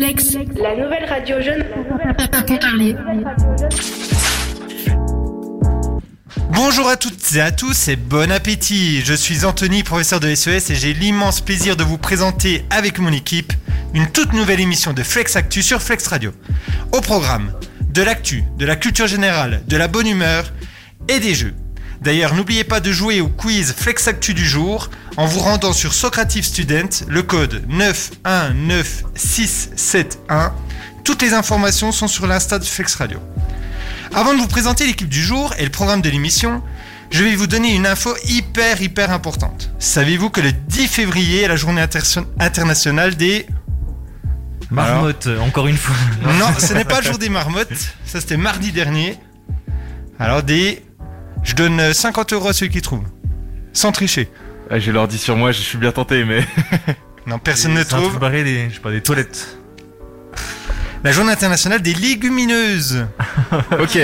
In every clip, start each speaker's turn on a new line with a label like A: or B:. A: Lex,
B: La nouvelle radio jeune.
A: parler.
C: Bonjour à toutes et à tous et bon appétit. Je suis Anthony, professeur de SES et j'ai l'immense plaisir de vous présenter avec mon équipe une toute nouvelle émission de Flex Actu sur Flex Radio. Au programme, de l'actu, de la culture générale, de la bonne humeur et des jeux. D'ailleurs, n'oubliez pas de jouer au quiz Flex Actu du jour en vous rendant sur Socrative Student, le code 919671. Toutes les informations sont sur l'insta de Flex Radio. Avant de vous présenter l'équipe du jour et le programme de l'émission, je vais vous donner une info hyper hyper importante. Savez-vous que le 10 février est la journée interso- internationale des...
D: Marmotte, euh, encore une fois.
C: Non, ce n'est pas le jour des marmottes, ça c'était mardi dernier. Alors des... Je donne euh, 50 euros à celui qui trouve. Sans tricher.
E: Ah, J'ai l'ordi sur moi, je suis bien tenté, mais.
C: Non, personne ne
D: C'est un truc
C: trouve.
D: barré des, je sais pas, des toilettes.
C: La journée internationale des légumineuses.
E: ok,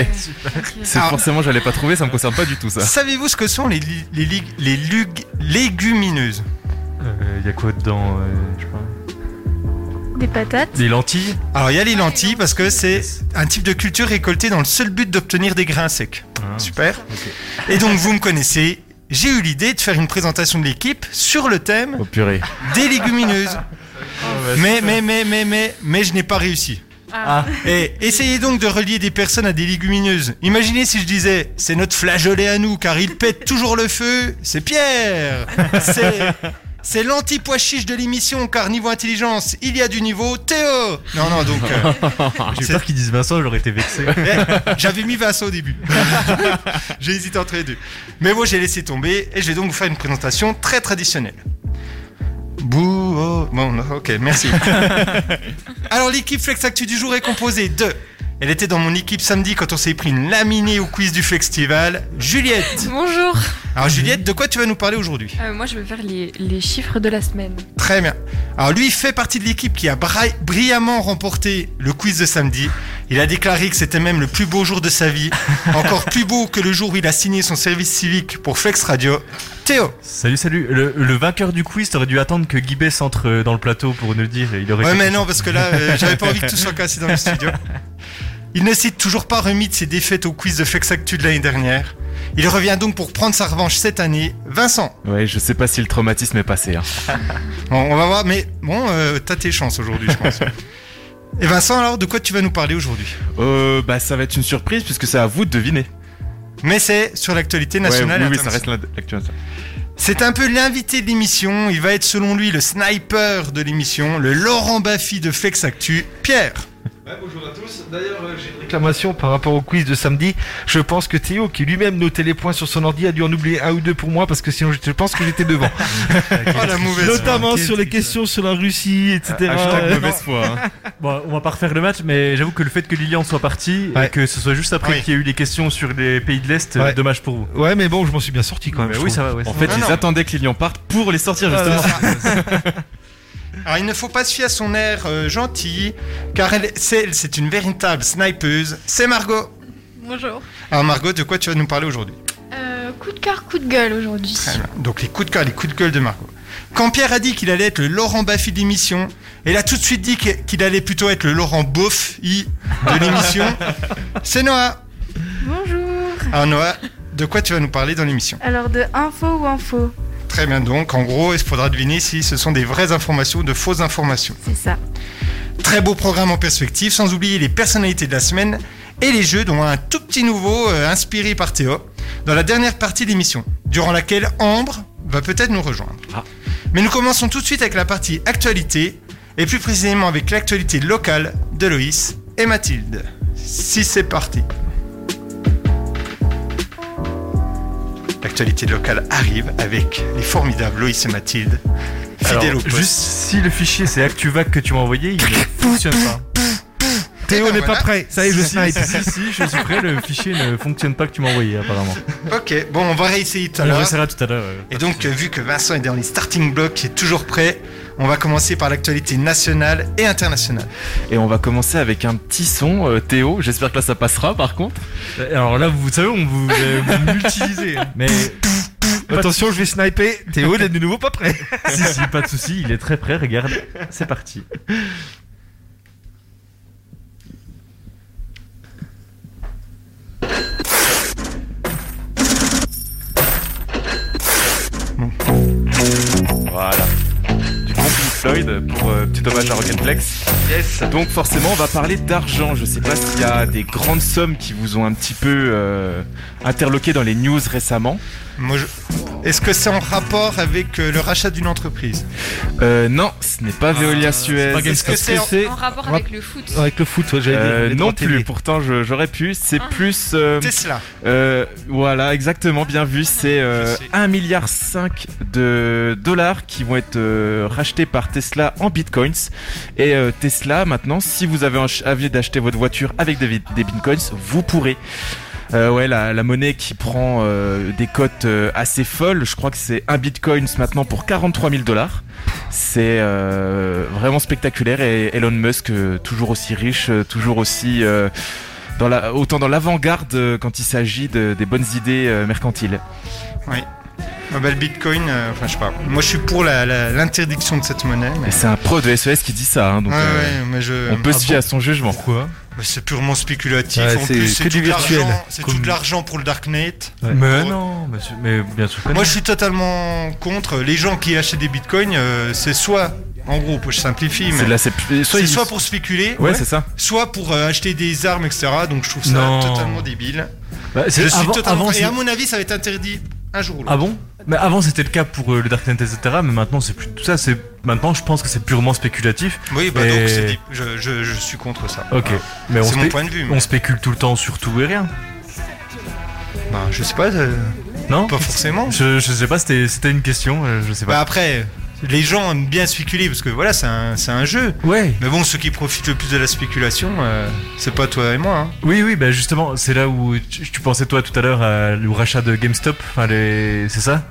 E: c'est
C: Ah.
E: forcément, j'allais pas trouver, ça me concerne pas du tout ça.
C: Savez-vous ce que sont les, li- les, lig- les lug- légumineuses
D: Euh, y a quoi dedans euh, je sais pas.
F: Des patates.
D: Des lentilles
C: Alors il y a Ah, les lentilles parce que c'est un type de culture récoltée dans le seul but d'obtenir des grains secs.
D: Ah.
C: Super. Et donc vous me connaissez, j'ai eu l'idée de faire une présentation de l'équipe sur le thème
E: Oh purée.
C: des légumineuses. Mais mais mais mais mais mais je n'ai pas réussi.
D: Ah.
C: Et essayez donc de relier des personnes à des légumineuses. Imaginez si je disais c'est notre flageolet à nous car il pète toujours le feu, c'est Pierre. C'est c'est l'anti-pois chiche de l'émission car niveau intelligence, il y a du niveau Théo. Non non donc euh,
D: J'ai
C: C'est-
D: peur qu'ils disent Vincent, j'aurais été vexé.
C: Eh, J'avais mis Vincent au début. j'ai hésité entre les deux. Mais moi, j'ai laissé tomber et je vais donc vous faire une présentation très traditionnelle. Bouh, oh. Bon, non, ok, merci. Alors, l'équipe Flex Actu du jour est composée de. Elle était dans mon équipe samedi quand on s'est pris une laminée au quiz du Festival. Juliette.
F: Bonjour.
C: Alors, Juliette, de quoi tu vas nous parler aujourd'hui
F: Euh, moi, je vais faire les, les chiffres de la semaine.
C: Très bien. Alors lui il fait partie de l'équipe qui a bri- brillamment remporté le quiz de samedi. Il a déclaré que c'était même le plus beau jour de sa vie, encore plus beau que le jour où il a signé son service civique pour Flex Radio. Théo.
D: salut, salut. Le, le vainqueur du quiz, t'aurais dû attendre que Guy Bess entre euh, dans le plateau pour nous le dire. Il aurait
C: Ouais
D: été-
C: mais non parce que là euh, j'avais pas envie que tout soit cassé dans le studio. Il ne s'est toujours pas remis de ses défaites au quiz de Flex Actu de l'année dernière. Il revient donc pour prendre sa revanche cette année. Vincent,
E: Ouais, je sais pas si le traumatisme est passé. Hein.
C: bon, on va voir, mais bon, euh, t'as tes chances aujourd'hui, je pense. Et Vincent, alors, de quoi tu vas nous parler aujourd'hui
E: Euh, bah ça va être une surprise puisque c'est à vous de deviner.
C: Mais c'est sur l'actualité nationale.
E: ouais,
C: et
E: oui, oui, ça
C: internationale.
E: reste la- l'actualité.
C: C'est un peu l'invité de l'émission. Il va être selon lui le sniper de l'émission, le Laurent Baffy de Flex Actu, Pierre.
G: Ouais, bonjour à tous. D'ailleurs, euh, j'ai une réclamation par rapport au quiz de samedi. Je pense que Théo, qui lui-même notait les points sur son ordi, a dû en oublier un ou deux pour moi parce que sinon je je pense que j'étais devant.
C: Oh la mauvaise.
G: Notamment sur les
D: Quel-
G: questions sur la Russie, etc.
E: Hashtag
G: Euh,
E: mauvaise foi. hein.
D: Bon, on va pas refaire le match, mais j'avoue que le fait que Lilian soit partie
G: Ouais.
D: et que ce soit juste après
C: Oui.
D: qu'il y ait eu les questions sur les pays de l'Est, euh,
G: Ouais.
D: dommage pour vous.
G: Ouais, mais bon, je m'en suis bien sorti quand même.
D: Mais
G: je
D: oui,
G: trouve.
D: ça va, ouais.
E: En fait,
C: Non,
E: ils
C: non.
E: attendaient que Lilian parte pour les sortir
C: Ah,
E: justement.
C: Alors il ne faut pas se fier à son air euh, gentil, car elle, c'est, c'est une véritable snipeuse. C'est Margot.
F: Bonjour.
C: Alors Margot, de quoi tu vas nous parler aujourd'hui
A: Euh,
F: coup de cœur, coup de gueule aujourd'hui.
C: Très bien. Donc les coups de cœur, les coups de gueule de Margot. Quand Pierre a dit qu'il allait être le Laurent Baffy de l'émission, elle a tout de suite dit que- qu'il allait plutôt être le Laurent Boff I de l'émission. c'est Noah.
F: Bonjour.
C: Alors Noah, de quoi tu vas nous parler dans l'émission
F: Alors, de info ou info
C: Très bien donc, en gros, il faudra deviner si ce sont des vraies informations ou de fausses informations.
F: C'est ça.
C: Très beau programme en perspective, sans oublier les personnalités de la semaine et les jeux, dont un tout petit nouveau euh, inspiré par Théo, dans la dernière partie de l'émission, durant laquelle Ambre va peut-être nous rejoindre.
E: Ah.
C: Mais nous commençons tout de suite avec la partie actualité, et plus précisément avec l'actualité locale de Loïs et Mathilde. Si c'est parti. L'actualité locale arrive avec les formidables Loïs et Mathilde,
D: Alors,
C: fidèles au poste.
D: juste si le fichier c'est ActuVac que tu m'as envoyé, il ne fonctionne pas.
C: Eh
G: Théo
C: ben
G: n'est
C: voilà.
G: pas prêt. Ça y est, je
D: Si,
G: snipe.
D: si, si, je suis prêt, le fichier ne fonctionne pas que tu m'as envoyé apparemment.
C: Ok, bon, on va réessayer tout à
D: On
C: l'heure.
D: essaiera tout à l'heure. euh,
C: Et donc, euh, vu que Vincent est dans les starting blocks, qui est toujours prêt, on va commencer par l'actualité nationale et internationale.
E: Et on va commencer avec un petit son, euh, Théo. J'espère que là ça passera par contre.
D: Euh, Alors là, vous savez, on vous, euh, vous m'utilisez, hein. Mais si,
G: Attention, je vais sniper. Théo n'est de nouveau pas prêt.
D: si, pas de souci, il est très prêt. Regarde, c'est parti.
E: Pride pour euh, petit hommage à Rocketplex.
G: Yes.
E: Donc forcément, on va parler d'argent. Je sais pas s'il y a des grandes sommes qui vous ont un petit peu euh, interloqué dans les news récemment.
C: Moi, je- Est-ce que c'est en rapport avec euh, le rachat d'une entreprise
E: Euh, non, ce n'est Ah, pas Veolia Suez.
D: pas
C: Est-ce que c'est en-
G: c'est
A: En rapport
G: Rap-
A: avec le foot.
G: avec le foot, ouais, j'avais
E: Euh,
G: dit, les
E: non
G: droits télé.
E: plus, pourtant je- j'aurais pu. C'est
A: Ah.
E: plus. euh,
C: Tesla
E: euh, voilà, exactement, bien vu. C'est euh,
C: Je sais.
E: 1,5 milliard de dollars qui vont être euh, rachetés par Tesla en bitcoins. Et euh, Tesla, maintenant, si vous avez envie d'acheter votre voiture avec des, vi- des bitcoins, vous pourrez. Euh, ouais, la, la monnaie qui prend euh, des cotes euh, assez folles. Je crois que c'est un bitcoin maintenant pour 43 000 dollars. C'est euh, vraiment spectaculaire et Elon Musk euh, toujours aussi riche, euh, toujours aussi euh, dans la, autant dans l'avant-garde euh, quand il s'agit de- des bonnes idées euh, mercantiles.
C: Ah bah, Le bitcoin, euh, enfin je sais pas. Moi je suis pour la- la- l'interdiction de cette monnaie. Mais...
E: Et c'est un pro de SES qui dit ça, hein, donc
C: ouais,
E: euh,
C: ouais, mais je.
E: on peut se fier à son jugement.
D: Pourquoi
C: Mais C'est purement spéculatif.
G: Ouais,
C: en
G: c'est
C: plus, c'est
G: que
C: tout
G: du
C: de l'argent-
G: virtuel.
C: C'est
D: Comme-
C: tout de l'argent pour le darknet.
G: Ouais.
D: Mais
C: Ouais.
D: non, mais, Bah, c'est- mais bien sûr que non.
C: Moi, je suis totalement contre. Les gens qui achètent des bitcoins, euh, c'est soit, en gros, pour- je simplifie,
E: C'est
C: mais
E: de la sép-
C: c'est
E: il-
C: soit pour spéculer,
E: Ouais, c'est ça.
C: soit pour euh, acheter des armes, etc. Donc, je trouve ça
D: Non.
C: totalement débile.
D: Bah,
C: Je
D: c'est-
C: suis
D: avant,
C: totalement-
D: avant,
C: Et
D: c'est-
C: à mon avis, ça va être interdit un jour ou l'autre.
D: Ah bon Mais avant c'était le cas pour euh, le Darknet, etc. Mais maintenant c'est plus tout ça. C'est maintenant je pense que c'est purement spéculatif.
C: oui, bah
D: Et-
C: donc, c'est des- je, je- je suis contre ça.
D: Ok.
C: Voilà.
D: Mais on,
C: C'est mon
D: spé-
C: point de vue. mais-
D: on spécule tout le temps sur tout et rien.
C: Bah, je sais pas, euh,
D: Non
C: pas forcément.
D: je, je sais pas. C'était c'était une question. euh, Je sais
C: Bah,
D: pas.
C: après, les gens aiment bien spéculer parce que voilà, c'est un, c'est un jeu.
D: ouais.
C: Mais bon, ceux qui profitent le plus de la spéculation, euh, c'est pas toi et moi. hein.
D: Oui, oui. Bah justement, c'est là où tu, tu pensais toi tout à l'heure à- au rachat de GameStop. Enfin, les... c'est ça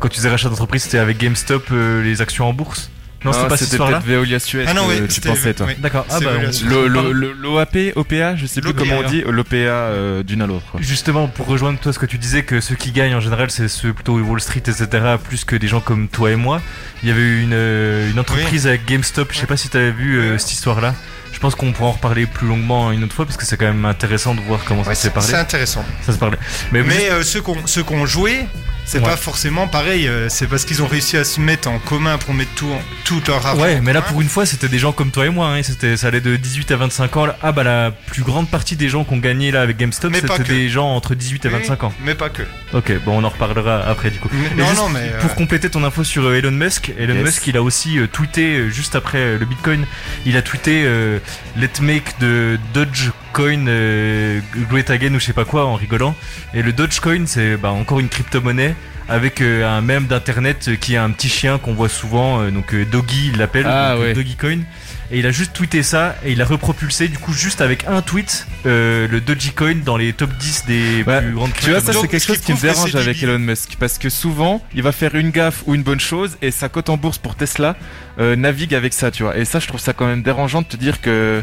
D: Quand tu disais rachat d'entreprise, c'était avec GameStop euh, les actions en bourse. Non,
E: Ah,
D: c'était pas cette histoire-là.
E: peut-être Veolia Suez
C: Ah non,
E: que
C: oui,
E: euh, tu pensais, toi.
D: D'accord. Ah
C: C'est
D: bah,
C: vrai,
D: on-
C: c'est-
E: Le- le- le- L'OAP, OPA, je sais plus
C: L'OPA.
E: comment on dit, l'OPA euh, d'une à l'autre. quoi.
D: Justement, pour rejoindre toi, ce que tu disais, que ceux qui gagnent en général, c'est ceux plutôt Wall Street, etc., plus que des gens comme toi et moi. Il y avait eu une, euh, une entreprise avec GameStop, je sais pas si t'avais vu euh, cette histoire-là. Je pense qu'on pourra en reparler plus longuement une autre fois, parce que c'est quand même intéressant de voir comment ça
C: Ouais,
D: s'est
C: c'est c'est
D: parlé.
C: intéressant.
D: Ça se parlait. Mais,
C: Mais euh, ceux qui ont, ceux qui ont joué, c'est
D: Ouais.
C: pas forcément pareil. euh, C'est parce qu'ils ont réussi à se mettre en commun pour mettre tout, en- tout leur rapport.
D: Ouais, mais là
C: commun.
D: pour une fois, c'était des gens comme toi et moi. Hein, et c'était, ça allait de 18 à 25 ans. là. Ah bah la plus grande partie des gens qu'on gagnait là avec GameStop,
C: Mais pas
D: c'était
C: que.
D: des gens entre 18 et 25 ans.
C: Mais pas que.
D: Ok, bon, on en reparlera après du coup.
C: Mais-
D: Et
C: non,
D: juste
C: non, mais. euh,
D: Pour compléter ton info sur euh, Elon Musk, Elon
E: Yes.
D: Musk il a aussi euh, tweeté euh, juste après euh, le Bitcoin, il a tweeté euh, Let's make de Dogecoin euh, great again ou je sais pas quoi en rigolant. Et le Dogecoin c'est bah, encore une crypto-monnaie avec euh, un mème d'internet euh, qui est un petit chien qu'on voit souvent, euh, donc euh, Doggy il l'appelle,
E: Ah,
D: donc, euh,
E: ouais.
D: Dogecoin. Et il a juste tweeté ça et il a repropulsé du coup juste avec un tweet euh, le Dogecoin dans les top 10 des
E: Ouais.
D: plus grandes
E: Tu vois, ça
D: crypto-monnaies.
E: c'est quelque
C: ce qui
E: chose qui me
C: prouve que
E: dérange
C: c'est
E: avec
C: débile.
E: Elon Musk, parce que souvent, il va faire une gaffe ou une bonne chose, et sa cote en bourse pour Tesla euh, navigue avec ça, tu vois. Et ça, je trouve ça quand même dérangeant de te dire que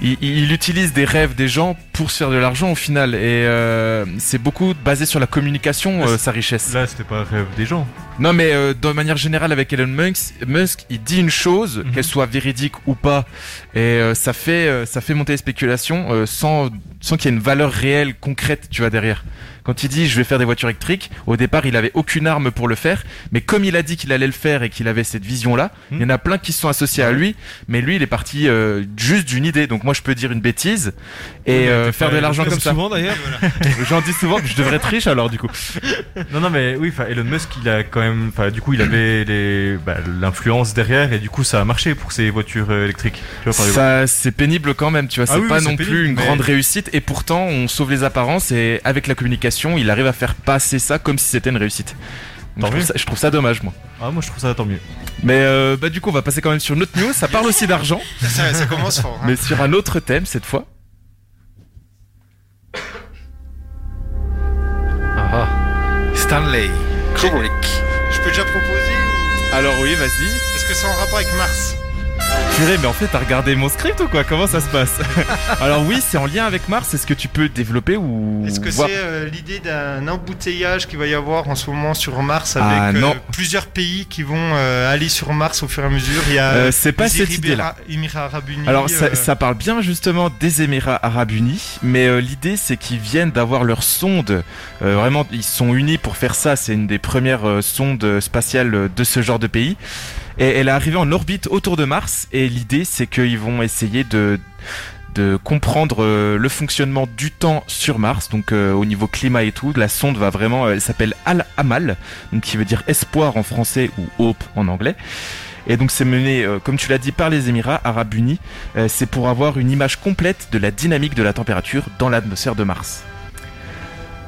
E: il, il utilise des rêves des gens pour se faire de l'argent au final, et euh, c'est beaucoup basé sur la communication,
D: Ouais,
E: euh,
D: Ah, c'est-
E: sa richesse.
D: Là c'était pas un rêve des gens.
E: Non, mais euh, de manière générale, avec Elon Musk, Musk, il dit une chose,
D: Mhm.
E: qu'elle soit véridique ou pas, et euh, ça fait euh, ça fait monter les spéculations euh, sans sans qu'il y ait une valeur réelle concrète, tu vois derrière. Quand il dit je vais faire des voitures électriques, au départ il avait aucune arme pour le faire, mais comme il a dit qu'il allait le faire et qu'il avait cette vision là,
D: Mhm.
G: Hmm.
E: il y en a plein qui se sont associés à lui, mais lui il est parti euh, juste d'une idée. Donc moi je peux dire une bêtise et euh, faire de l'argent comme ça.
G: souvent d'ailleurs.
E: J'en dis souvent, je devrais être riche alors du coup.
D: Non, non, mais oui, enfin, Elon Musk, il a quand même, enfin, du coup, il avait les, bah, l'influence derrière et du coup, ça a marché pour ces voitures euh, électriques. Tu vois, par exemple.
E: Ça, c'est pénible quand même, tu vois.
D: Ah
E: C'est
D: oui,
E: pas
D: oui, c'est
E: non
D: pénible,
E: plus une
D: mais-
E: grande réussite. Et pourtant, on sauve les apparences. Et avec la communication, il arrive à faire passer ça comme si c'était une réussite. Donc,
D: Tant
E: je, trouve
D: mieux.
E: ça, je trouve ça dommage, moi.
D: Ah, moi, je trouve ça tant mieux.
E: Mais euh, bah, du coup, on va passer quand même sur notre news. Ça parle aussi d'argent,
C: ça, ça commence fort. hein.
E: mais sur un autre thème cette fois.
G: Ah, Stanley. Kubrick.
C: Je peux déjà proposer ou-
E: Alors, oui, vas-y.
C: Est-ce que c'est en rapport avec Mars
E: Purée, mais en fait, t'as regardé mon script ou quoi Comment ça se passe Alors, oui, c'est en lien avec Mars. Est-ce que tu peux développer ou.
C: Est-ce que
E: voir
C: c'est euh, l'idée d'un embouteillage qu'il va y avoir en ce moment sur Mars avec
E: Ah,
C: euh,
E: non.
C: plusieurs pays qui vont euh, aller sur Mars au fur et à mesure Il y a
E: Euh, C'est pas
C: les
E: cette
C: Émirats-
E: idée-là.
C: Émirats Arabes Unis.
E: Alors ça,
C: euh,
E: ça parle bien justement des Émirats Arabes Unis, mais euh, l'idée c'est qu'ils viennent d'avoir leur sonde. Euh, vraiment, ils sont unis pour faire ça. C'est une des premières euh, sondes spatiales euh, de ce genre de pays. Et elle est arrivée en orbite autour de Mars. Et l'idée, c'est qu'ils vont essayer de de comprendre euh, le fonctionnement du temps sur Mars, donc euh, au niveau climat et tout. La sonde va vraiment, euh, elle s'appelle Al Amal, donc qui veut dire espoir en français ou hope en anglais. Et donc c'est mené, euh, comme tu l'as dit, par les Émirats arabes unis. Euh, c'est pour avoir une image complète de la dynamique de la température dans l'atmosphère de Mars.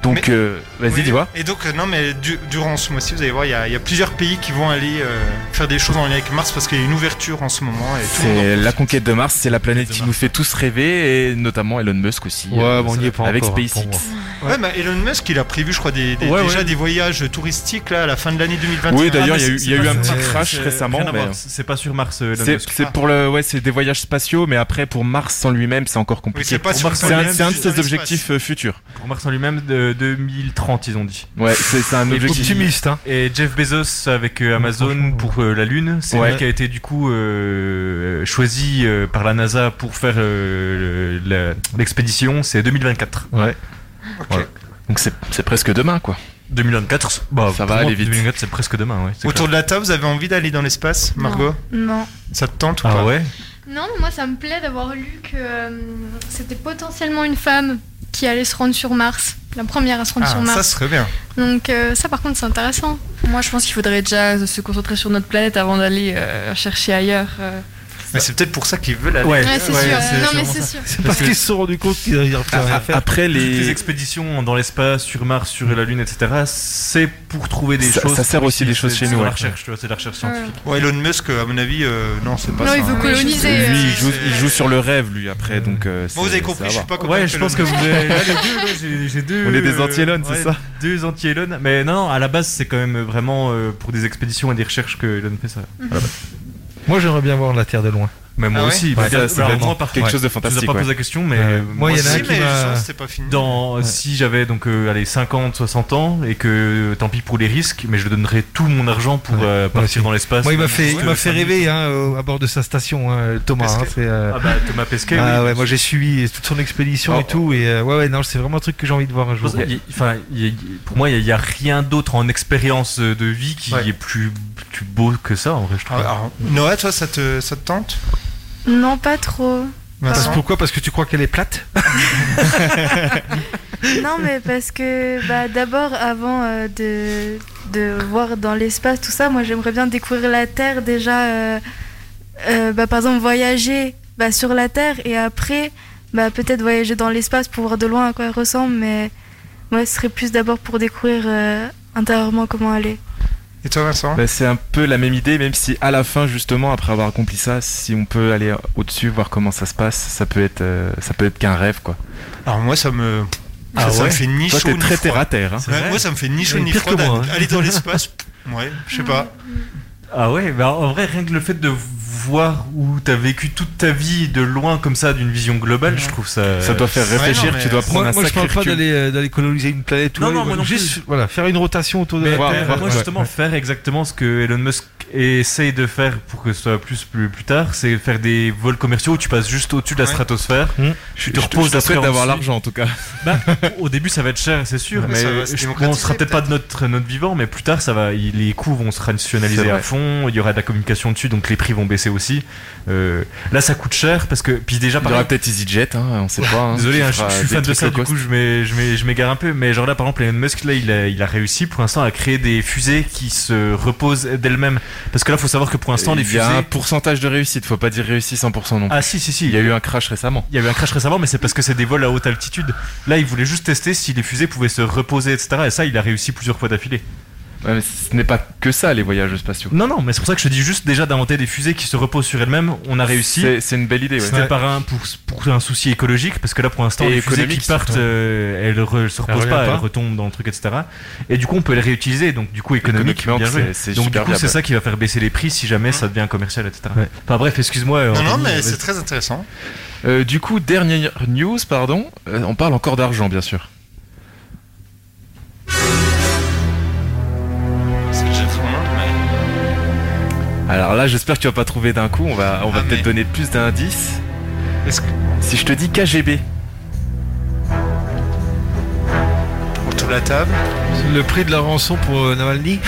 E: Donc, euh, vas-y,
C: Oui.
E: dis-moi.
C: Et donc, euh, non, mais du- durant ce mois-ci, vous allez voir, il y, a- il y a plusieurs pays qui vont aller euh, faire des choses en lien avec Mars parce qu'il y a une ouverture en ce moment. Et tout le monde en
E: C'est la conquête de Mars, c'est la planète
D: de
E: qui
D: Mars.
E: nous fait tous rêver, et notamment Elon Musk aussi.
G: Ouais,
E: euh,
G: mais on y est pas
E: Avec
G: encore, hein, pour
E: SpaceX.
G: moi.
C: Ouais, mais Elon Musk, il a prévu, je crois, des, des-
E: Ouais,
C: déjà
E: ouais.
C: des voyages touristiques là, à la fin de l'année 2021.
E: Oui, d'ailleurs, il y a
C: Ah, mais
E: eu,
C: c'est-
E: il y a
C: c'est
E: eu
C: pas-
E: un petit
D: Ouais,
E: crash
D: c'est-
E: récemment.
D: rien à
E: mais-
D: voir, C'est c'est pas sur Mars, euh, Elon
E: C'est
D: Musk.
E: c'est pour le, ouais, c'est des voyages spatiaux, mais après pour Mars en lui-même, c'est encore
C: Oui,
E: compliqué.
C: c'est pas
D: Pour
C: sur le
D: Mars,
E: C'est
C: sol,
E: un,
C: mais
E: c'est un de
C: juste dans
E: ses
C: l'espace.
E: objectifs euh, futurs.
D: Pour Mars en lui-même, de 2030, ils ont dit.
E: Ouais, c'est c'est un objectif.
G: Optimiste, hein.
D: Et Jeff Bezos avec euh, Amazon
G: franchement,
D: pour euh, la Lune, c'est
E: Ouais.
D: lui qui a été du coup euh, choisi euh, par la NASA pour faire euh, le- la- l'expédition, c'est 2024.
G: Ouais.
E: Donc c'est c'est presque demain, quoi.
D: 2024, bah,
E: Ça va
D: pour moi,
E: aller vite.
D: 2024, c'est presque demain, ouais. c'est
C: Autour de la table, vous avez envie d'aller dans l'espace, Margot
F: Non.
C: Ça te tente ou
D: clair.
C: pas
D: Ah ouais
A: Non, moi ça me plaît d'avoir lu que euh, c'était potentiellement une femme qui allait se rendre sur Mars, la première à se rendre
C: Ah,
A: sur
C: ça
A: Mars.
C: serait bien.
A: Donc euh, ça par contre c'est intéressant.
B: Moi, je pense qu'il faudrait déjà se concentrer sur notre planète avant d'aller euh, chercher ailleurs. euh.
C: Mais c'est peut-être pour ça qu'ils veulent aller.
A: Ouais, c'est sûr.
D: c'est-
A: non
D: c'est
A: mais
D: vraiment
A: c'est
D: ça.
A: sûr.
G: C'est parce
D: que-
G: qu'ils se sont rendus compte qu'ils n'arrivent plus à rien faire.
E: Après
D: Toutes les
E: les,
D: expéditions dans l'espace, sur Mars, sur la Lune, etc., c'est pour trouver des
E: Ça-
D: choses.
E: ça sert
D: pour
E: aussi des
D: essayer
E: choses
D: de-
E: chez
D: de
E: nous, ouais.
D: la recherche, tu vois, c'est de la recherche scientifique.
C: Ouais, Elon Musk, à mon avis, euh, non, c'est pas
A: Non,
C: ça.
A: il veut
C: hein.
A: coloniser.
E: lui,
A: euh,
E: il joue, il joue sur le rêve, lui, après. Donc, euh,
C: Bon, vous
E: c'est-
C: avez compris,
E: ça
C: je
E: va.
C: suis pas
D: Ouais, je pense que
C: vous
D: vous avez là, les deux, là, j'ai- j'ai deux.
E: On est des
D: euh,
E: anti-Elon, c'est
D: ouais,
E: ça
D: Deux anti-Elon. Mais non, non, à la base, c'est quand même vraiment euh, pour des expéditions et des recherches que Elon fait ça.
G: Mhm. Moi, j'aimerais bien voir la Terre de loin.
D: Mais moi
C: Ah ouais
D: aussi,
G: Ouais,
D: bah,
E: Ça, c'est
D: alors,
E: vraiment
D: moi, par
E: quelque
D: contre,
E: chose de
D: tu nous as
E: fantastique.
D: pas
E: ouais.
D: posé la question, mais
G: Euh,
D: euh,
G: moi, il y en
D: si,
G: a un
C: Si,
G: qui
C: mais
G: m'a-
C: justement, c'était pas fini.
D: dans, si j'avais donc euh, allez, 50, 60 ans et que euh, tant pis pour les risques, mais je donnerais tout mon argent pour
G: Ouais,
D: euh,
G: moi aussi.
D: partir dans l'espace.
G: Moi, il m'a
D: euh,
G: fait, il
D: juste,
G: m'a
D: euh,
G: fait
D: cinq
G: rêver hein, euh, à bord de sa station, hein, Thomas.
D: Parce
G: hein,
D: que-
G: c'est, euh,
D: minutes. Ah bah Thomas Pesquet,
G: ah
D: oui.
G: ouais, moi j'ai suivi toute son expédition
E: Oh.
G: et tout. Et euh, ouais, ouais, non, c'est vraiment un truc que j'ai envie de voir un
D: Je
G: jour.
D: pense qu'il y a- enfin, il y a- pour moi, il n'y a, rien d'autre en expérience euh, de vie qui
G: Ouais.
D: est plus, plus beau que ça, en vrai, je
C: Ah,
D: trouve.
C: alors, Noah, toi, ça te, ça te tente
F: Non, pas trop.
G: Parce,
C: Vincent
G: pourquoi Parce que tu crois qu'elle est plate
F: Non, mais parce que bah, d'abord, avant euh, de, de voir dans l'espace tout ça, moi j'aimerais bien découvrir la Terre déjà. euh, euh, bah, par exemple, voyager bah, sur la Terre et après, bah, peut-être voyager dans l'espace pour voir de loin à quoi elle ressemble. Mais moi, ce serait plus d'abord pour découvrir euh, intérieurement comment elle est.
C: Et toi, Vincent
E: Bah, c'est un peu la même idée, même si à la fin, justement, après avoir accompli ça, si on peut aller au-dessus, voir comment ça se passe, ça peut être, euh, ça peut être qu'un rêve, quoi.
C: Alors, moi, ça me.
D: Ah
C: ça, ça
D: ouais
C: me fait ni
E: Toi,
C: chaud
E: t'es
C: ni
E: très
C: froid.
E: terre à terre. hein.
D: C'est
C: Ouais,
D: vrai
C: moi, ça me fait ni chaud
G: Il est
C: ni
G: pire
C: froid
G: que moi,
C: d'aller
G: hein.
C: aller dans l'espace. Ouais, je sais pas.
D: Ah ouais, bah en vrai, rien que le fait de voir où t'as vécu toute ta vie de loin comme ça, d'une vision globale, je trouve ça.
E: Ça doit faire
C: Ouais, non,
E: réfléchir,
C: mais
E: tu dois prendre
G: Moi,
E: un
G: moi, je
E: sacré
G: parle pas
E: recul.
G: d'aller euh, d'aller coloniser une planète. ou
D: Non,
G: aller-
D: non, moi non
G: juste voilà, faire une rotation autour de
D: Mais
G: la
E: voir,
D: faire-
E: voir,
D: moi
E: ouais.
D: justement faire exactement ce que Elon Musk essaye de faire pour que ce soit plus plus, plus tard, c'est faire des vols commerciaux où tu passes juste au-dessus de la
C: Ouais.
D: stratosphère.
G: Hmm.
D: Tu
E: Je
D: te reposes
E: je te souhaite
D: après
E: d'avoir
D: en dessous.
E: l'argent, en tout cas.
D: Au début, ça va être cher, c'est sûr,
C: Ouais,
D: mais,
C: ça va se
D: je- bon, on
C: démocratiser,
D: sera peut-être pas de notre euh, notre vivant, mais plus tard, ça va. il- Les coûts vont se
E: C'est
D: rationaliser
E: vrai.
D: à fond. Il y aura de la communication dessus, donc les prix vont baisser aussi. Euh, là, ça coûte cher parce que puis déjà
E: Il y
D: par
E: aura peut-être EasyJet, hein, on sait pas. hein.
D: Désolé, hein,
E: Tu
D: je,
E: feras
D: je suis
E: des
D: fan de
E: trucs
D: ça,
E: low
D: du
E: cost.
D: coup je m'é- je m'é- je m'égare un peu, mais genre là par exemple Elon Musk, là il a, il a réussi pour l'instant à créer des fusées qui se reposent d'elles-mêmes. Parce que là faut savoir que pour l'instant les
E: Euh, Il y
D: fusées...
E: a un pourcentage de réussite, faut pas dire réussi 100% non plus.
D: Ah si si si,
E: Il y a eu un crash récemment.
D: il y a eu un crash récemment, mais c'est parce que c'est des vols à haute altitude. Là il voulait juste tester si les fusées pouvaient se reposer, etc. Et ça il a réussi plusieurs fois d'affilée.
E: Ouais, mais ce n'est pas que ça, les voyages spatiaux.
D: Non non, mais c'est pour ça que je te dis juste déjà d'inventer des fusées qui se reposent sur elles-mêmes, on a réussi.
E: C'est c'est une belle idée, ouais.
D: C'était par un pour, pour un souci écologique parce que là pour l'instant
E: Et
D: les fusées qui
E: économique,
D: partent
E: surtout.
D: euh, elles re- se reposent
G: revient
D: pas,
G: pas.
D: elles retombent dans le truc etc et du coup on peut les réutiliser donc du coup économique
E: Économiquement,
D: bien
E: c'est-
D: joué.
E: c'est
D: donc du
E: super
D: coup
E: viable.
D: c'est ça qui va faire baisser les prix si jamais ça devient commercial etc
G: Ouais.
D: enfin bref excuse-moi euh,
C: Non, non,
D: Anthony,
C: mais
D: euh,
C: c'est très intéressant.
E: Euh, du coup, dernière news, pardon. Euh, on parle encore d'argent, bien sûr.
C: C'est déjà trop long, mais-
E: Alors là, j'espère que tu vas pas trouver d'un coup. On va, on va
C: Ah,
E: peut-être
C: mais-
E: donner plus d'indices.
C: Est-ce que-
E: Si je te dis KGB,
C: Autour autour de la table.
G: Le prix de la rançon pour euh, Navalny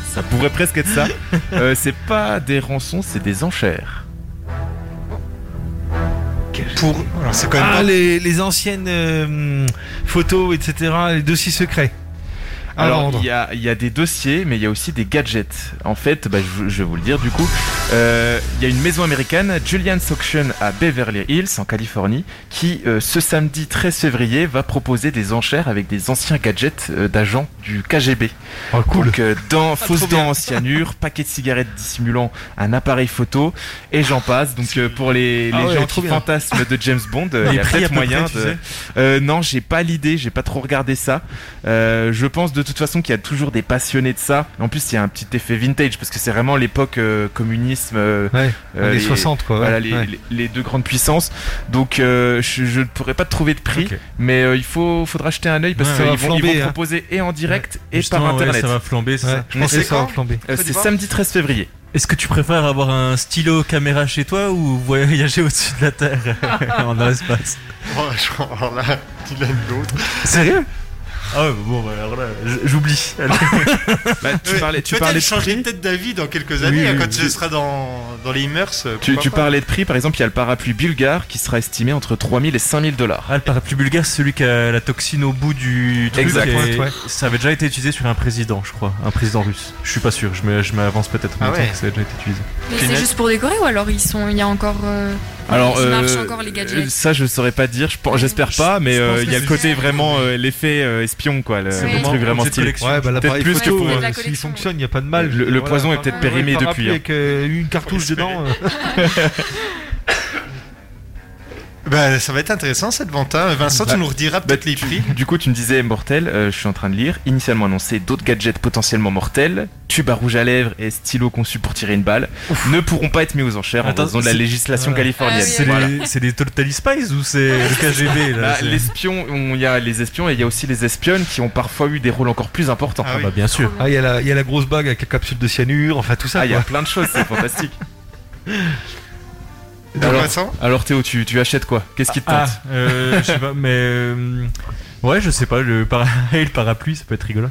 E: Ça pourrait presque être ça. Euh, c'est pas des rançons, c'est des enchères.
C: Pour. Alors, c'est quand même
G: Ah,
C: pas-
G: les, les anciennes euh, photos, etc. Les dossiers secrets. À
E: Alors,
G: l'ordre.
E: il y a, il y a des dossiers, mais il y a aussi des gadgets. En fait, bah, je, je vais vous le dire du coup, euh, il y a une maison américaine, Julian's Auction à Beverly Hills, en Californie, qui euh, ce samedi 13 février va proposer des enchères avec des anciens gadgets euh, d'agents du KGB.
G: Oh, cool.
E: Donc, euh, dents- fausses
C: trop bien.
E: dents en cyanure, paquet de cigarettes dissimulant un appareil photo, et j'en passe. Donc, euh, pour les, les
G: Ah ouais,
E: gens
G: trop
E: qui
G: bien.
E: fantasment de James Bond, euh, il y a peut-être moyen de. Euh, non, j'ai pas l'idée, j'ai pas trop regardé ça. Euh, je pense de toute façon qu'il y a toujours des passionnés de ça. En plus, il y a un petit effet vintage parce que c'est vraiment l'époque euh, communisme. euh,
G: Ouais,
E: euh,
G: les 60, quoi. ouais,
E: voilà, les,
G: ouais.
E: les- les deux grandes puissances. Donc, euh, je, je ne pourrais pas te trouver de prix,
D: Ok.
E: mais euh, il faut, faudra jeter un œil parce
G: Ouais,
E: qu'ils
G: ça va
E: vont, ils vont
G: flamber, hein.
E: proposer et en direct et
D: Justement,
E: par
D: ouais,
E: internet.
D: ça va flamber, c'est
G: Ouais,
D: ça.
G: je pensais
E: c'est
G: que ça
E: quand
G: va flamber.
E: Euh, c'est samedi 13 février.
D: Est-ce que tu préfères avoir un stylo caméra chez toi ou voyager au-dessus de la Terre en espace
C: Oh,
H: Franchement, alors là, il a de l'autre.
D: Sérieux Ah ouais, bon, bah, alors là, j- j'oublie.
E: Bah, tu parlais, tu
C: Peut-être
E: parlais de
C: changer
E: prix.
C: peut-être d'avis dans quelques
E: Oui,
C: années,
E: oui,
C: hein, quand
E: oui.
C: ce sera dans, dans les immerses.
E: Tu,
C: pourquoi
E: tu
C: pas.
E: parlais de prix, par exemple, il y a le parapluie bulgare qui sera estimé entre 3000 et 5000 dollars.
D: Ah, le parapluie bulgare, c'est celui qui a la toxine au bout du truc.
E: Exact.
D: et
G: Ouais.
D: Ça avait déjà été utilisé sur un président, je crois. Un président russe. Je suis pas sûr, je me- je m'avance peut-être. mais il
C: Ah
D: me semble
C: ouais.
D: que Ça a déjà été utilisé.
B: Mais c'est juste pour décorer ou alors ils sont, il y a encore. euh,
E: Alors,
B: ils marchent
E: euh,
B: encore les
E: euh,
B: gadgets.
E: ça, je saurais pas dire. je pense- J'espère pas, mais
D: je pense
E: euh,
D: que
E: il y a le
D: c'est
E: côté
D: juste-
E: vraiment euh, l'effet euh, espion, quoi. Le,
B: C'est
E: le
B: vraiment
E: truc
D: un
E: vraiment
D: objet de
E: stylé.
D: collection.
G: Ouais, bah l'appareil
E: plus que
G: photo,
E: pour-
G: euh,
B: de la
G: s'il
B: collection,
G: fonctionne, il n'y a pas de mal.
E: Le- le poison est peut-être
G: ouais,
E: périmé
G: le
E: depuis,
G: parapluie
E: hein.
G: Avec euh, une cartouche dedans. euh.
C: Bah, ça va être intéressant cette vente. hein. Vincent,
E: Bah,
C: tu nous rediras
E: bah,
C: peut-être les prix.
E: Du coup, tu me disais mortel, euh, je suis en train de lire. Initialement annoncé, d'autres gadgets potentiellement mortels, tube à rouge à lèvres et stylo conçu pour tirer une balle, ne pourront pas être mis aux enchères
D: Attends,
E: en raison de la
D: c'est- Ah
B: Ah
E: législation
D: voilà.
E: californienne.
D: C'est
E: Voilà.
D: les, c'est des Totally Spies ou c'est le KGB là
E: Bah,
D: c'est-
E: les espions, on- il y a les espions et il y a aussi les espionnes qui ont parfois eu des rôles encore plus importants.
C: Ah oui.
D: Bah, bien sûr.
G: Ah, il y, a la- il y a la grosse bague avec la capsule de cyanure, enfin tout ça.
E: Ah, il y a
G: quoi.
E: plein de choses, c'est fantastique.
C: Donc,
E: Alors-
C: Vincent,
E: Alors Théo, tu, tu achètes quoi Qu'est-ce qui te tente
D: Ah, euh, je sais pas, mais. euh, ouais, je sais pas, le, para- le parapluie, ça peut être rigolo.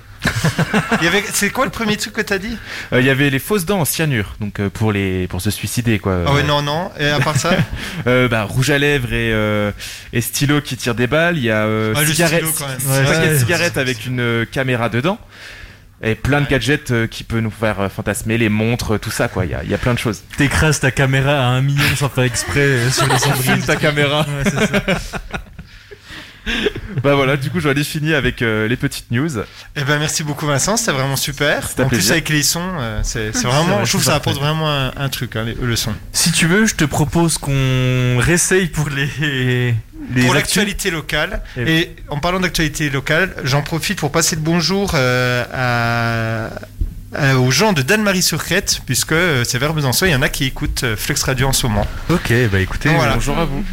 C: il y avait- c'est quoi le premier truc que t'as dit
E: Euh, Il y avait les fausses dents en cyanure, donc euh, pour les pour se suicider quoi.
C: Ah ouais, non, non. Et à part ça,
E: Euh, bah, rouge à lèvres et, euh, et stylo qui tire des balles. Il y a euh,
C: Ah, le
E: cigarette-
C: stylo, quand même.
E: ci- ci- paquet de
D: Ouais.
E: cigarettes avec une euh, caméra dedans et plein de gadgets euh, qui peut nous faire euh, fantasmer les montres, euh, tout ça quoi. Il y a, il y a plein de choses.
D: T'écrases ta caméra à un million sans faire exprès euh, sur les cendriers.
E: Filme ta caméra.
D: Ouais, c'est ça.
E: bah voilà, du coup je vais aller finir avec euh, les petites news.
C: eh ben merci beaucoup Vincent, c'était vraiment super.
E: C'était un
C: en plus
E: plaisir.
C: avec les sons, euh, c'est c'est
D: C'est
C: vraiment,
D: vrai,
C: je trouve que
D: c'est
C: ça
D: parfait.
C: apporte vraiment un, un truc, hein, les- le son.
D: Si tu veux, je te propose qu'on réessaye pour les. les
C: pour
D: actus. Eh
C: l'actualité locale.
D: Et-
C: Et, en parlant d'actualité locale, j'en profite pour passer le bonjour euh, à- à- aux gens de Danemarie-sur-Crète, puisque euh, c'est vers Besançon, il y en a qui écoutent euh, Flex Radio en ce moment.
D: Ok, bah écoutez.
C: Donc, voilà.
E: Bonjour à vous.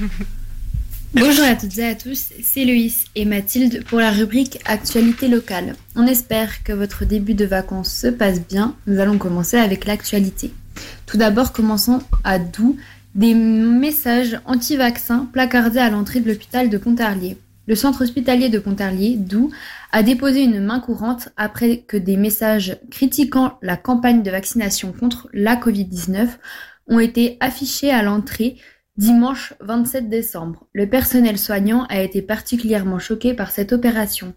I: Bonjour à toutes et à tous, c'est Loïs et Mathilde pour la rubrique Actualité locale. On espère que votre début de vacances se passe bien. Nous allons commencer avec l'actualité. Tout d'abord, commençons à Doux, des messages anti-vaccins placardés à l'entrée de l'hôpital de Pontarlier. Le centre hospitalier de Pontarlier, Doux, a déposé une main courante après que des messages critiquant la campagne de vaccination contre la Covid-19 ont été affichés à l'entrée Dimanche 27 décembre, le personnel soignant a été particulièrement choqué par cette opération.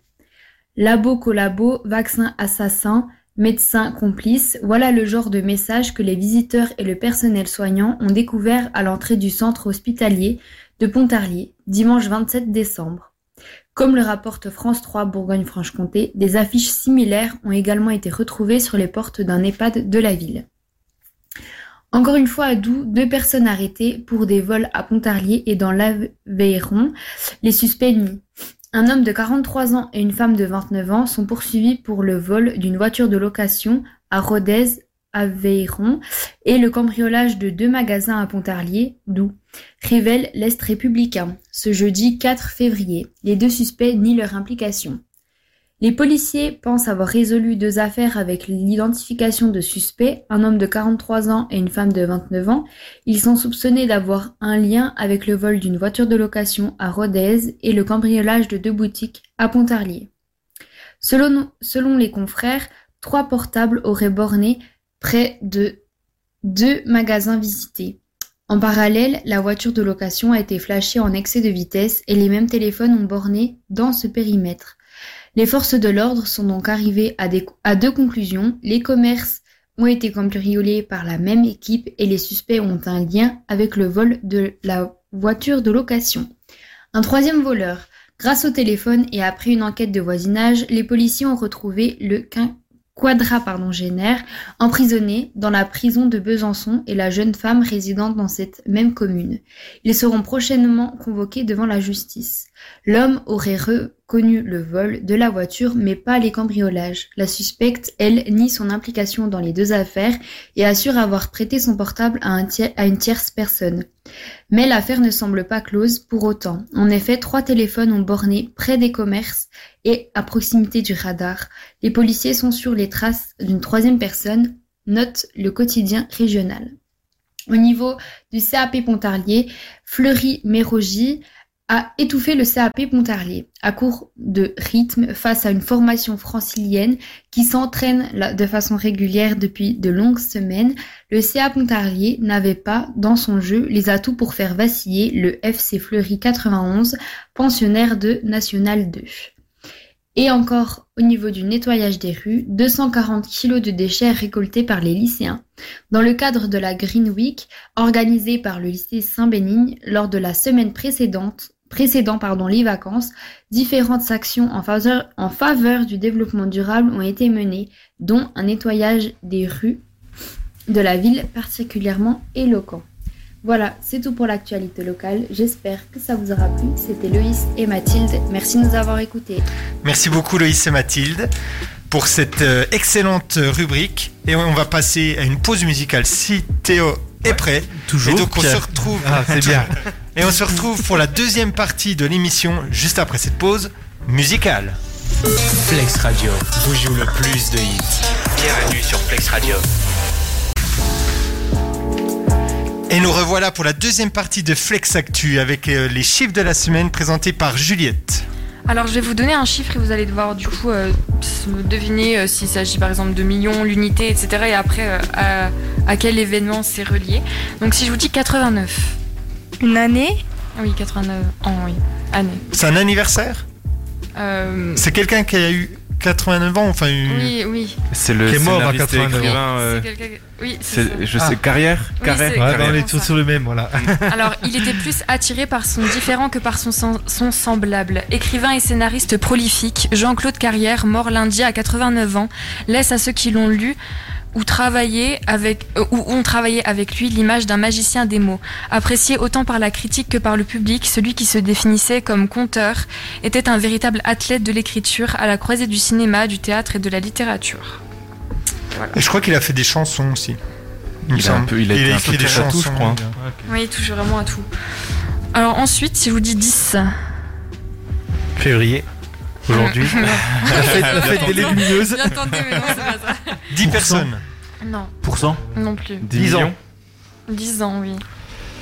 I: Labo collabo, vaccin assassin, médecin complice, voilà le genre de message que les visiteurs et le personnel soignant ont découvert à l'entrée du centre hospitalier de Pontarlier, dimanche 27 décembre. Comme le rapporte France 3 Bourgogne-Franche-Comté, des affiches similaires ont également été retrouvées sur les portes d'un EHPAD de la ville. Encore une fois à Doux, deux personnes arrêtées pour des vols à Pontarlier et dans l'Aveyron, les suspects nient. Un homme de 43 ans et une femme de 29 ans sont poursuivis pour le vol d'une voiture de location à Rodez, Aveyron, et le cambriolage de deux magasins à Pontarlier, Doux, révèle l'Est républicain, ce jeudi 4 février. Les deux suspects nient leur implication. Les policiers pensent avoir résolu deux affaires avec l'identification de suspects, un homme de 43 ans et une femme de 29 ans. Ils sont soupçonnés d'avoir un lien avec le vol d'une voiture de location à Rodez et le cambriolage de deux boutiques à Pontarlier. Selon, selon les confrères, trois portables auraient borné près de deux magasins visités. En parallèle, la voiture de location a été flashée en excès de vitesse et les mêmes téléphones ont borné dans ce périmètre. Les forces de l'ordre sont donc arrivées à, des- à deux conclusions. Les commerces ont été cambriolés par la même équipe et les suspects ont un lien avec le vol de la voiture de location. Un troisième voleur. Grâce au téléphone et après une enquête de voisinage, les policiers ont retrouvé le quin- quadra pardon, génère emprisonnés dans la prison de Besançon et la jeune femme résidente dans cette même commune. Ils seront prochainement convoqués devant la justice. L'homme aurait reconnu le vol de la voiture mais pas les cambriolages. La suspecte, elle, nie son implication dans les deux affaires et assure avoir prêté son portable à, un tier- à une tierce personne. Mais l'affaire ne semble pas close pour autant. En effet, trois téléphones ont borné près des commerces et à proximité du radar. Les policiers sont sur les traces d'une troisième personne, note le quotidien régional. Au niveau du CAP Pontarlier, Fleury Mérogie a étouffé le CAP Pontarlier à court de rythme face à une formation francilienne qui s'entraîne là- de façon régulière depuis de longues semaines. Le CAP Pontarlier n'avait pas dans son jeu les atouts pour faire vaciller le FC Fleury 91, pensionnaire de National 2. Et encore, au niveau du nettoyage des rues, 240 kilos de déchets récoltés par les lycéens. Dans le cadre de la Green Week, organisée par le lycée Saint-Bénigne lors de la semaine précédente, précédant pardon, les vacances, différentes actions en faveur, en faveur du développement durable ont été menées, dont un nettoyage des rues de la ville particulièrement éloquent. Voilà, c'est tout pour l'actualité locale. J'espère que ça vous aura plu. C'était Loïs et Mathilde. Merci de nous avoir écoutés.
C: Merci beaucoup Loïs et Mathilde pour cette euh, excellente euh, rubrique. Et on va passer à une pause musicale si Théo est prêt.
D: Toujours,
C: Et donc on
D: Pierre.
C: se retrouve.
D: Ah, c'est bien.
C: Et on se retrouve pour la deuxième partie de l'émission juste après cette pause musicale.
J: Flex Radio vous joue le plus de hits. Bienvenue sur Flex Radio.
C: Et nous revoilà pour la deuxième partie de Flex Actu avec euh, les chiffres de la semaine présentés par Juliette.
B: Alors je vais vous donner un chiffre et vous allez devoir du coup euh, s- deviner euh, s'il s'agit par exemple de millions, l'unité, etc. Et après euh, à, à quel événement c'est relié. Donc si je vous dis 89.
F: Une année
B: Ah Oui, 89 ans, oui. Année.
C: C'est un anniversaire
B: Euh,
C: C'est quelqu'un qui a eu 89 ans, enfin eu-
B: oui, oui.
E: C'est le
G: Qui est mort à
E: scénariste et
G: 89.
E: écrivain, euh,
B: C'est quelqu'un- Oui, c'est ça.
E: c'est- je
G: Ah.
E: sais, carrière,
B: Oui,
E: carré,
B: c'est-
G: Ouais, bah, on
B: carrément
G: est tous
B: ça.
G: sur le même, voilà.
B: Alors, il était plus attiré par son différent que par son, sen- son semblable. Écrivain et scénariste prolifique, Jean-Claude Carrière, mort lundi à 89 ans, laisse à ceux qui l'ont lu ou travaillé avec euh, ou ont travaillé avec lui l'image d'un magicien des mots. Apprécié autant par la critique que par le public, celui qui se définissait comme conteur était un véritable athlète de l'écriture à la croisée du cinéma, du théâtre et de la littérature.
C: Et je crois qu'il a fait des chansons aussi. me
E: Il a un
C: semble.
E: peu- il a été un peu
C: écrit des
E: touche à
C: chansons,
E: tout,
C: euh,
E: je crois, hein.
B: Oui, touche vraiment à tout. Alors ensuite, si je vous dis 10,
G: Février. Aujourd'hui.
E: la fête, la fête des légumineuses.
B: bien tenté, mais non, c'est pas ça.
C: 10 personnes.
B: Non,
D: Pourcent
B: non plus.
G: 10 ans.
E: millions.
B: 10 ans, oui.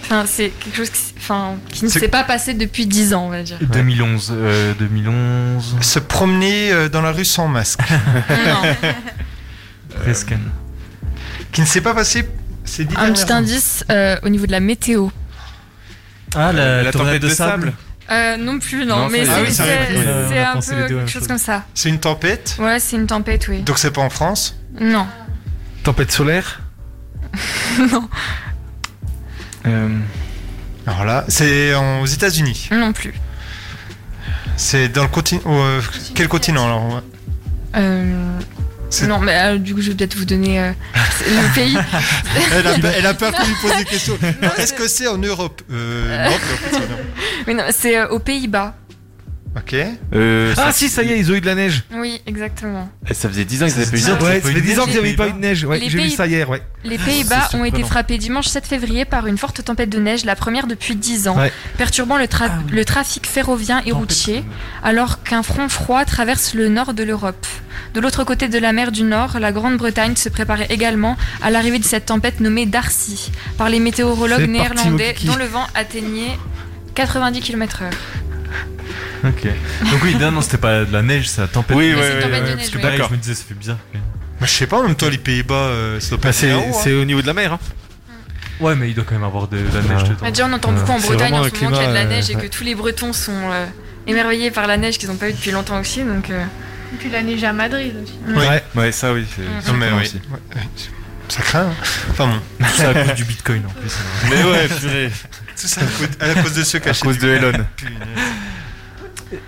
B: Enfin, c'est quelque chose qui, s- enfin, qui ne
C: C'est-
B: s'est pas passé depuis 10 ans, on va dire.
D: 2011. euh, 2011.
C: Se promener euh, dans la rue sans masque.
B: Non.
D: Presque.
C: Qui ne s'est pas passé ces dix
B: Un
C: dernières
B: petit
C: années.
B: indice euh, au niveau de la météo.
J: Ah,
E: La, tempête de sable.
B: Euh, non plus, non,
E: Non,
B: mais
E: ça,
C: ah oui,
B: c'est
C: ça aurait
B: c'est-
C: pu,
J: euh,
B: c'est
J: on a
B: un peu
J: pensé les deux à la
B: quelque
J: même
B: chose
J: chose.
B: comme ça.
C: C'est une tempête,
B: Ouais, c'est une tempête, oui.
C: donc c'est pas en France.
B: Non.
G: Tempête solaire.
E: Euh,
C: Alors là, c'est en- aux États-Unis.
B: Non plus.
C: C'est dans le continent. euh, quel continent alors ouais.
B: Euh,
C: C'est-
B: Non, mais euh, du coup, je vais peut-être vous donner euh, le pays.
C: elle, a, pe- elle a peur qu'on lui pose des questions.
B: Non, Euh.
C: Est-ce
B: c'est-
C: que c'est en Europe Euh, non, non, c'est- non.
B: Oui, non, c'est euh, aux Pays-Bas.
C: Ok.
E: Euh,
G: Ah
E: ça-
G: si, ça y est, ils ont eu de la neige.
B: Oui, exactement.
E: Ça faisait 10 ans qu'ils avaient pas eu de neige.
G: Ouais, ça fait 10 ans qu'il n'y avait pas eu de neige. Ouais,
B: Les
G: j'ai vu
B: pays-
G: ça hier, ouais.
B: Les Pays-Bas
E: C'est
B: ont été
E: surprenant.
B: frappés dimanche 7 février par une forte tempête de neige, la première depuis 10 ans,
G: Ouais.
B: perturbant le, tra- le trafic ferroviaire et routier, alors qu'un front froid traverse le nord de l'Europe. De l'autre côté de la mer du Nord, la Grande-Bretagne se préparait également à l'arrivée de cette tempête nommée Darcy par les météorologues
G: C'est parti,
B: néerlandais
G: Okiki.
B: dont le vent atteignait 90 km/h.
D: Ok. Donc oui, non, non, c'était pas de la neige, c'est la tempête.
E: Oui, oui,
B: c'est une
E: oui. oui.
B: tempête de
D: Parce
B: neige,
D: que
B: oui.
D: pareil,
E: D'accord.
D: je me disais, ça fait bizarre.
C: Bah, je sais pas, en même temps, les Pays-Bas, euh, ça doit pas
E: Bah,
C: être
E: c'est
C: là-haut, hein.
E: c'est au niveau de la mer. Hein.
D: Mm. Ouais, mais il doit quand même avoir de, de la neige Euh,
G: Ouais.
D: dedans.
B: Bah, déjà, on entend beaucoup en
G: C'est
B: Bretagne en
G: vraiment
B: ce
G: un
B: moment qu'il y a de la
G: climat,
B: neige et
G: euh,
B: que tous les Bretons sont euh, émerveillés par la neige qu'ils n'ont pas eu depuis longtemps aussi. Donc, euh,
A: Et puis la neige à Madrid aussi.
C: Oui.
G: Ouais.
E: Ouais, ça oui. c'est-
B: Mm.
E: c'est
C: Non, mais
E: surprenant
C: oui.
E: aussi.
C: Ouais, ouais. Ça craint. hein. Enfin bon.
D: C'est à cause du bitcoin en plus. hein.
E: Mais ouais, purée.
C: Tout ça à cause, à cause de ceux qui
E: À
C: achètent
E: cause
C: du-
E: de Elon.
C: Punaise.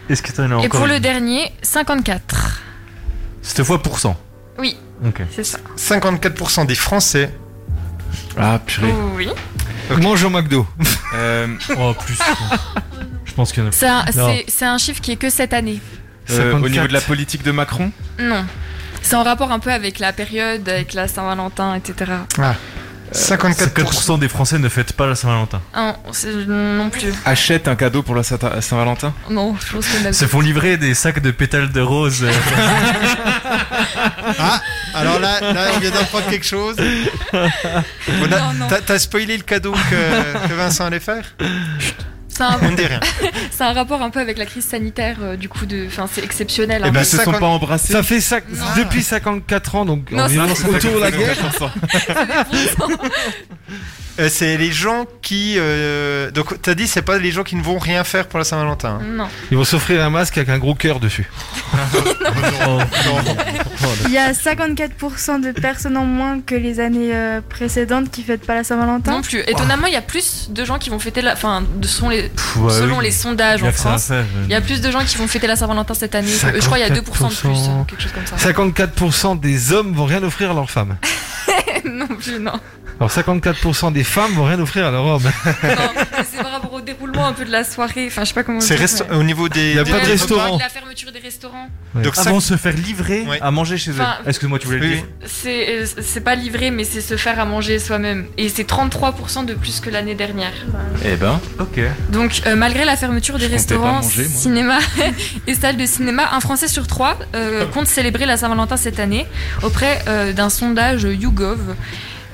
D: Est-ce que t'en as encore
B: Et pour
D: une
B: le dernier, 54.
D: Cette fois pour cent.
B: Oui,
D: Ok.
B: c'est ça.
C: 54% des Français.
E: Ah purée.
B: Oui.
G: Mange au McDo.
E: Euh,
D: Oh, plus. Je pense qu'il y en a.
B: C'est un,
D: Non.
B: c'est- c'est un chiffre qui est que cette année.
E: euh, au
G: 54.
E: niveau de la politique de Macron,
B: Non. C'est en rapport un peu avec la période, avec la Saint-Valentin, etc.
C: Euh, 54%.
D: 54% des Français ne fêtent pas la Saint-Valentin.
B: Ah, Non, c'est- non plus.
E: achète un cadeau pour la Saint- Saint-Valentin.
B: Non, je pense que
D: Se font livrer des sacs de pétales de rose. euh,
C: Ah Alors là, là on vient d'apprendre quelque chose. On a-
B: Non, non.
C: T'as t'as spoilé le cadeau que, que Vincent allait faire
B: c'est un,
C: On ne dit rien.
B: c'est un rapport un peu avec la crise sanitaire, euh, du coup, de, enfin, c'est exceptionnel.
C: Eh
B: hein.
C: ben,
E: Ils se sont
C: 50
E: pas embrassés.
G: Ça fait ça
B: Non.
G: depuis 54 ans, donc
B: Non,
G: on est
B: ça-
G: autour de la guerre.
C: Euh, c'est les gens qui. euh, donc, t'as dit, c'est pas les gens qui ne vont rien faire pour la Saint-Valentin. hein.
B: Non.
G: Ils vont s'offrir un masque avec un gros cœur dessus.
D: en-
E: Oh,
F: Il y a 54% de personnes en moins que les années euh, précédentes qui fêtent pas la Saint-Valentin.
B: Non plus. Étonnamment, il y a plus de gens qui vont fêter la. Enfin, de- selon les,
D: Pff, ouais,
B: selon
D: oui.
B: les sondages
D: Il y a
B: en
D: que ça à
B: France,
D: faire, euh,
B: il y a plus de gens qui vont fêter la Saint-Valentin cette année. que- euh, je crois qu'il y a 2% de plus,
G: 54%.
B: euh, quelque chose comme ça.
G: 54% des hommes vont rien offrir à leurs femmes.
B: non plus, non.
G: Alors 54% des femmes vont rien offrir à leurs hommes.
B: Non, mais c'est par rapport au déroulement un peu de la soirée. Enfin, je sais pas comment.
C: C'est
B: dire,
C: resta-
B: mais-
C: au niveau des.
G: Y a
C: des-
G: pas de
B: Ouais,
G: restaurant.
B: La fermeture des restaurants.
C: Donc, ça-
D: Avant de se faire livrer
C: Ouais.
D: à manger chez eux.
B: Enfin,
D: Excuse-moi, tu voulais le
C: oui,
D: dire
C: oui.
B: C'est euh, c'est pas livré, mais c'est se faire à manger soi-même. Et c'est 33% de plus que l'année dernière.
E: Eh ben,
D: Ok.
B: Donc, euh, malgré la fermeture des
E: Je comptais
B: restaurants,
E: pas manger, moi.
B: cinémas et salles de cinéma, un Français sur trois euh,
E: Ah.
B: compte célébrer la Saint-Valentin cette année auprès euh, d'un sondage YouGov.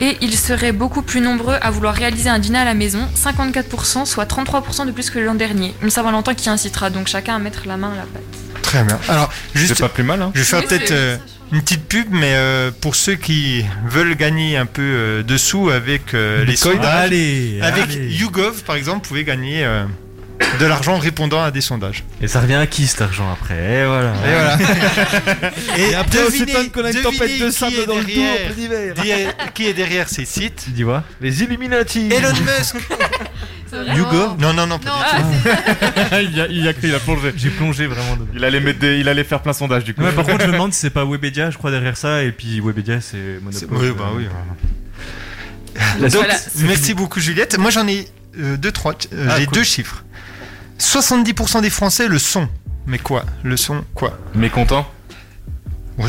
B: Et ils seraient beaucoup plus nombreux à vouloir réaliser un dîner à la maison, 54%, soit 33% de plus que l'an dernier. Une Saint-Valentin qui incitera donc chacun à mettre la main à la pâte.
C: Très bien. Alors, juste.
E: c'est pas plus mal. Hein.
C: Je vais faire
B: Oui,
C: peut-être
B: c'est-
C: euh, une petite pub, mais euh, pour ceux qui veulent gagner un peu euh, de sous avec euh, les
G: Bitcoin,
C: sondages,
D: Allez
C: avec
D: allez.
C: YouGov par exemple, vous pouvez gagner euh, de l'argent en répondant à des sondages.
D: Et ça revient à qui cet argent après Et voilà.
C: Et voilà. Et,
G: après, on
C: devinez-
G: s'étonne qu'on a une
C: devinez
G: tempête de
C: qui
G: sable
C: est
G: dans le
C: derrière-
G: dos l'hiver.
C: derrière- Qui est derrière ces sites
D: Dis-moi.
G: Les Illuminati.
C: Elon Musk
D: YouGov
C: Non, non, non, pas
A: Non,
C: du tout.
E: il, y a, il y a cru, il a plongé.
D: J'ai plongé vraiment dedans.
E: Il allait, mettre des- il allait faire plein sondage du coup.
D: Ouais, par contre, je me demande si c'est pas Webedia, je crois, derrière ça. Et puis Webedia, c'est
C: C'est-
D: Monopole.
C: oui, bah oui. voilà.
B: Donc,
C: Donc,
B: voilà.
C: merci beaucoup Juliette. Moi j'en ai euh, deux, trois. euh,
D: Ah,
C: J'ai
D: cool.
C: deux chiffres. 70% des Français le sont. Mais quoi Le sont quoi
E: Mécontent
C: Ouais.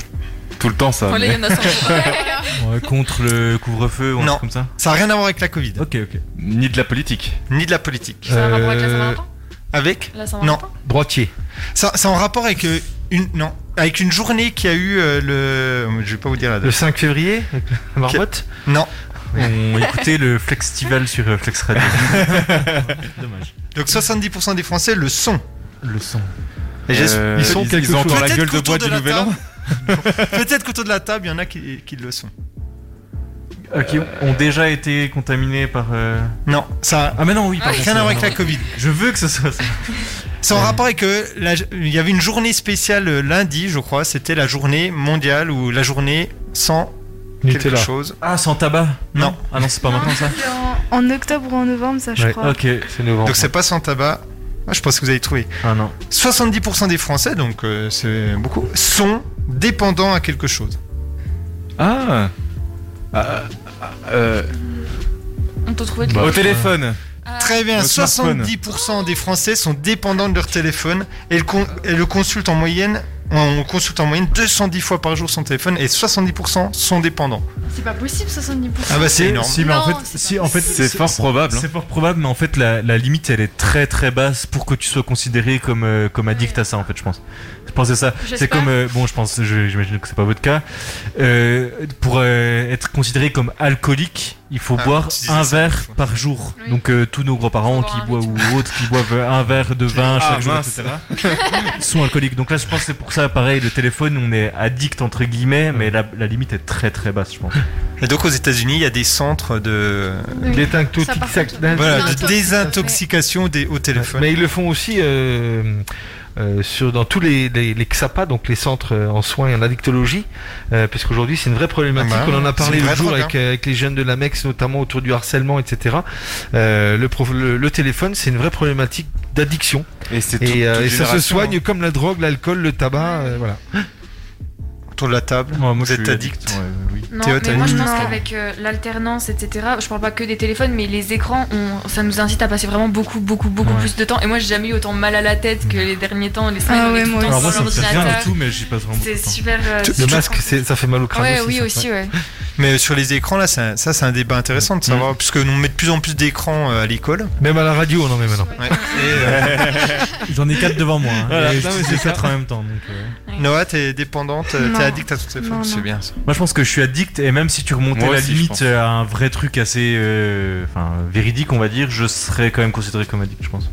E: Tout le temps ça.
B: Enfin, là, il y en a cent-
D: Ouais, contre le couvre-feu ou un
C: Non.
D: truc comme ça.
C: Ça n'a rien à voir avec la Covid,
D: Ok, ok.
E: Ni de la politique.
C: ni de la politique. Euh,
B: C'est un rapport avec la Saint-Valentin
C: Avec
B: La Saint-Valentin
G: Droitier.
C: Ça, c'est en rapport avec euh, une non, avec une journée qui a eu euh, le. Je vais pas vous dire la
G: Le
C: date.
G: 5 février, avec la marmotte.
C: Non.
D: On écoutait le Flextival sur euh, Flex Radio. Dommage.
C: Donc 70% des Français le sont.
D: Le son.
C: Et j'ai-
E: Euh,
G: ils sont
E: ils,
G: quelque
E: ils ont
G: chose.
E: encore la
C: Peut-être
E: gueule de
C: qu'autour
E: bois
C: de
E: du
C: la
E: nouvel an.
C: table- Peut-être qu'autour de la table, il y en a qui, qui le sont.
D: Qui ont déjà été contaminés par. euh,
C: Non, ça
D: Ah, mais non, oui,
C: n'a
D: pardon.
C: rien à voir avec la
D: c'est-
C: Covid.
D: Je veux que ce soit ça.
C: C'est en rapport avec que il y avait une journée spéciale euh, lundi, je crois. C'était la journée mondiale ou la journée sans quelque
G: Nutella.
C: chose.
D: Ah, sans tabac
C: Non.
D: Ah non, c'est pas maintenant ça
F: C'est En, en octobre ou en novembre, ça je
G: Ouais.
F: crois.
D: Ok.
G: C'est novembre.
C: Donc c'est pas sans tabac. Ah, je pense que vous avez trouvé.
D: Ah non.
C: 70% des Français, donc euh, c'est beaucoup, sont dépendants à quelque chose.
E: Ah. Ah, ah, euh,
C: ah, euh,
B: On peut trouver de
E: au
D: Bah,
E: téléphone.
B: Ah,
D: Euh,
C: Très bien,
E: Votre smartphone.
C: 70% des Français sont dépendants de leur téléphone et le, con- et le consultent en moyenne. On consulte en moyenne 210 fois par jour son téléphone et 70% sont dépendants.
A: C'est pas possible, 70%.
C: Ah bah c'est énorme.
D: Si, mais en
A: Non,
D: fait, si, en fait,
E: C'est fort probable, hein.
D: C'est fort probable, mais en fait, la, la limite, elle est très très basse pour que tu sois considéré comme, euh, comme addict à ça, en fait, je pense. Je pensais ça. C'est
A: J'espère.
D: comme. euh, bon, je pense, je- j'imagine que c'est pas votre cas. Euh, pour euh, être considéré comme alcoolique, il faut
C: Ah,
D: boire
C: tu disais
D: un
C: ça,
D: verre
C: ouais.
D: par jour.
A: Oui.
D: Donc, euh, tous nos grands-parents
A: Faut
D: qui
A: boire
D: boivent ou autres qui boivent un verre de vin
E: Ah,
D: chaque jour,
E: mince.
D: etc., sont alcooliques. Donc là, je pense que c'est pour ça, pareil, le téléphone, on est addict entre guillemets, mais la, la limite est très très basse, je pense.
C: Et donc aux États-Unis, il y a des centres de,
A: Oui.
G: Il est un taux
A: Ça, par
G: tic-tac.
A: contre,
C: voilà, de
A: Désintoxication.
C: désintoxication des, au téléphone.
G: Mais ils le font aussi euh, euh, sur, dans tous les, les, les XAPA, donc les centres euh, en soins et en addictologie, euh, puisqu'aujourd'hui c'est une vraie problématique.
C: Ah bah,
G: On en a parlé
C: c'est une
G: le
C: vraie hein.
G: jour
C: drogue,
G: avec, euh, avec les jeunes de l'AMEX, notamment autour du harcèlement, etc. Euh, le, prof- le, le téléphone, c'est une vraie problématique d'addiction.
E: Et c'est tout-
G: Et, euh,
E: toute
G: et ça se
E: génération,
G: soigne
E: hein.
G: comme la drogue, l'alcool, le tabac, euh, voilà.
C: Autour de la table,
D: Ouais, moi,
C: vous
D: je
C: êtes
D: suis
C: addict.
D: ouais, oui.
B: Non,
C: Théo, t'as
B: mais moi
C: une-
B: je pense
A: Non.
B: qu'avec euh, l'alternance, etc., je parle pas que des téléphones, mais les écrans, on- ça nous incite à passer vraiment beaucoup, beaucoup, beaucoup
D: Ouais.
B: plus de temps. Et moi j'ai jamais eu autant mal à la tête que les derniers temps, les semaines,
F: Ah
B: on est
F: ouais,
B: tout
F: moi
B: le temps
D: Alors moi,
B: sur
D: ça me fait rien
B: l'ordinateur.
D: du tout, mais j'y passe vraiment beaucoup
B: C'est
D: de temps.
B: super. euh,
G: Le
B: super
G: masque, c'est- ça fait mal au crâne.
B: Ouais, oui,
G: ça.
B: aussi, ouais.
C: Mais sur les écrans, là, ça, ça, c'est un débat intéressant de savoir, puisque nous on met de plus en plus d'écrans euh, à l'école.
G: Mm. Même à la radio, on en met maintenant.
C: Ouais. Et, euh,
D: J'en ai 4 devant moi. hein,
E: Voilà,
D: et
E: non, mais
D: je
E: c'est
D: les
E: ça.
D: 4 en même temps. donc, euh.
C: Noah, t'es dépendante, euh,
F: Non.
C: t'es addict à ton téléphone,
F: Non,
C: c'est
F: non.
C: bien ça.
D: Moi, je pense que je suis addict, et même si tu remontais
E: Moi
D: la
E: aussi, je pense.
D: limite euh, à un vrai truc assez euh, enfin, véridique, on va dire, je serais quand même considéré comme addict, je pense.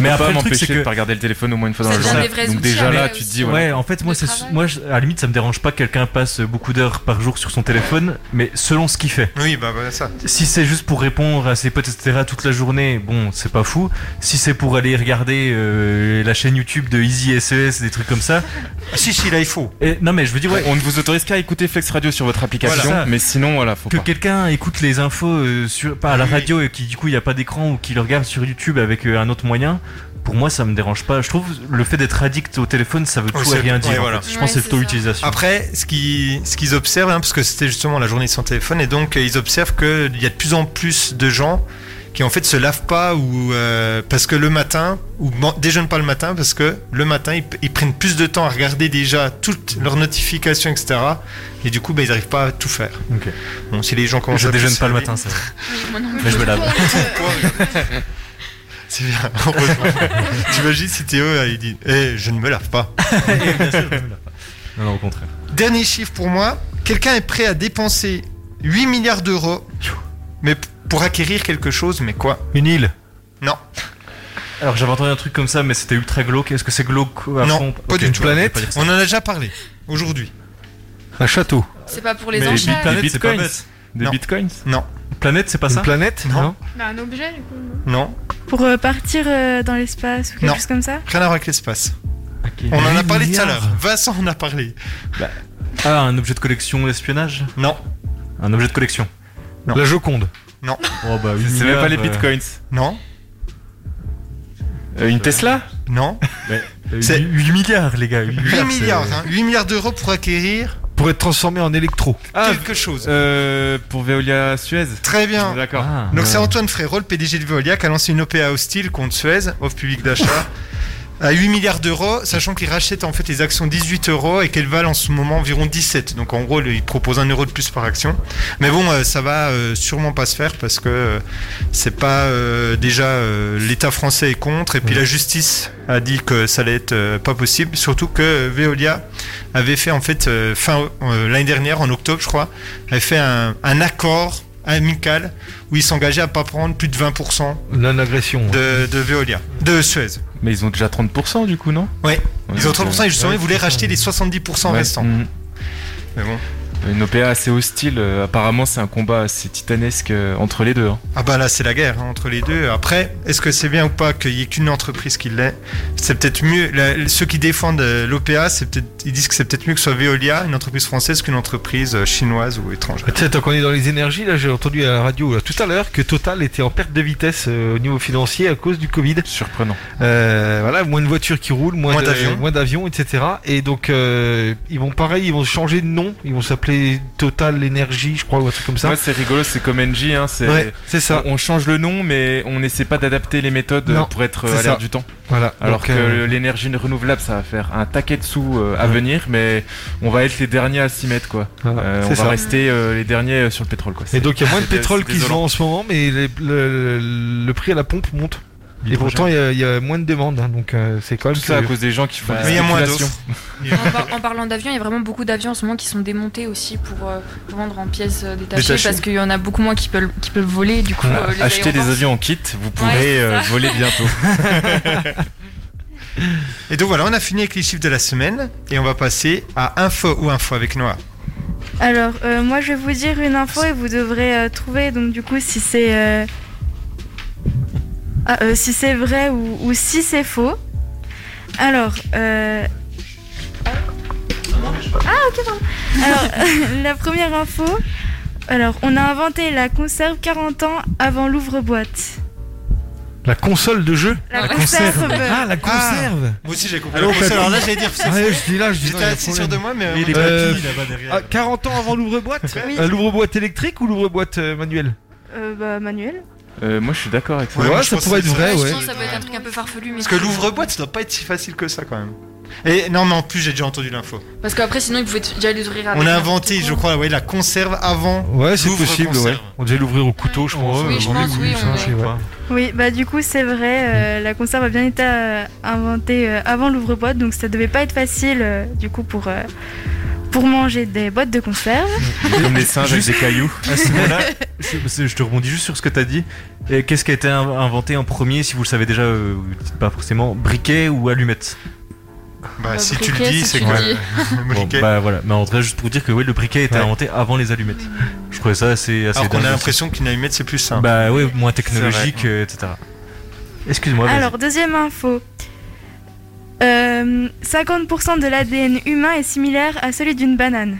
E: Mais
D: mais
E: après,
D: après, le truc,
E: m'empêcher
D: c'est
E: de
D: que.
E: pas regarder le téléphone au moins une fois dans
B: Ça
E: la
B: devient
E: journée.
B: des vrais
E: Donc
B: outils,
E: déjà
B: après
E: là, tu te
B: aussi.
E: dis, ouais.
D: Ouais, en fait, moi,
B: de
D: c'est,
B: travail.
D: moi, je- à la limite, ça me dérange pas que quelqu'un passe beaucoup d'heures par jour sur son téléphone, mais selon ce qu'il fait.
C: Oui, bah voilà ça.
D: Si c'est juste pour répondre à ses potes, etc., toute la journée, bon, c'est pas fou. Si c'est pour aller regarder euh, la chaîne YouTube de Easy SES, des trucs comme ça.
C: Ah, si, si, là, il faut.
D: Et, non, mais je veux dire, ouais,
E: On ne vous autorise qu'à écouter Flex Radio sur votre application,
D: Voilà.
E: mais sinon, voilà, faut
D: que
E: pas.
D: quelqu'un écoute les infos euh, sur, pas à la
C: Oui,
D: radio et qui du coup il n'y a pas d'écran ou qui le regarde sur YouTube avec euh, un autre moyen. Pour moi, ça me dérange pas. Je trouve le fait d'être addict au téléphone, ça veut
C: Oui,
D: tout et
C: c'est-
D: rien dire.
C: ouais,
D: en
C: voilà.
D: fait. Je
B: Ouais,
D: pense que c'est
B: c'est
D: plutôt
B: ça.
D: l'utilisation.
C: Après, ce qu'ils ce qu'ils observent, hein, parce que c'était justement la journée sans téléphone, et donc euh, ils observent qu'il y a de plus en plus de gens qui en fait se lavent pas ou euh, parce que le matin ou man- déjeunent pas le matin parce que le matin ils, ils prennent plus de temps à regarder déjà toutes leurs notifications etc et du coup bah, ils n'arrivent pas à tout faire.
D: Ok.
C: Bon si les gens commencent
D: je
C: à
D: déjeune
C: plus-
D: pas le matin, ça. va.
B: Moi non
D: Mais je me lave.
C: C'est bien. Heureusement. T'imagines si Théo euh, il dit Eh, je ne me lave pas.
D: Non, non, au contraire.
C: Dernier chiffre pour moi, quelqu'un est prêt à dépenser 8 milliards d'euros mais p- pour acquérir quelque chose, mais quoi
D: Une île.
C: Non.
D: Alors j'avais entendu un truc comme ça, mais c'était ultra glauque. Est-ce que c'est glauque euh, à
C: Non,
D: fond
C: pas
D: Ok,
C: du tout.
D: je vais pas dire ça.
C: On en a déjà parlé aujourd'hui.
G: Un château,
B: C'est pas pour les
D: Mais
B: enchères.
D: Big Planet,
E: Des
D: c'est pas
E: bitcoins.
D: bête.
E: Des
C: Non.
E: bitcoins
D: Planète, c'est pas
G: une
D: ça
G: planète,
C: Non.
G: non
A: Mais Bah, un objet, du coup. non
C: Non,
F: Pour euh, partir euh, dans l'espace ou quelque
C: Non.
F: chose comme ça
C: rien à voir avec l'espace. On en a parlé tout à l'heure. Vincent en a parlé.
D: Ah, un objet de collection, l'espionnage
C: Non,
D: Un objet de collection.
C: Non.
G: La Joconde.
D: Oh bah, huit
E: C'est même pas les
D: milliards, euh,
E: bitcoins.
C: non,
E: Euh, Une Tesla
C: non.
D: euh,
C: C'est-
D: huit milliards, les gars. huit
C: 8
D: c'est-
C: milliards, hein. 8 milliards d'euros pour acquérir
G: Pour être transformé en électro.
E: Ah,
C: quelque chose.
E: euh, pour Veolia Suez.
C: Très bien.
E: D'accord.
D: Ah.
C: Donc c'est Antoine Frérot, le PDG de Veolia, qui a lancé une OPA hostile contre Suez, offre publique d'achat, à 8 milliards d'euros, sachant qu'il rachète en fait les actions 18 euros et qu'elles valent en ce moment environ 17. Donc en gros, le- il propose 1 euro de plus par action. Mais bon, euh, ça va euh, sûrement pas se faire parce que euh, c'est pas euh, déjà euh, l'État français est contre et puis la justice a dit que ça allait être euh, pas possible, surtout que euh, Veolia avait fait en fait euh, fin euh, l'année dernière en octobre, je crois, avait fait un, un accord amical où ils s'engageaient à pas prendre plus de 20%
G: Non-agression.
C: de, de Veolia, de Suez.
E: Mais ils ont déjà 30% du coup, non
C: Ouais.
E: Ouais,
C: Ils ont
E: donc,
C: 30% et justement
G: ouais,
C: ils voulaient
G: c'est ça,
C: racheter les 70%
E: euh, ouais.
C: restants.
E: Mhm.
C: Mais bon.
E: Une OPA assez hostile. euh, apparemment, c'est un combat assez titanesque euh, entre les deux. hein.
C: Ah bah là c'est la guerre hein, entre les deux. Après, est-ce que c'est bien ou pas qu'il y ait qu'une entreprise qui l'ait C'est peut-être mieux. la- ceux qui défendent euh, l'OPA, c'est peut-être, ils disent que c'est peut-être mieux que ce soit Veolia, une entreprise française, qu'une entreprise euh, chinoise ou étrangère.
G: Ah, Tu sais, tant qu'on est dans les énergies, là, j'ai entendu à la radio là, tout à l'heure que Total était en perte de vitesse euh, au niveau financier à cause du Covid.
E: Surprenant.
G: Euh, voilà, moins de voitures qui roulent, moins,
C: Moins
G: de-
C: d'avions.
G: moins d'avions, etc. Et donc, euh, ils vont pareil, ils vont changer de nom, ils vont s'appeler c'est Total Énergie, je crois, ou un truc comme ça.
E: Ouais, c'est rigolo, c'est comme NJ, hein, c'est
G: Ouais, c'est ça.
E: On, on change le nom, mais on n'essaie pas d'adapter les méthodes
G: Non,
E: pour être
G: c'est
E: à l'air
G: ça.
E: du temps.
G: Voilà,
E: Alors
G: donc,
E: que
G: euh,
E: l'énergie renouvelable, ça va faire un taquet de sous euh, à venir, mais on va être les derniers à s'y mettre, quoi.
G: Voilà,
E: Euh, on
G: c'est
E: va
G: ça.
E: rester euh, les derniers euh, sur le pétrole, quoi.
G: Et donc il y a moins de
E: C'est-
G: pétrole
E: c'est
G: qui se
E: désolant.
G: vend en ce moment, mais les- le, le- le prix à la pompe monte. Et
E: L'hydrogène.
G: pourtant, il y a- il y, a moins de demandes, hein, donc euh, c'est quand même.
E: Tout ça à
G: que-
E: cause des gens qui font
G: Bah,
E: des
G: il y a moins
E: spéculations.
B: En, par- en parlant d'avions, il y a vraiment beaucoup d'avions en ce moment qui sont démontés aussi pour euh, vendre en pièces euh, détachées,
E: Détachées.
B: parce qu'il y en a beaucoup moins qui peuvent, qui peuvent voler. Du coup, euh, les
E: Ah, Acheter des
B: aéroports-
E: avions en kit, vous pourrez
B: Ouais,
E: euh,
B: c'est ça.
E: voler bientôt.
C: Et donc voilà, on a fini avec les chiffres de la semaine et on va passer à info ou info avec Noah.
F: Alors, euh, moi, je vais vous dire une info et vous devrez euh, trouver. Donc, du coup, si c'est euh, ah, euh, si c'est vrai ou, ou si c'est faux. Alors, euh, ah ok pardon. Alors, la première info. Alors, on a inventé la conserve 40 ans avant l'ouvre-boîte.
G: La console de jeu
F: La La conserve. conserve.
G: Ah, la conserve
C: Moi aussi j'ai compris.
G: Allô,
C: la console.
G: papy
C: Alors là, j'allais dire c'est
G: Ouais,
C: faux.
G: je dis là, je dis
C: J'étais
G: non, il y a
C: assez
G: problème.
C: sûr de moi, mais. euh,
D: Et les
G: Euh,
D: papilles, là-bas derrière.
G: Ah, 40 ans avant l'ouvre-boîte
F: Oui.
G: Euh, L'ouvre-boîte électrique ou l'ouvre-boîte euh, manuelle
F: Euh, bah, Manuel.
E: Euh, moi, je suis d'accord avec ça.
G: Ouais,
C: moi, je
G: ça
C: pense
G: pourrait
C: que
G: être vrai,
B: Ouais, je
G: ouais.
B: pense que ça peut être un truc un peu farfelu, mais
C: Parce que l'ouvre-boîte, ça doit pas être si facile que ça quand même. Et non, mais en plus, j'ai déjà entendu l'info.
B: Parce qu'après, sinon, ils pouvaient déjà l'ouvrir. avec
C: On a
B: n'importe
C: inventé,
B: quoi.
C: je crois, ouais, la conserve avant.
G: Ouais, c'est
C: L'ouvre
G: possible, ouais.
C: conserve.
G: On devait l'ouvrir au couteau, je crois.
B: Oui,
G: euh,
B: je
G: on
B: pense,
G: l'ouvre,
B: oui,
G: ça,
B: on-
G: je sais pas.
F: Oui, bah du coup c'est vrai, euh, la conserve a bien été euh, inventée euh, avant l'ouvre-boîte, donc ça devait pas être facile euh, du coup pour, euh, pour manger des boîtes de conserve.
E: Comme les singes avec des cailloux.
D: À ce moment-là, je, c'est- je te rebondis juste sur ce que t'as dit. Et Qu'est-ce qui a été in- inventé en premier, si vous le savez déjà, euh, vous dites pas forcément, briquet ou allumette
C: Bah,
B: Bah,
C: si tu le
B: briquet,
C: dis,
B: si
C: c'est
B: tu
C: quoi
B: le dis.
D: Bon,
C: Briquet.
D: Bah voilà, mais en vrai, juste pour dire que oui, le briquet a été
G: Ouais.
D: inventé avant les allumettes. Je trouvais ça assez, assez
C: Mm. Alors qu'on Ah, a
D: dingue.
C: l'impression qu'une allumette, c'est plus simple.
D: Bah ouais, moins technologique, euh, etc. Excuse-moi, vas-y.
F: Alors deuxième info, Euh, 50% de l'ADN humain est similaire à celui d'une banane.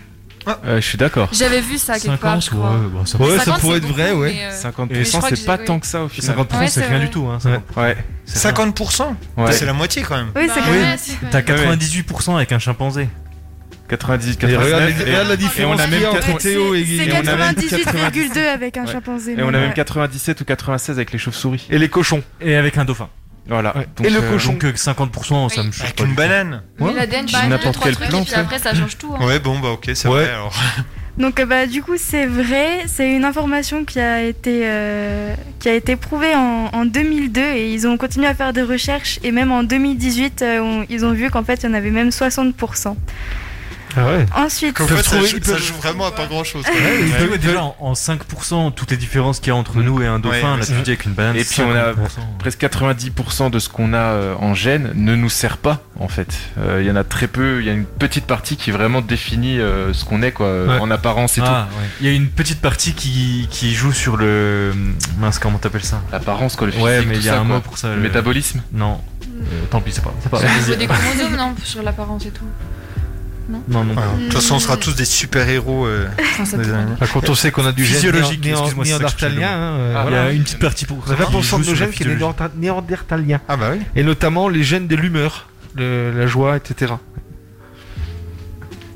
E: Euh, je suis d'accord.
B: J'avais vu ça quelque part. je crois.
D: ouais, bon, ça-
G: Ouais, ça
B: 50,
G: pourrait
B: c'est
G: être vrai,
B: beaucoup,
G: ouais.
B: mais, euh,
E: 50%
B: crois que
E: c'est pas
B: j'ai-
E: tant que ça au final.
D: 50%
B: Ouais,
D: c'est
B: c'est
D: rien
B: vrai.
D: du tout. Hein, 50.
E: Ouais.
D: C'est rien.
C: 50%
E: ouais.
C: C'est la moitié quand même.
F: Oui, c'est
B: Bah
F: quand même.
B: ouais, c'est
D: T'as
B: vrai.
D: 98% avec un chimpanzé.
E: 90,
G: Et regarde,
E: 99.
G: regarde la
E: et on
G: différence
E: a
G: qu'il y
E: même
G: a entre
E: quatre-
G: Théo et
F: C'est
E: Et
G: Guigui.
E: on a même
F: 98,2 avec un
E: Ouais.
F: chimpanzé.
E: Et on a
F: Ouais.
E: même 97 ou 96 avec les chauves-souris.
G: Et les cochons.
D: Et avec un dauphin.
E: Voilà.
G: Ouais.
E: Donc,
G: Et le
E: euh,
G: cochon.
D: Donc euh, 50%, ça
B: Oui.
D: me choque.
C: Avec
G: euh,
D: pas
C: une
D: du tout.
C: banane.
B: Mais l'ADN, bah,
E: N'importe
B: trois
E: quelle
B: trucs,
E: plante,
B: Et puis après, ça change tout. hein.
C: Ouais, bon, bah ok, c'est
G: Ouais.
C: vrai alors.
F: Donc euh, bah, du coup c'est vrai, c'est une information qui a été, euh, qui a été prouvée en, en 2002 et ils ont continué à faire des recherches et même en 2018 euh, on- ils ont vu qu'en fait il y en avait même 60%.
G: Ah ouais.
F: Ensuite,
C: Qu'en fait, ça
G: trouver-
C: joue-
G: ils
C: ça
G: peuvent-
C: joue vraiment à pas grand chose.
G: ils
D: Ouais,
G: peuvent-
D: ouais, déjà en en 5%, toutes les différences qu'il y a entre nous et un dauphin,
C: ouais,
D: là Mm. tu dis avec une banane.
E: Et puis on a-
D: 50%.
E: Presque 90% de ce qu'on a euh, en gène ne nous sert pas en fait. Euh, Il y en a très peu, il y a une petite partie qui vraiment définit euh, ce qu'on est quoi, euh,
G: Ouais.
E: en apparence et
D: Ah, ouais. Il y a une petite partie qui, qui joue sur le. Mince, comment t'appelles ça
E: tout. L'apparence quoi, le physique,
D: Ouais, mais
E: tout
D: il y a
E: ça,
D: un
E: quoi.
D: mot pour ça.
E: Le
D: le-
E: métabolisme.
D: Non. Euh, tant pis, c'est pas. C'est pas.
B: Au niveau des chromosomes, non Sur l'apparence et tout. Mm.
D: Non, non.
C: Ouais, De toute façon, on sera tous des super-héros. euh,
B: Enfin, ça
C: des
B: dépend.
C: années.
G: Ah, Quand on sait qu'on a du gène
D: Physiologique,
G: néan- néan-
D: excuse-moi, c'est ça que je cherchais le
G: néandertalien, hein, euh,
E: Ah,
D: Il y
G: voilà.
D: a une petite partie pour ça.
G: 20% de
D: joue
G: nos
D: sur
G: gènes
D: la
G: qui est
D: physiologie.
G: néanderta- néandertalien.
C: Ah bah oui.
G: Et notamment les gènes de l'humeur, le- la joie, etc.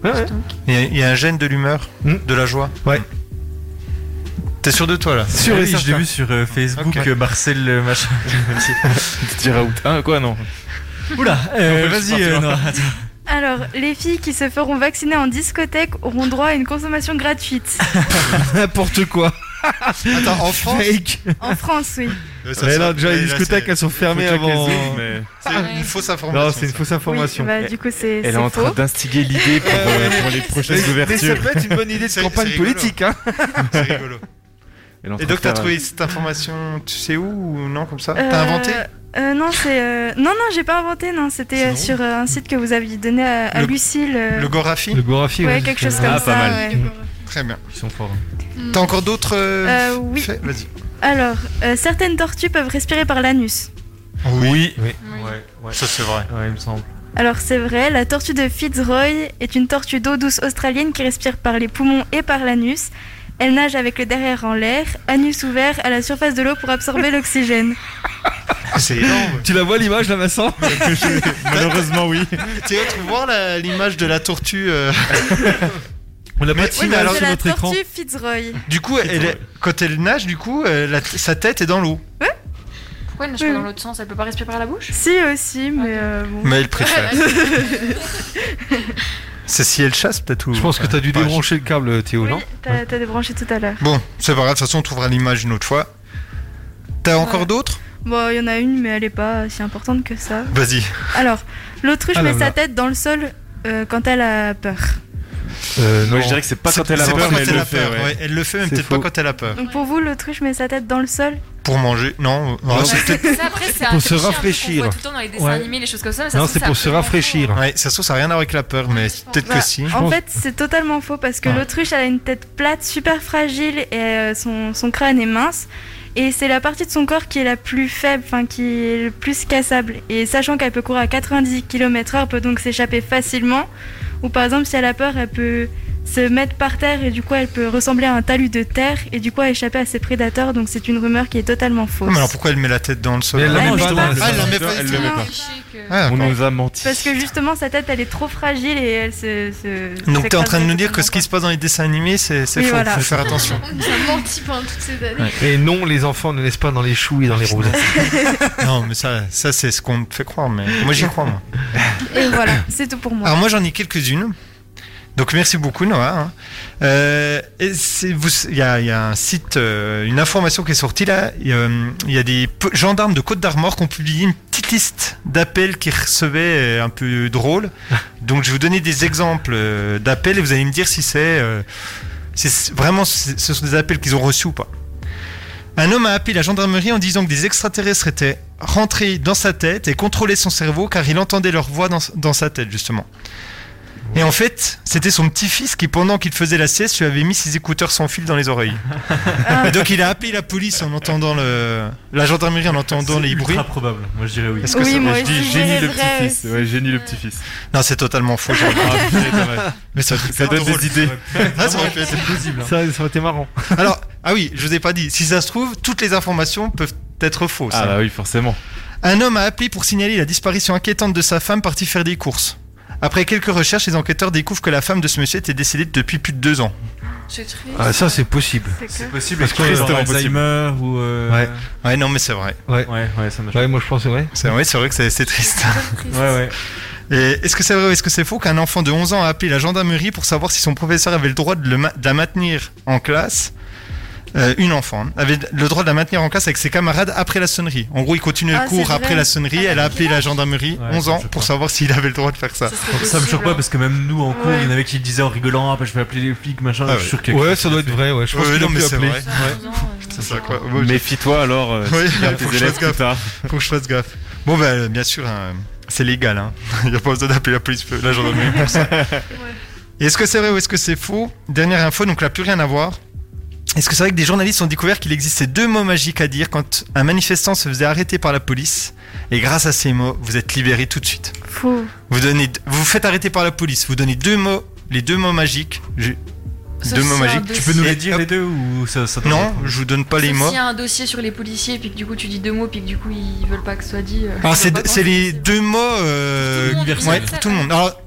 G: Ouais, ouais.
C: Il y, a- il y a un gène de l'humeur,
G: Hmm.
C: de la joie.
G: Ouais. Ah
C: T'es sûr de toi là
G: Sûr et
D: Oui, je l'ai
G: certain.
D: vu sur euh, Facebook,
C: Ok.
D: euh, Marcel euh, machin.
E: Tu te diras où t- Ah quoi non
D: Oula, euh,
C: Eh,
E: On peut
D: vas-y,
E: partir.
D: euh, Noah.
F: alors les filles qui se feront vacciner en discothèque auront droit à une consommation gratuite.
G: N'importe quoi.
C: Attends, en France
G: Fake.
F: en France oui.
C: Ouais, ça,
G: Mais
C: ça-
G: là, déjà, les
C: ouais, là,
G: discothèques, elles sont fermées
E: Faut checker les
G: avant.
E: zooms, mais-
C: C'est c'est une fausse information.
G: Non, c'est une
C: ça.
G: fausse
F: Oui,
G: information.
F: bah, du coup c'est
E: Elle est
F: c'est
E: en train
F: faux.
E: d'instiguer l'idée pour, euh, pour les prochaines
G: Mais- mais ça
E: ouvertures.
G: peut être une bonne idée de
C: C'est-
G: campagne
C: c'est rigolo.
G: politique, hein.
C: C'est rigolo.
E: Elle est en train
C: Et
E: de
C: donc, t'as
E: faire, euh,
C: trouvé cette information, tu sais où ou non, comme ça
F: Euh,
C: T'as inventé
F: euh, Non, c'est euh, non, non, j'ai pas inventé. Non, c'était euh,
C: Sinon
F: sur euh, un site que vous aviez donné à, à
C: Le-
F: Lucille. euh,
C: Le Gorafi
G: Gorafi,
F: ouais, quelque chose comme
D: Ah, pas
F: ça.
D: mal.
F: ouais. Mm.
C: Très bien.
D: Ils sont forts.
C: T'as encore d'autres euh,
F: Euh, oui.
C: faits Vas-y.
F: Alors, euh, certaines tortues peuvent respirer par l'anus.
D: Oui. Oui.
B: Oui.
D: Ouais, ouais.
C: Ça, c'est vrai.
D: Ouais, il me semble.
F: Alors c'est vrai, la tortue de Fitzroy est une tortue d'eau douce australienne qui respire par les poumons et par l'anus. Elle nage avec le derrière en l'air, anus ouvert à la surface de l'eau pour absorber l'oxygène.
C: Ah, C'est énorme.
G: Tu la vois l'image, là, Vincent
E: Malheureusement oui.
C: Théo, tu vois la- l'image de la tortue euh,
G: On n'a pas de signal
F: bah, C'est
G: sur
F: la
G: notre écran.
F: tortue Fitzroy.
C: Du coup, elle est- quand elle nage, du coup, euh, la- sa tête est dans l'eau.
B: Pourquoi elle nage pas
F: Oui.
B: dans l'autre sens Elle peut pas respirer par la bouche
F: Si aussi, mais euh, bon.
C: Mais elle préfère. C'est si elle chasse, peut-être ou...
G: Je pense que t'as dû débrancher le câble, Théo, non
F: Oui, t'as t'as débranché tout à l'heure.
C: Bon, c'est pas grave, de toute façon, on trouvera l'image une autre fois. T'as encore d'autres
F: Bon, il y en a une, mais elle est pas si importante que ça.
C: Vas-y.
F: Alors, l'autruche
G: Ah là
F: met
G: là.
F: sa tête dans le sol euh, quand elle a peur.
E: Moi, je dirais que c'est pas quand elle a
C: Euh, C'est pas
E: peur,
C: quand
E: mais elle
C: elle
E: le
C: a
E: fait,
C: peur,
E: ouais.
C: ouais, Elle le fait, mais
G: C'est
C: peut-être pas
G: faux.
C: quand elle a peur.
F: Donc pour vous, l'autruche met sa tête dans le sol
C: Pour manger Non, non,
G: Non,
C: c'est
G: c'est-
C: peut-être-
B: Ça, après, c'est un
G: Pour se
B: cliché, un truc qu'on
G: rafraîchir.
B: voit tout le temps dans les dessins
G: Ouais.
B: animés, les choses comme ça. mais ça
G: Non,
B: se
G: c'est
B: trouve,
G: pour
B: c'est
G: se
B: absolument
G: rafraîchir.
C: Ouais, ça se trouve, ça n'a rien à voir avec la peur, mais peut-être
F: Bah,
C: que si.
F: En
G: pense-
F: fait, c'est totalement faux parce que
G: Ah.
F: l'autruche, elle a une tête plate, super fragile et euh, son, son crâne est mince. Et c'est la partie de son corps qui est la plus faible, enfin qui est le plus cassable. Et sachant qu'elle peut courir à 90 km/h, elle peut donc s'échapper facilement. Ou par exemple, si elle a peur, elle peut se mettre par terre et du coup, elle peut ressembler à un talus de terre et du coup, échapper à ses prédateurs. Donc, c'est une rumeur qui est totalement fausse.
C: Non, mais alors pourquoi elle met la tête dans le sol
G: Mais elle la
C: Ah,
G: met
C: justement,
G: pas dans le
C: Ah, elle la
G: sol.
C: met pas
E: Elle
C: du
E: le
C: tout.
E: met
B: un
E: pas.
B: cliché que-
C: Ah,
E: On
C: d'accord.
E: nous a menti.
F: Parce que justement, sa tête, elle est trop fragile et elle se. se
C: Donc t'es en train de nous dire que
F: s'écraserait
C: ce qui se passe dans les dessins animés, c'est c'est
F: Oui,
C: faux.
F: voilà.
C: Faut faire attention.
A: On nous a menti pendant hein, toutes ces années.
G: Et non, les enfants ne laissent pas dans les choux et dans les roses.
C: non, mais ça, ça c'est ce qu'on me fait croire, mais moi j'y crois. Moi.
F: Et voilà, c'est tout pour moi.
C: Alors moi j'en ai quelques-unes. Donc merci beaucoup Noah. hein. Euh, et c'est- vous- Il y, a il y a un site, euh, une information qui est sortie là. Il y a, euh, il y a des pe- gendarmes de Côte d'Armor qui ont publié une petite liste d'appels qu'ils recevaient euh, un peu drôles. Donc je vais vous donner des exemples euh, d'appels et vous allez me dire si c'est euh, si c'est- vraiment si ce sont des appels qu'ils ont reçus ou pas. Un homme a appelé la gendarmerie en disant que des extraterrestres étaient rentrés dans sa tête et contrôlaient son cerveau car il entendait leur voix dans, dans sa tête justement. Et en fait, c'était son petit-fils qui, pendant qu'il faisait la sieste, lui avait mis ses écouteurs sans fil dans les oreilles.
F: Ah.
C: Et donc il a appelé la police en entendant le, la gendarmerie en entendant
D: C'est
C: les bruits.
D: ultra probable. Moi, je dirais oui.
C: Est-ce que
F: Oui,
C: ça-
F: moi
E: Je dis
F: aussi, je
E: génie le
F: rêverais
E: petit-fils.
F: aussi.
E: Ouais, génie le petit-fils.
C: Non, c'est totalement faux. j'ai-
E: Ah, putain, dommage.
C: Mais ça,
E: Ça donne des idées.
C: Ah, ça aurait pu être-
D: C'est plausible. hein.
G: Ça, ça aurait été marrant.
C: Alors, ah oui, je vous ai pas dit. Si ça se trouve, toutes les informations peuvent être fausses.
E: Ah
C: hein.
E: bah oui, forcément.
C: Un homme a appelé pour signaler la disparition inquiétante de sa femme partie faire des courses. Après quelques recherches, les enquêteurs découvrent que la femme de ce monsieur était décédée depuis plus de deux ans.
B: C'est triste.
G: Ah, ça, c'est possible.
F: C'est
D: C'est
F: clair.
D: possible.
G: Parce
D: Parce
G: que
D: que genre
E: c'est impossible.
D: Alzheimer ou. euh,
G: Ouais.
C: Ouais, non, mais c'est vrai.
D: Ouais, ouais, ça marche.
G: Ouais, moi, je pense, ouais.
C: C'est vrai, c'est vrai que c'est c'est triste.
D: Ouais, ouais.
C: Et Est-ce que c'est vrai ou est-ce que c'est faux qu'un enfant de 11 ans a appelé la gendarmerie pour savoir si son professeur avait le droit de, le ma- de la maintenir en classe euh, Une enfant hein, avait le droit de la maintenir en classe avec ses camarades après la sonnerie. En gros, il continuait
F: Ah,
C: le
F: c'est
C: cours
F: vrai.
C: après la sonnerie. Elle a appelé la gendarmerie,
D: Ah, bah, Ouais,
C: 11 ans,
D: je
C: pour
D: crois.
C: savoir s'il avait le droit de faire ça.
B: Ça serait
D: Ça me choque
B: possible,
D: pas
B: hein.
D: parce que même nous en cours,
F: Ouais.
D: il y en avait qui disaient en rigolant Ah bah je vais appeler les flics, machin.
C: Ah
D: je
C: ouais.
D: suis sûr que.
G: Ouais, ça doit être vrai, ouais. Je pense
C: Ouais,
G: qu'il a
C: non, mais
G: pu
C: c'est
G: appeler.
C: vrai.
B: Ça, en faisant, euh,
C: C'est ça, quoi. Moi, je-
E: Méfie-toi alors. euh,
C: Ouais,
E: si tu as
C: faut que
E: tes
C: je
E: élèves
C: fasse
E: plus
C: gaffe.
E: tard.
C: Faut que je fasse gaffe. Bon, bah, euh, bien sûr, hein, c'est légal. Hein. Il n'y a pas besoin d'appeler la police, euh, la gendarmerie pour ça. Et Est-ce que c'est vrai ou est-ce que c'est faux Dernière info, donc là, plus rien à voir. Est-ce que c'est vrai que des journalistes ont découvert qu'il existait deux mots magiques à dire quand un manifestant se faisait arrêter par la police Et grâce à ces mots, vous êtes libéré tout de suite.
F: Faux.
C: Vous donnez, vous vous faites arrêter par la police, vous donnez deux mots, les deux mots magiques. Je-
B: Sauf
C: deux
B: si
C: mots
B: c'est un
C: magiques.
B: dossier.
D: Tu peux nous
C: Et
D: les dire
C: hop.
D: les deux ou ça, ça t'en
C: Non,
D: dépend
C: je vous donne pas les
B: Sauf
C: mots.
B: S'il y a un dossier sur les policiers, puis que du coup tu dis deux mots, puis que du coup ils veulent pas que ce soit dit. euh,
C: Alors
B: ils
C: Ah, c'est
B: veulent pas
C: c'est
B: qu'on
C: les
B: dise.
C: deux mots euh,
B: Tout le monde,
C: universels. Ouais,
B: universel,
C: tout le monde. Alors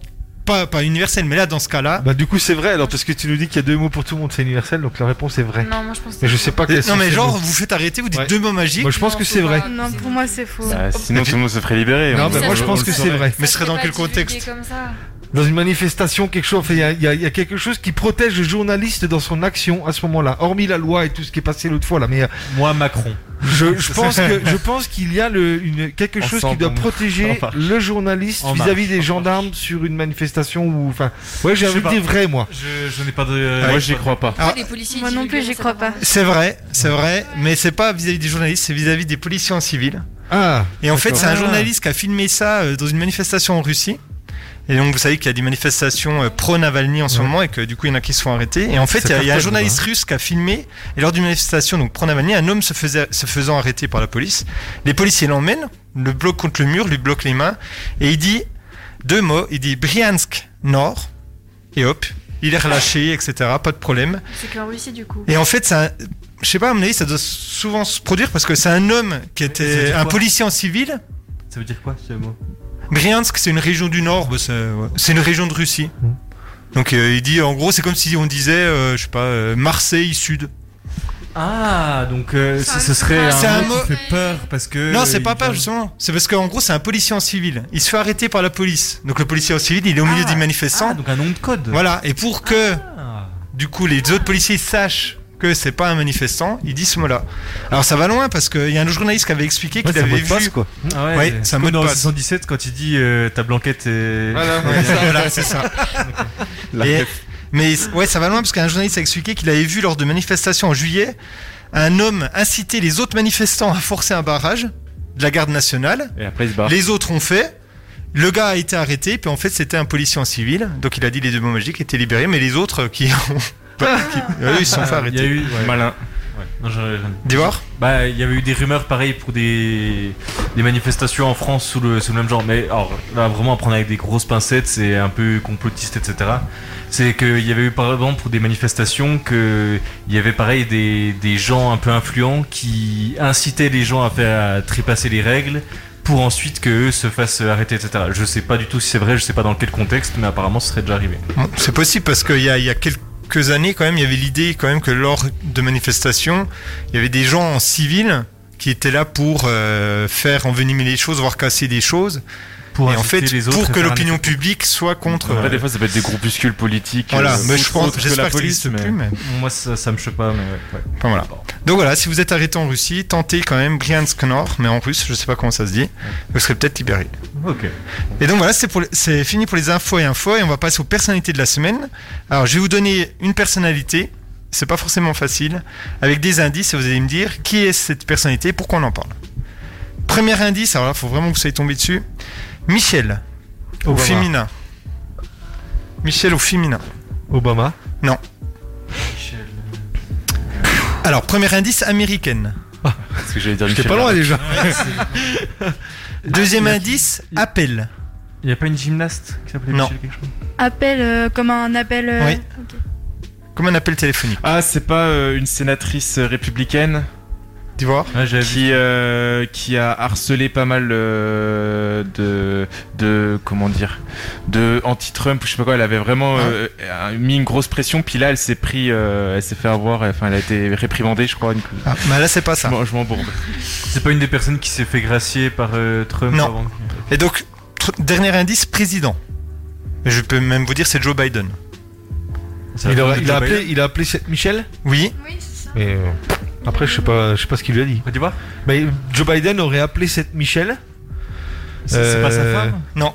C: pas pas universel, mais là dans ce cas-là.
G: Bah, du coup, c'est vrai, alors, parce que tu nous dis qu'il y a deux mots pour tout le monde, c'est universel, donc la réponse est vraie.
B: Non, moi je pense. que
G: Mais je
B: c'est
G: sais pas quels
C: Euh, Non
G: sont
C: mais
G: ces
C: genre
G: mots.
C: vous faites arrêter, vous dites
G: Ouais.
C: deux mots magiques.
G: Moi, je pense
B: Non,
G: que
B: faut
G: c'est vrai.
B: pas.
F: Non, pour moi, c'est faux.
E: Bah, sinon tout le monde se ferait libérer.
G: Non,
E: on-
G: bah,
B: mais
G: moi, je
E: on
G: pense
E: le
G: que
E: saurait.
G: c'est vrai.
C: Mais
B: Ça
C: ce serait dans
B: pas
C: quel
B: divulgué
C: contexte
B: comme ça.
G: Dans une manifestation, quelque chose, enfin, il y a- il y, a- il y a quelque chose qui protège le journaliste dans son action à ce moment-là. Hormis la loi et tout ce qui est passé l'autre fois, là. Mais euh,
D: Moi, Macron.
G: je, je pense que, je pense qu'il y a le, une, quelque chose
E: Ensemble,
G: qui doit
E: on-
G: protéger
E: en marche.
G: le journaliste
D: En
G: vis-à-vis
D: marche,
G: des
D: en
G: gendarmes sur une manifestation ou, enfin. Ouais, j'ai
D: Je sais
G: envie de
D: pas.
G: dire vrai, moi.
D: Je, je n'ai pas de. euh,
E: Moi j'y crois pas.
C: Ah.
B: Pourquoi les policiers
F: Moi non
B: divulguent
F: plus, j'y
B: ça
F: crois
B: pendant-
F: pas.
C: C'est vrai, c'est vrai, mais c'est pas vis-à-vis des journalistes, c'est vis-à-vis des policiers en civil.
G: Ah.
C: Et en fait,
G: D'accord.
C: c'est un
G: Ah.
C: journaliste qui a filmé ça euh, dans une manifestation en Russie. Et donc, vous savez qu'il y a des manifestations euh, pro-Navalny en ce
G: Ouais.
C: moment et que du coup, il y en a qui se font arrêter. Et en fait,
G: Ça
C: il y a- il y, a un
G: cartonne,
C: journaliste russe qui a filmé. Et lors d'une manifestation donc pro-Navalny, un homme se, faisait, se faisant arrêter par la police. Les policiers l'emmènent, le bloquent contre le mur, lui bloquent les mains. Et il dit deux mots. Il dit Briansk Nord. Et hop, il est relâché, etc. Pas de problème.
B: C'est qu'en Russie du coup.
C: Et en fait, ça, je sais pas, à mon avis, ça doit souvent se produire parce que c'est un homme qui
D: ça veut
C: était
D: dire
C: un
D: quoi
C: policier en civil.
D: Ça veut dire quoi ce mot Hmm.
C: Briansk, c'est une région du nord, bah, c'est ouais, c'est une région de Russie. Donc euh, il dit en gros c'est comme si on disait euh, je sais pas euh, Marseille Sud.
D: Ah, donc euh, ce, ce serait
C: C'est
D: un,
C: un
D: mot
C: mot-
D: qui fait peur parce que.
C: non c'est
D: Euh, il
C: pas
D: vient-
C: pas justement. C'est parce qu'en gros c'est un policier en civil. Il se fait arrêter par la police. Donc le policier en civil il est au milieu des manifestants.
D: Ah, donc un nom de code.
C: Voilà et pour que
D: Ah.
C: du coup les autres policiers sachent que c'est pas un manifestant, ils disent ce mot-là. Alors ça va loin parce qu'il y a un journaliste qui avait expliqué qu'il
G: c'est un
C: avait
G: mot de
C: vu
G: passe, quoi.
D: Ah ouais,
C: Ouais,
D: c'est
C: c'est un
D: comme
C: mot de
D: dans
C: passe.
D: 117 quand il dit euh, ta blanquette est.
G: Voilà,
D: Ouais,
C: Ouais, ça, voilà, c'est ça.
E: La
C: Et-
E: ref.
C: mais ouais, ça va loin parce qu'un journaliste a expliqué qu'il avait vu lors de manifestations en juillet un homme inciter les autres manifestants à forcer un barrage de la garde nationale.
E: Et après, il se
D: Bah.
E: barre.
C: Les autres ont fait. Le gars a été arrêté, puis en fait c'était un policier en civil, donc il a dit les deux mots magiques étaient libérés, mais les autres qui ont. qui- eux, ils se sont fait
D: Ah. Il y a
C: arrêter.
D: eu. ouais.
E: Malin.
D: Ouais. Non, je- je-
C: D'ivoire
D: Bah, il y avait eu des rumeurs pareilles pour des, des manifestations en France sous le, sous le même genre. Mais alors, là, vraiment à prendre avec des grosses pincettes, c'est un peu complotiste, etc. C'est qu'il y avait eu, par exemple, pour des manifestations, que il y avait pareil des, des gens un peu influents qui incitaient les gens à faire à trépasser les règles pour ensuite que eux se fassent arrêter, etc. Je sais pas du tout si c'est vrai, je sais pas dans quel contexte, mais apparemment, ce serait déjà arrivé.
C: Bon, C'est possible parce qu'il y a, il y a quelques années quand même, il y avait l'idée quand même que lors de manifestations, il y avait des gens en civil qui étaient là pour euh, faire envenimer les choses, voire casser des choses,
D: Pour
C: et en
D: inciter
C: fait
D: les autres
C: pour
D: à
C: que
D: faire un
C: l'opinion
D: effet.
C: publique soit contre.
E: Après,
C: euh,
E: des fois, ça peut être des groupuscules politiques.
C: voilà,
E: euh,
C: mais je
E: autres
C: pense,
E: que
C: j'espère
E: la
C: que ça
E: police,
C: n'existe
E: mais-
C: plus, mais
D: Moi, ça, ça me choque pas, mais ouais. ouais.
C: enfin, voilà. Donc voilà, si vous êtes arrêté en Russie, tentez quand même Briansk Nord, mais en russe, je sais pas comment ça se dit, vous serez peut-être libéré.
D: Ok.
C: Et donc voilà, c'est pour les- c'est fini pour les infos et infos, et on va passer aux personnalités de la semaine. Alors je vais vous donner une personnalité, c'est pas forcément facile, avec des indices, et vous allez me dire qui est cette personnalité et pourquoi on en parle. Premier indice, alors là, faut vraiment que vous soyez tombé dessus. Michel, au
G: Obama.
C: féminin. Michel au féminin.
G: Obama.
C: Alors, premier indice, américaine.
D: Ah.
E: Parce que j'allais dire
G: J'étais
E: Michel
G: pas loin déjà.
C: Deuxième indice, appel.
D: Il y a pas une gymnaste qui s'appelait
C: Non.
D: Michel quelque chose
F: Appel, euh, comme un appel. euh,
C: Oui. Comme un appel téléphonique.
E: Ah, c'est pas euh, une sénatrice républicaine
C: Tu vois
D: Ouais, j'avais vu.
E: qui, euh, qui a harcelé pas mal euh, de, de. Comment dire De anti-Trump, ou je sais pas quoi. Elle avait vraiment euh, euh, mis une grosse pression, puis là, elle s'est pris. euh, elle s'est fait avoir, enfin, elle a été réprimandée, je crois. une-
C: Ah, mais là, c'est pas
E: Je
C: ça.
E: m'en- je m'embourbe.
D: C'est pas une des personnes qui s'est fait gracier par euh, Trump
C: Non.
D: avant.
C: Et donc, tr- dernier indice, président. Je peux même vous dire, c'est Joe Biden.
D: Ça
G: Il
D: va
G: a,
D: être
G: il a
D: Joe
G: appelé,
D: Biden.
G: il a appelé Michel.
C: Oui,
A: Oui, c'est ça.
G: Mais euh, après, je sais pas, je sais pas ce qu'il lui a dit.
D: Ah, Tu vois
G: Mais Joe Biden aurait appelé cette Michel. Euh,
D: C'est c'est pas sa femme
C: non.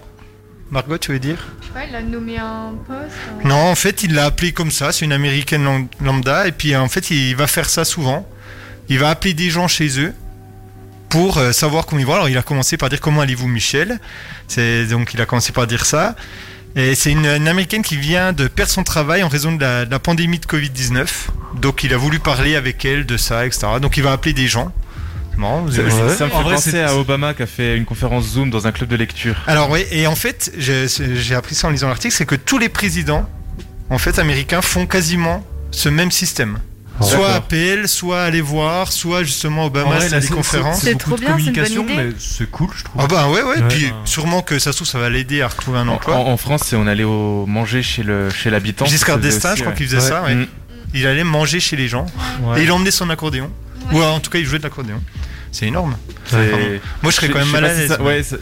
C: Margot, tu veux dire
A: Je sais pas, il a nommé un poste. euh,
C: Non, en fait, il l'a appelé comme ça. C'est une américaine lam- lambda. Et puis, en fait, il va faire ça souvent. Il va appeler des gens chez eux pour euh, savoir comment ils vont. Alors, il a commencé par dire Comment allez-vous, Michel C'est- Donc, il a commencé par dire ça. Et c'est une, une américaine qui vient de perdre son travail en raison de la, de la pandémie de Covid-19. Donc, il a voulu parler avec elle de ça, etc. Donc, il va appeler des gens. C'est marrant, vous
E: Ça,
C: avez-
E: ça me fait
D: En vrai, c'est-
E: penser à Obama qui a fait une conférence Zoom dans un club de lecture.
C: Alors oui, et en fait, j'ai j'ai appris ça en lisant l'article, c'est que tous les présidents, en fait, américains font quasiment ce même système.
E: Ah,
C: Soit appel, soit aller voir, soit justement
D: En
C: Obama,
D: vrai,
C: c'est
D: là,
C: des conférences.
F: C'est
D: beaucoup
F: trop
D: de
F: bien, c'est une bonne
D: communication,
F: idée.
D: mais c'est cool, je trouve.
C: Ah bah ouais, ouais,
G: Ouais.
C: puis sûrement que ça se trouve, ça va l'aider à retrouver un
E: En,
C: emploi.
E: en- en France, c'est on allait au manger chez le chez l'habitant.
C: Giscard d'Estaing, je crois qu'il faisait
G: Ouais.
C: ça, ouais.
E: Mm.
C: Il allait manger chez les gens, et il emmenait son accordéon. Ou en tout cas, il jouait de l'accordéon. C'est énorme. Moi, je serais quand même mal à l'aise.
E: ouais, ça-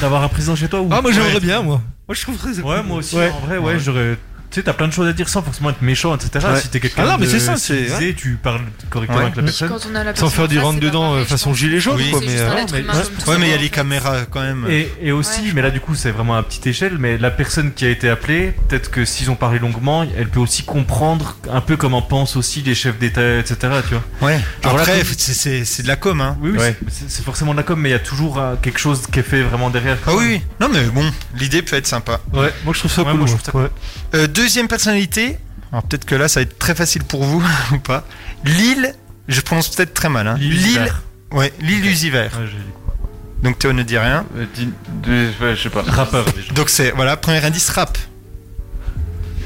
D: D'avoir un président chez toi ou
G: Ah, moi j'aimerais
C: Ouais.
G: bien, moi. Moi, je trouverais ça.
D: Ouais, moi aussi,
G: Ouais.
D: en vrai, ouais, j'aurais. Tu sais, t'as plein de choses à dire sans forcément être méchant, etc.
G: Ouais.
D: Si t'es quelqu'un
G: Ah non, mais
D: de
G: c'est ça, c'est-
D: civilisé, tu parles correctement
C: Ouais.
D: avec la personne.
B: Quand on a
G: Sans
B: la personne en
G: faire du
B: face,
G: rentre
B: c'est pas
G: dedans
B: pareil,
G: euh,
B: je
G: façon
B: pense.
G: gilet jaune,
C: Oui,
G: quoi.
B: C'est
G: Mais,
B: juste
G: euh,
B: un être
G: mais-
B: humain comme tout
C: Ouais,
B: le
C: mais il y a les
B: monde, en fait.
C: caméras quand même.
D: Et, et aussi,
B: Ouais, je
D: mais là du coup c'est vraiment à petite échelle, mais la personne qui a été appelée, peut-être que s'ils ont parlé longuement, elle peut aussi comprendre un peu comment pensent aussi les chefs d'État, etc. Tu vois.
C: Ouais.
D: Genre la
C: Après,
D: com-
C: c'est- c'est c'est de la com, hein.
D: Oui, oui,
E: Ouais.
D: c'est- c'est c'est forcément de la com, mais il y a toujours euh, quelque chose qui est fait vraiment derrière.
C: Ah oui, oui. Non, mais bon, l'idée peut être sympa.
G: Ouais, moi je trouve ça
D: Ouais,
G: cool.
D: moi, je
G: ouais.
D: trouve ça
G: Ouais.
C: Euh, deuxième personnalité, alors peut-être que là ça va être très facile pour vous ou pas. Lille, je prononce peut-être très mal. Hein.
D: Lille.
C: ouais, Lille Usiver.
D: Ouais, j'ai-
C: Donc Théo ne dit rien.
E: euh, dis- de- ouais, je sais pas.
D: Rappeur déjà.
C: Donc c'est voilà, premier indice rap.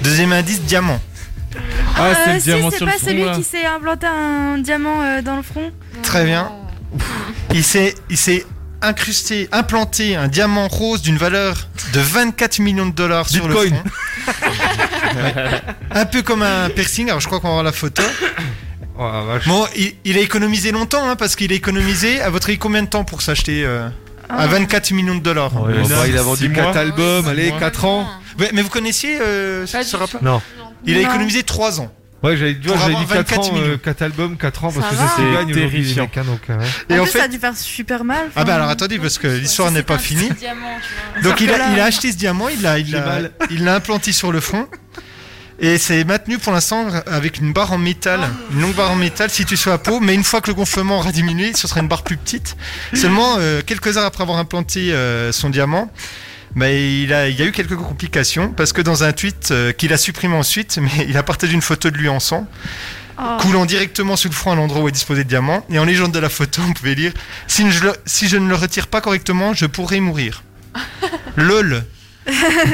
C: Deuxième indice diamant.
E: Ah, c'est
F: Euh,
E: le
F: si,
E: diamant
F: c'est
E: sur le
F: pas
E: front,
F: celui
E: là.
F: qui s'est implanté un diamant euh, dans le front.
C: Très bien. Il s'est il s'est incrusté, implanté un diamant rose d'une valeur de 24 millions de dollars sur
G: Bitcoin.
C: le front. Un peu comme un piercing, alors je crois qu'on va voir la photo.
G: Oh,
C: Bon, il, il a économisé longtemps, hein, parce qu'il a économisé, à votre avis, combien de temps pour s'acheter euh, à 24 millions de dollars
G: Ouais, Bon, bah, il a vendu 4 albums, allez, 4 ans.
C: Ouais, mais vous connaissiez euh, ce ce rappeur
G: Non.
C: Il a
G: Non.
C: économisé 3 ans.
G: Ouais, j'avais dit,
C: Pour
G: j'avais
C: avoir
G: dit 4
C: 24
G: ans,
C: millions.
G: 4 albums, 4 ans, parce
F: Ça
G: que
F: va.
G: ça
C: C'est
G: c'est gagne aujourd'hui les
C: terrifiant.
G: mecs, hein, donc, euh, ouais.
C: Et
F: en
C: en
F: plus, ça a
C: fait,
F: dû faire super mal.
C: ah bah alors
F: enfin.
C: attendez, parce que l'histoire n'est pas finie.
B: Diamant, tu vois.
C: Donc il
F: Voilà.
C: a, il a acheté ce diamant, il l'a il
G: J'ai
C: l'a-
G: mal.
C: il l'a implanté sur le front. Et c'est maintenu pour l'instant avec une barre en métal, une longue barre en métal située sur la peau, mais une fois que le gonflement aura diminué, ce sera une barre plus petite. Seulement, euh, quelques heures après avoir implanté euh, son diamant, bah, il, a, il y a eu quelques complications, parce que dans un tweet euh, qu'il a supprimé ensuite, mais il a partagé une photo de lui en sang,
F: Oh.
C: coulant directement sur le front à l'endroit où est disposé le diamant, et en légende de la photo, on pouvait lire si je, le- si je ne le retire pas correctement, je pourrais mourir. LOL.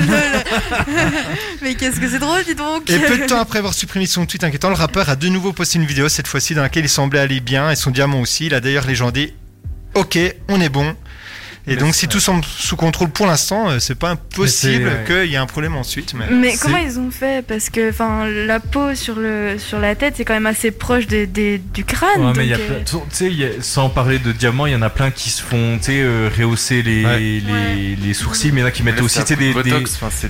F: Mais qu'est-ce que c'est drôle, dis donc.
C: Et peu de temps après avoir supprimé son tweet inquiétant, le rappeur a de nouveau posté une vidéo, cette fois-ci dans laquelle il semblait aller bien, et son diamant aussi. Il a d'ailleurs légendé Ok, on est bon. Et donc, si tout semble sous contrôle pour l'instant, euh, c'est pas impossible
D: Mais c'est-
C: qu'il y ait un problème ensuite. Mais...
F: Mais
D: C'est-
F: comment ils ont fait Parce que enfin, la peau sur, le, sur la tête, c'est quand même assez proche des- des- du crâne.
D: Ouais, mais il y a
F: donc, euh,
D: plein- tu sais, il y a- sans parler de diamants, il y en a plein qui se font, tu sais, euh, rehausser les,
E: Ouais.
D: les,
A: Ouais.
D: les sourcils, mais il y en a qui mettent aussi, tu sais, des, des-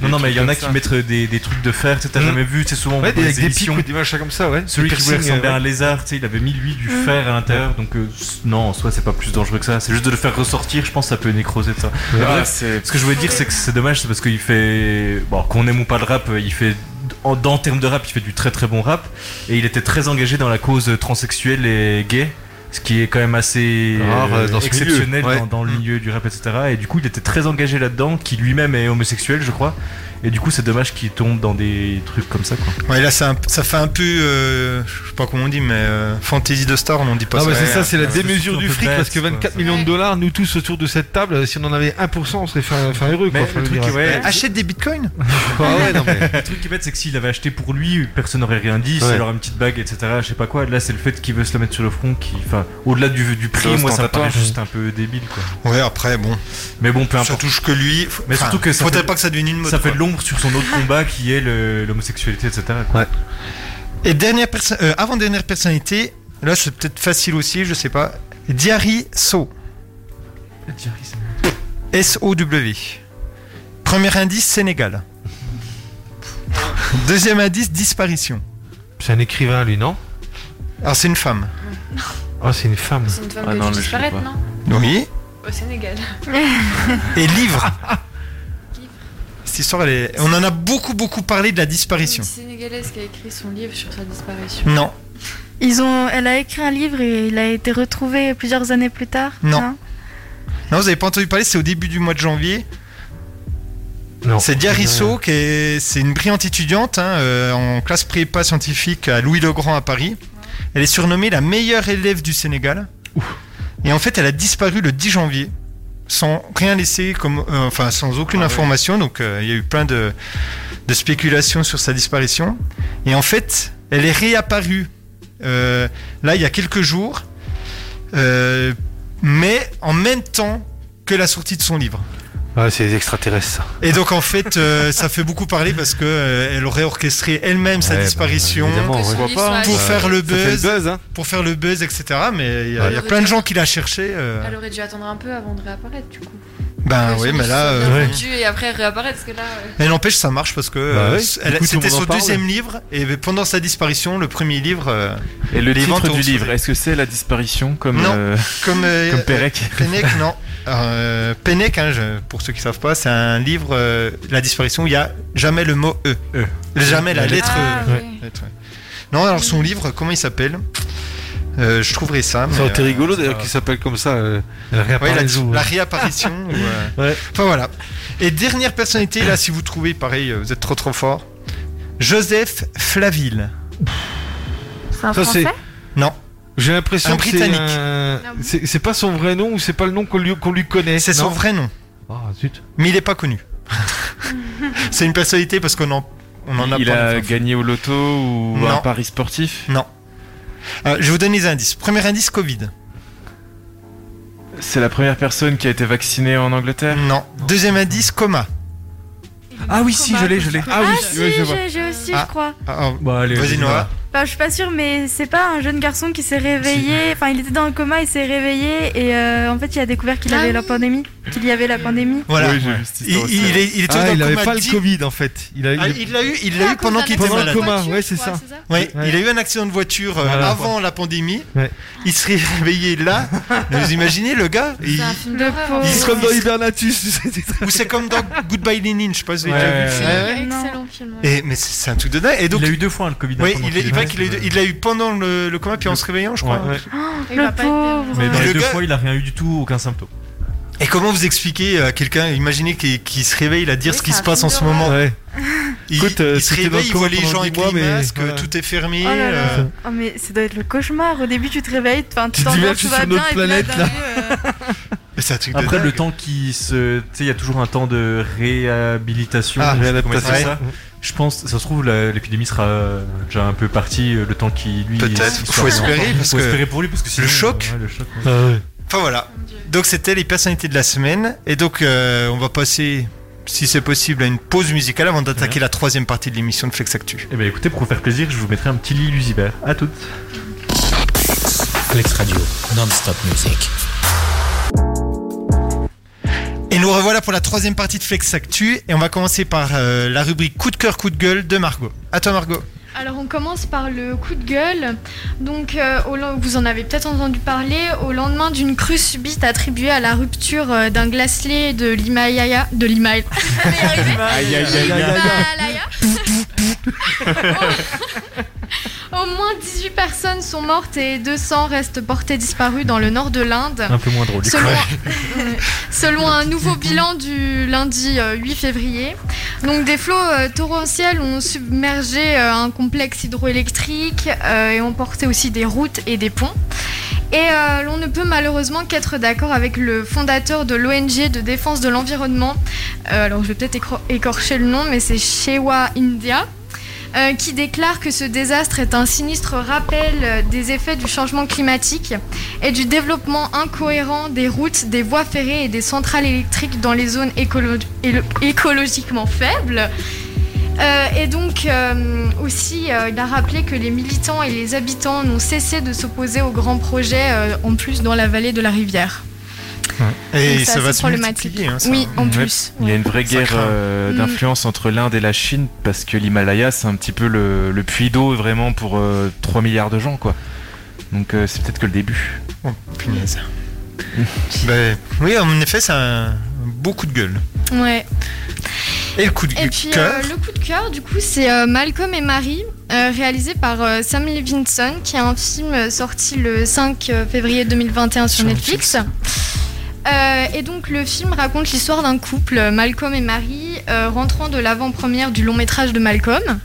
D: Non, non, mais il y en a qui mettent des, des trucs de fer, tu sais, t'as
G: Mm.
D: jamais vu, c'est souvent
G: Ouais,
D: dans les
G: des, des pics
D: émissions.
G: ou des machins comme ça, ouais.
D: Celui
G: Des
D: qui voulait
G: piercings, euh,
D: ressembler à un
G: ouais.
D: lézard, tu sais, il avait mis lui du fer à l'intérieur, donc euh, non, en soi, c'est pas plus dangereux que ça. C'est juste de le faire ressortir, je pense, que ça peut nécroser de ça. Mais bref, ce que je voulais dire, c'est que c'est dommage, c'est parce qu'il fait. Bon, qu'on aime ou pas le rap, euh, il fait. En, en termes de rap, il fait du très très bon rap. Et il était très engagé dans la cause transsexuelle et gay. Ce qui est quand même assez
G: Rare, euh, dans ce
D: exceptionnel
G: milieu, ouais.
D: dans, dans le milieu du rap, etc. Et du coup, il était très engagé là-dedans, qui lui-même est homosexuel, je crois. Et du coup, c'est dommage qu'il tombe dans des trucs comme ça, quoi.
C: Ouais, là, ça, ça fait un peu, euh, je sais pas comment on dit, mais euh, fantasy de star, on n'en dit pas
G: Ah,
C: ça.
G: mais c'est ça, c'est la
D: ouais,
G: démesure
D: c'est
G: du
D: un peu
G: fric
D: bête,
G: parce que
D: quoi,
G: 24
D: ça.
G: millions de dollars, nous tous autour de cette table, euh, si on en avait 1%, on serait fin, fin heureux.
D: Mais
G: quoi, faut
D: le truc,
G: dire.
D: ouais,
C: Achète des bitcoins
G: Ah ouais, non, mais-
D: Le truc qui est bête, c'est que s'il avait acheté pour lui, personne n'aurait rien dit.
G: Ouais.
D: C'est alors une petite bague, etc. Je sais pas quoi. Là, c'est le fait qu'il veut se la mettre sur le front qui, enfin, au-delà du, du prix, moi, ça me paraît juste un peu débile, quoi.
C: Ouais, après, bon.
D: Mais bon, peu
C: Ça
D: importe.
C: touche que lui.
D: Mais surtout que ça
C: Faudrait
D: fait-
C: pas que ça devienne une mode.
D: Ça fait
C: quoi.
D: de l'ombre sur son autre combat qui est le- l'homosexualité, etc. quoi.
C: Et dernière perso- euh, avant-dernière personnalité, là c'est peut-être facile aussi, je sais pas. Diary So. S-O-W. Premier indice, Sénégal. Deuxième indice, disparition.
G: C'est un écrivain, lui, non
C: Alors c'est une femme.
G: Ah, c'est une femme.
B: C'est une femme
E: Ah
B: qui
E: non, mais
B: a dû
E: je
B: disparaître,
E: sais pas.
B: non
C: Oui.
B: Au Sénégal.
C: Et livre. Cette histoire, elle est... on en a beaucoup beaucoup parlé de la disparition.
B: Une Sénégalaise qui a écrit son livre sur sa disparition.
C: Non.
F: Ils ont, elle a écrit un livre et il a été retrouvé plusieurs années plus tard.
C: Non. Non, vous avez pas entendu parler, c'est au début du mois de janvier.
G: Non.
C: C'est Diarisso, qui est, c'est une brillante étudiante hein, euh, en classe prépa scientifique à Louis-le-Grand à Paris. Elle est surnommée la meilleure élève du Sénégal. Et en fait, elle a disparu le 10 janvier, sans rien laisser, comme, euh, enfin, sans aucune information. Donc, euh, il y a eu plein de, de spéculations sur sa disparition. Et en fait, elle est réapparue euh, là, il y a quelques jours, euh, mais en même temps que la sortie de son livre.
G: Ouais, Ah, c'est des extraterrestres, ça.
C: Et donc en fait, euh, ça fait beaucoup parler parce que euh, elle aurait orchestré elle-même sa
G: Ouais, bah,
C: disparition
G: évidemment,
B: Que
G: on
B: son
G: voit
B: livre
G: pas,
B: soit
G: hein.
C: pour
B: acheté.
C: faire le
G: Ça fait
C: buzz,
G: le buzz, hein.
C: pour faire le buzz, etc. Mais euh, il y, a-
G: Ouais.
C: il y a plein de gens qui la cherchaient. euh.
B: Elle aurait dû attendre un peu avant de réapparaître, du coup.
C: Ben
B: Que
C: oui,
B: son
C: mais là,
B: livre soit
C: euh,
B: bien
G: ouais.
B: vendu Et après réapparaître, parce que là. euh,
C: mais n'empêche, ça marche parce que
G: Bah
C: euh,
G: ouais.
C: elle-
G: Du coup, tout le
C: c'était
G: monde en
C: son
G: parle.
C: deuxième livre et pendant sa disparition, le premier livre, euh,
E: Et le
C: Les ventes
E: titre
C: ont
E: du
C: sauté.
E: livre, est-ce que c'est la disparition comme
C: Non.
E: euh,
C: comme euh,
E: comme Pérec
C: Pennec, non. Euh, Pennec, hein, je- pour ceux qui savent pas, c'est un livre, euh, La disparition, où il n'y a jamais le mot E.
D: E.
C: Jamais la lettre
B: Ah,
C: E.
B: ouais.
C: Lettre E. Non, alors son livre, comment il s'appelle Euh, Je trouverai ça. mais,
G: Ça aurait été
C: euh,
G: rigolo
C: c'est
G: d'ailleurs
C: pas-
G: qu'il s'appelle comme ça. euh, Elle
C: Ouais,
G: réapparaît
C: la,
G: le jour,
C: la
G: ouais.
C: réapparition. ou, euh,
G: Ouais.
C: Enfin voilà. Et dernière personnalité, là, si vous trouvez, pareil, euh, vous êtes trop trop fort. Joseph Flaville.
F: C'est un
G: Ça, c'est-
F: français
C: Non.
G: J'ai l'impression
C: Un
G: que c'est
C: Britannique.
G: un- c'est c'est pas son vrai nom ou c'est pas le nom qu'on lui, qu'on lui connaît.
C: C'est son
G: non
C: vrai nom.
G: Ah zut.
C: Mais il n'est pas connu. c'est une personnalité parce qu'on en, on en a
E: Il
C: pas
E: a
C: l'info.
E: gagné au loto ou
C: Non.
E: un pari sportif
C: Euh, je vous donne les indices. Premier indice, Covid.
E: C'est la première personne qui a été vaccinée en Angleterre
C: Non. Deuxième indice, coma.
A: Il
D: Ah oui, si, je l'ai, je l'ai.
E: Ah oui,
F: Ah
E: si,
F: si,
E: ouais, je vois.
F: j'ai j'ai aussi,
C: Ah.
F: je crois.
D: Bah, allez,
C: Vas-y,
D: Noah.
C: Noah.
F: Enfin, je suis pas sûre, mais c'est pas un jeune garçon qui s'est réveillé. Enfin, il était dans le coma, il s'est réveillé et euh, en fait, il a découvert qu'il
A: Ah
F: avait la
A: oui.
F: pandémie, qu'il y avait la pandémie.
C: Voilà.
E: Oui, j'ai vu cette
C: Il,
E: histoire aussi.
C: il est, il était
G: Ah,
C: dans
G: il
C: le
G: avait
C: coma
G: pas le
C: dix-
G: Covid en fait. Il a eu
C: Ah,
G: le-
C: il l'a eu, il l'a eu pendant qu'il était
G: Pendant
C: malade.
G: le coma, ouais, c'est ça.
C: Ouais,
G: Ouais.
C: Il a eu un accident de voiture euh,
G: Voilà.
C: avant la pandémie.
G: Ouais.
C: Il serait réveillé là. Vous imaginez le gars il-
B: C'est un film
F: De
B: d'horreur.
F: pauvre.
G: Il se comme dans Hibernatus.
C: Ou c'est comme dans Goodbye Lenin, je sais pas si vous avez
D: Ouais,
C: déjà vu. le
D: ouais,
C: film.
F: ouais.
A: Excellent film. ouais.
C: Et, mais c'est c'est un truc de dingue. Et donc,
D: il a eu deux fois hein, le Covid.
C: oui,
D: pendant
C: il, est-
D: qu'il
C: il paraît
D: est-
C: qu'il a eu, il l'a eu pendant le, le coma puis en se réveillant, je crois.
D: Ouais.
A: Il va pas
F: Le
A: être bien.
F: pauvre.
D: Mais dans
C: Et
D: les
C: le
D: deux
C: gars-
D: fois, il a rien eu du tout, aucun symptôme.
C: Et comment vous expliquez euh, à quelqu'un, imaginez qu'il qu'il se réveille, à dire
B: Oui,
C: ce qui
B: c'est
C: se
B: un
C: passe en
B: film
C: ce
B: d'horreur.
C: moment.
G: Ouais.
C: Il,
G: Écoute, euh,
C: il se
G: c'était dans
C: réveille,
G: le
C: il voit
G: coma
C: les
G: pendant
C: gens avec
G: dix mois,
C: les
G: mais
C: masques,
G: voilà.
C: tout est fermé.
F: Oh là là.
C: euh,
F: Oh, mais ça doit être le cauchemar. Au début, tu te réveilles, enfin,
G: Tu te
F: tu t'endors,
G: dis,
F: tout
G: je suis sur
F: va bien,
G: notre
F: et puis là,
G: planète,
F: d'un
G: là.
F: coup, euh,
C: mais C'est un truc de
D: Après,
C: dingue.
D: le temps qui se. Tu sais, il y a toujours un temps de réhabilitation.
C: Ah,
D: je sais pas comment
C: réadaptation.
D: ils appellent ça. Je pense, ça se trouve, la- l'épidémie sera euh, déjà un peu partie euh, le temps qui lui.
C: Peut-être.
D: il- il sera-
C: Faut espérer, parce
D: Faut
C: que-
D: espérer pour lui, parce que sinon,
C: choc.
D: euh, ouais, le choc, ouais.
C: Ah
J: Ah
C: Enfin voilà. Donc c'était les personnalités de la semaine. Et donc euh, on va passer, si c'est possible, à une pause musicale avant d'attaquer la troisième partie de l'émission de Flex Actu.
D: Eh ben écoutez, pour vous faire plaisir, je vous mettrai un petit lit Lucifer. À toutes.
J: Flex Radio, non-stop music.
C: Et nous revoilà pour la troisième partie de Flex Actu. Et on va commencer par euh, la rubrique coup de cœur, coup de gueule de Margot. À toi Margot.
A: Alors on commence par le coup de gueule. Donc euh, au len- vous en avez peut-être entendu parler au lendemain d'une crue subite attribuée à la rupture euh, d'un glacier de l'Himalaya de l'Himalaya.
E: Aïe, aïe, aïe, aïe.
A: Himalaya. Au moins 18 personnes sont mortes et 200 restent portées disparues dans le nord de l'Inde.
D: Un peu moins drôle. du coup.
A: Selon, Ouais. Selon un nouveau bilan du lundi euh, 8 février, donc des flots euh, torrentiels ont submergé euh, un complexe hydroélectrique euh, et ont porté aussi des routes et des ponts. Et euh, l'on ne peut malheureusement qu'être d'accord avec le fondateur de l'ONG de défense de l'environnement, euh, alors je vais peut-être écro- écorcher le nom, mais c'est Shewa India, euh, qui déclare que ce désastre est un sinistre rappel euh, des effets du changement climatique et du développement incohérent des routes, des voies ferrées et des centrales électriques dans les zones écolo- élo- écologiquement faibles. Euh, et donc euh, aussi, euh, il a rappelé que les militants et les habitants n'ont cessé de s'opposer aux grands projets, euh, en plus dans la vallée de la rivière.
C: Et
A: Donc,
C: ça,
A: c'est
C: va
A: assez
C: se
A: problématique.
C: multiplier. hein, ça.
A: oui, en
E: Ouais.
A: plus.
E: Il y a une vraie
C: Ça
E: guerre
C: craint.
E: euh,
A: Mm.
E: d'influence entre l'Inde et la Chine parce que l'Himalaya c'est un petit peu le, le puits d'eau vraiment pour euh, 3 milliards de gens quoi. Donc euh, c'est peut-être que le début.
C: Oh, punaise. Ben, oui, en effet, c'est un beau coup de gueule.
A: Ouais.
C: Et le coup de
A: Et
C: gueule.
A: puis euh, le coup de cœur, du coup, c'est euh, Malcolm et Marie, euh, réalisé par euh, Sam Levinson, qui est un film euh, sorti le 5 février 2021 sur
C: Sur
A: Netflix. Euh, et donc le film raconte l'histoire d'un couple, euh, Malcolm et Marie, euh, rentrant de l'avant-première du long métrage de Malcolm.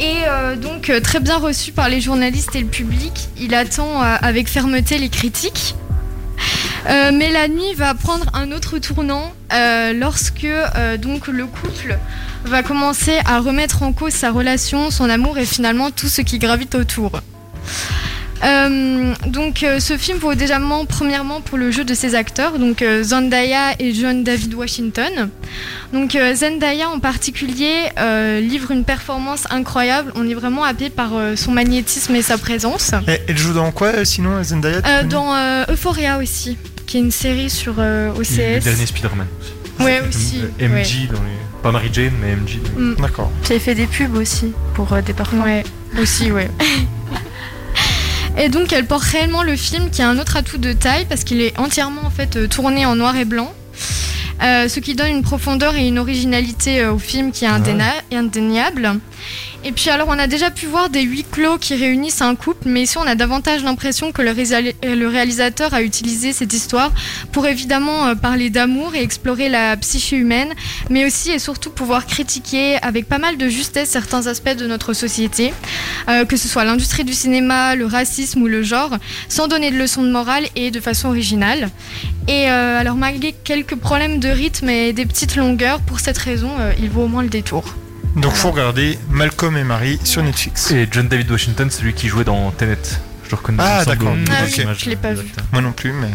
A: Et euh, donc euh, très bien reçu par les journalistes et le public, il attend euh, avec fermeté les critiques. Euh, Mélanie va prendre un autre tournant euh, lorsque euh, donc le couple va commencer à remettre en cause sa relation, son amour et finalement tout ce qui gravite autour. Euh, donc euh, ce film vaut déjà mon- premièrement pour le jeu de ses acteurs, donc euh, Zendaya et John David Washington. Donc euh, Zendaya en particulier euh, livre une performance incroyable, on est vraiment happé par euh, son magnétisme et sa présence.
C: Et- Elle joue dans quoi euh, sinon, Zendaya tu
A: Euh,
C: connais
A: dans euh, Euphoria aussi, qui est une série sur euh, OCS.
D: Le dernier Spider-Man.
A: Ouais aussi.
D: Euh,
A: ouais. Mm.
D: MJ dans les. Pas Mary Jane, mais MJ. dans les-
C: D'accord.
F: J'ai fait des pubs aussi pour euh, des parfums.
A: Ouais, aussi, ouais. Et donc, elle porte réellement le film qui a un autre atout de taille parce qu'il est entièrement en fait euh, tourné en noir et blanc. Euh, ce qui donne une profondeur et une originalité euh, au film
D: Ah
A: qui est indéna- indéniable. Et puis alors on a déjà pu voir des huis clos qui réunissent un couple, mais ici on a davantage l'impression que le, résa- euh, le réalisateur a utilisé cette histoire pour évidemment euh, parler d'amour et explorer la psyché humaine, mais aussi et surtout pouvoir critiquer avec pas mal de justesse certains aspects de notre société, euh, que ce soit l'industrie du cinéma, le racisme ou le genre, sans donner de leçons de morale et de façon originale. Et euh, alors malgré quelques problèmes de rythme et des petites longueurs, pour cette raison, euh, il vaut au moins le détour.
C: Donc faut regarder Malcolm et Marie sur Netflix.
D: Et John David Washington, celui qui jouait dans Tenet. Je le reconnais.
C: Ah,
D: il me semble,
C: d'accord.
D: au niveau
A: Ah
D: des
A: oui,
D: images,
A: je l'ai pas
D: euh,
A: vu.
D: d'acteur.
C: Moi non plus, mais.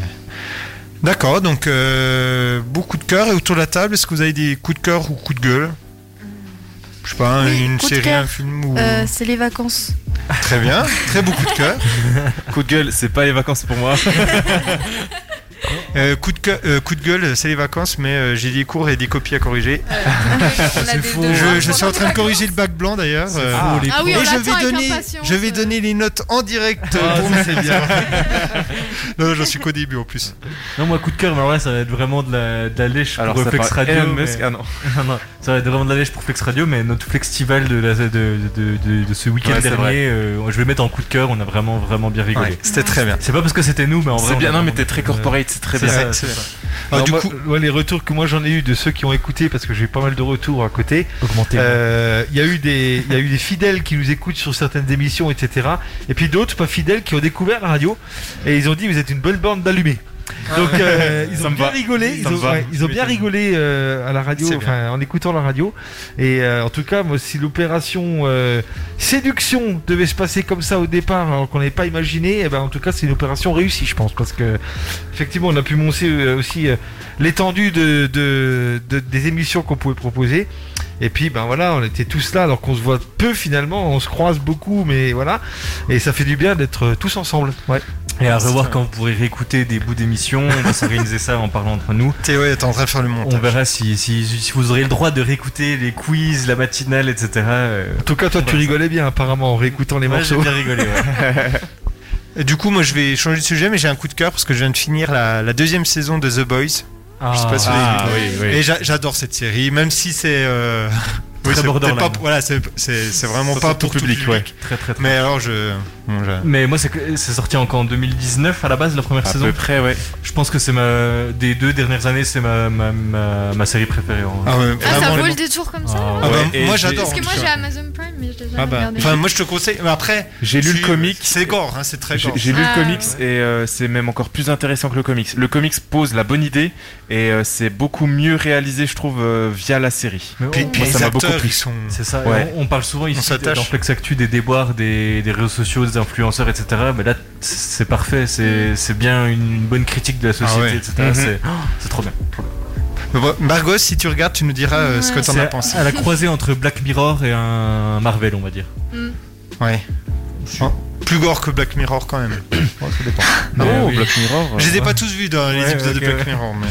C: D'accord, donc euh, beaucoup de cœur. Et autour de la table, est-ce que vous avez des coups de cœur ou coups de gueule Je sais pas, un-
F: Oui,
C: une
F: coup de
C: série,
F: cœur.
C: un film ou.
F: Euh, c'est les vacances.
C: Très bien, très beau coup de cœur.
E: Coup de gueule, c'est pas les vacances pour moi.
C: Euh, coup, de cœur- euh, coup de gueule, c'est les vacances, mais euh, j'ai des cours et des copies à corriger.
A: Euh, hein.
B: des
C: faux.
B: devoirs
C: Je, je
B: pendant
C: suis en train
B: les
C: de
B: vacances.
C: corriger le bac blanc d'ailleurs. euh,
A: faux, les Ah oui, cours. on
C: et je
A: l'attend
C: vais
A: avec
C: donner,
A: impatience,
C: je vais
A: euh.
C: donner les notes en direct. euh,
D: Ah,
C: pour
D: ça,
C: mes-
D: c'est bien.
C: non, j'en suis qu'au début en plus.
D: Non, moi, coup de cœur, mais alors là, ça va être vraiment de la, de la lèche
E: Alors,
D: pour
E: ça
D: euh, Flex
E: parle
D: Radio.
E: Elon
D: mais-
E: Musk, ah non.
D: Non, non, ça va être vraiment de la lèche pour Flex Radio, mais notre festival de, la- de, de- de- de ce week-end
E: Ouais, c'est vrai.
D: dernier, euh, je vais mettre en coup de cœur, on a vraiment, vraiment bien rigolé.
C: Ouais, C'était très bien.
D: C'est pas parce que c'était nous, mais en vrai.
E: C'est
D: on
E: bien,
D: a
E: non, mais
D: vraiment-
E: t'es très corporate, c'est très
D: C'est
E: bien.
D: ça, c'est ça.
C: Alors,
G: Alors,
C: du
G: moi,
C: coup,
G: ouais, les retours que moi j'en ai eu de ceux qui ont écouté, parce que j'ai eu pas mal de retours à côté.
D: Augmenter.
G: Euh, Il y a eu des, il y a eu des fidèles qui nous écoutent sur certaines émissions, etc. Et puis d'autres pas fidèles qui ont découvert la radio et ils ont dit vous êtes une bonne bande d'allumés. Donc euh, ils
E: Ah Ça
G: ont
E: me
G: bien
E: va.
G: rigolé, ils
E: Ça me
G: ont,
E: va.
G: ouais, ils ont bien rigolé euh, à la radio,
C: C'est bien.
G: enfin, en écoutant la radio. Et euh, en tout cas, moi, si l'opération euh, séduction devait se passer comme ça au départ, alors qu'on n'avait pas imaginé, eh ben, en tout cas c'est une opération réussie, je pense, parce que effectivement on a pu montrer euh, aussi euh, l'étendue de, de- de- des émissions qu'on pouvait proposer. Et puis ben voilà, on était tous là alors qu'on se voit peu finalement, on se croise beaucoup, mais voilà. Et ça fait du bien d'être euh, tous ensemble. Ouais.
D: Et à revoir quand vous pourrez réécouter des bouts d'émissions, on va s'organiser ça en parlant entre nous.
C: Théo est en train de faire le montage.
D: On verra si, si, si vous aurez le droit de réécouter les quiz, la matinale, etc. euh,
G: En tout cas, toi, tu rigolais bien apparemment en réécoutant les
D: ouais, j'ai
G: morceaux.
D: bien rigolé. ouais.
C: Et Du coup, moi, je vais changer de sujet, mais j'ai un coup de cœur parce que je viens de finir la, la deuxième saison de The Boys. Je sais pas si vous
D: Ah,
C: l'avez
D: oui, oui.
C: Et j'a- j'adore cette série, même si c'est euh,
D: Très
C: c'est- c'est
D: borderline.
C: pas- voilà, c'est c'est- c'est vraiment
E: Ça,
C: pas
E: c'est tout
C: pour tout
E: public,
C: public.
E: ouais.
D: Très, très, très.
C: Mais alors, je, bon, je-
D: Mais moi, c'est que- c'est sorti encore en 2019 à la base, la première
E: À
D: saison.
E: peu près, ouais.
D: Je pense que c'est ma. Des deux dernières années, c'est ma, ma, ma, ma série préférée. en vrai.
C: Ah ouais,
A: Ah, ça
C: vraiment,
A: vaut
C: les-
A: le détour comme ça là-bas
D: Ah
C: Ah bah,
E: Ouais, et
C: moi
E: j'ai-
C: j'adore.
A: Parce que
C: en
A: moi
C: tout
A: j'ai
C: cas.
A: Amazon Prime, mais je l'ai jamais
C: Ah bah,
A: regardé.
C: enfin, moi je te conseille. Mais après,
E: J'ai lu
C: je
E: le
C: suis-
E: comic.
C: C'est gore, hein, c'est très
E: J'ai
C: gore.
E: j'ai lu
A: Ah,
E: le comics et euh, c'est même encore plus intéressant que le comics. Le comics pose la bonne idée et euh, c'est beaucoup mieux réalisé, je trouve, euh, via la série.
D: Mais
C: Puis,
D: on-
C: puis
E: moi,
C: les
E: ça m'a beaucoup
C: acteurs,
E: plu.
C: ils sont.
D: C'est ça, et
E: Ouais.
D: on, on parle souvent ici
C: s'attache.
D: dans Flex Actu des déboires des, des réseaux sociaux, des influenceurs, etc. Mais là, c'est parfait, c'est c'est bien une bonne critique de la société,
C: Ah ouais.
D: etc.
E: Mhm.
D: C'est- oh, C'est trop bien.
C: Bon, Margot, si tu regardes, tu nous diras euh, ce que
A: Ouais.
C: t'en as pensé.
D: C'est à la croisée entre Black Mirror et un Marvel, on va dire.
C: Mm. Ouais. Hein, plus gore que Black Mirror quand même. Ouais, ça dépend.
E: oh,
D: Ah, oui.
E: Black Mirror. euh,
C: Ah, Je les ai pas tous vus dans les
D: Ouais,
C: épisodes
D: ok,
C: de Black
D: ouais.
C: Mirror. mais-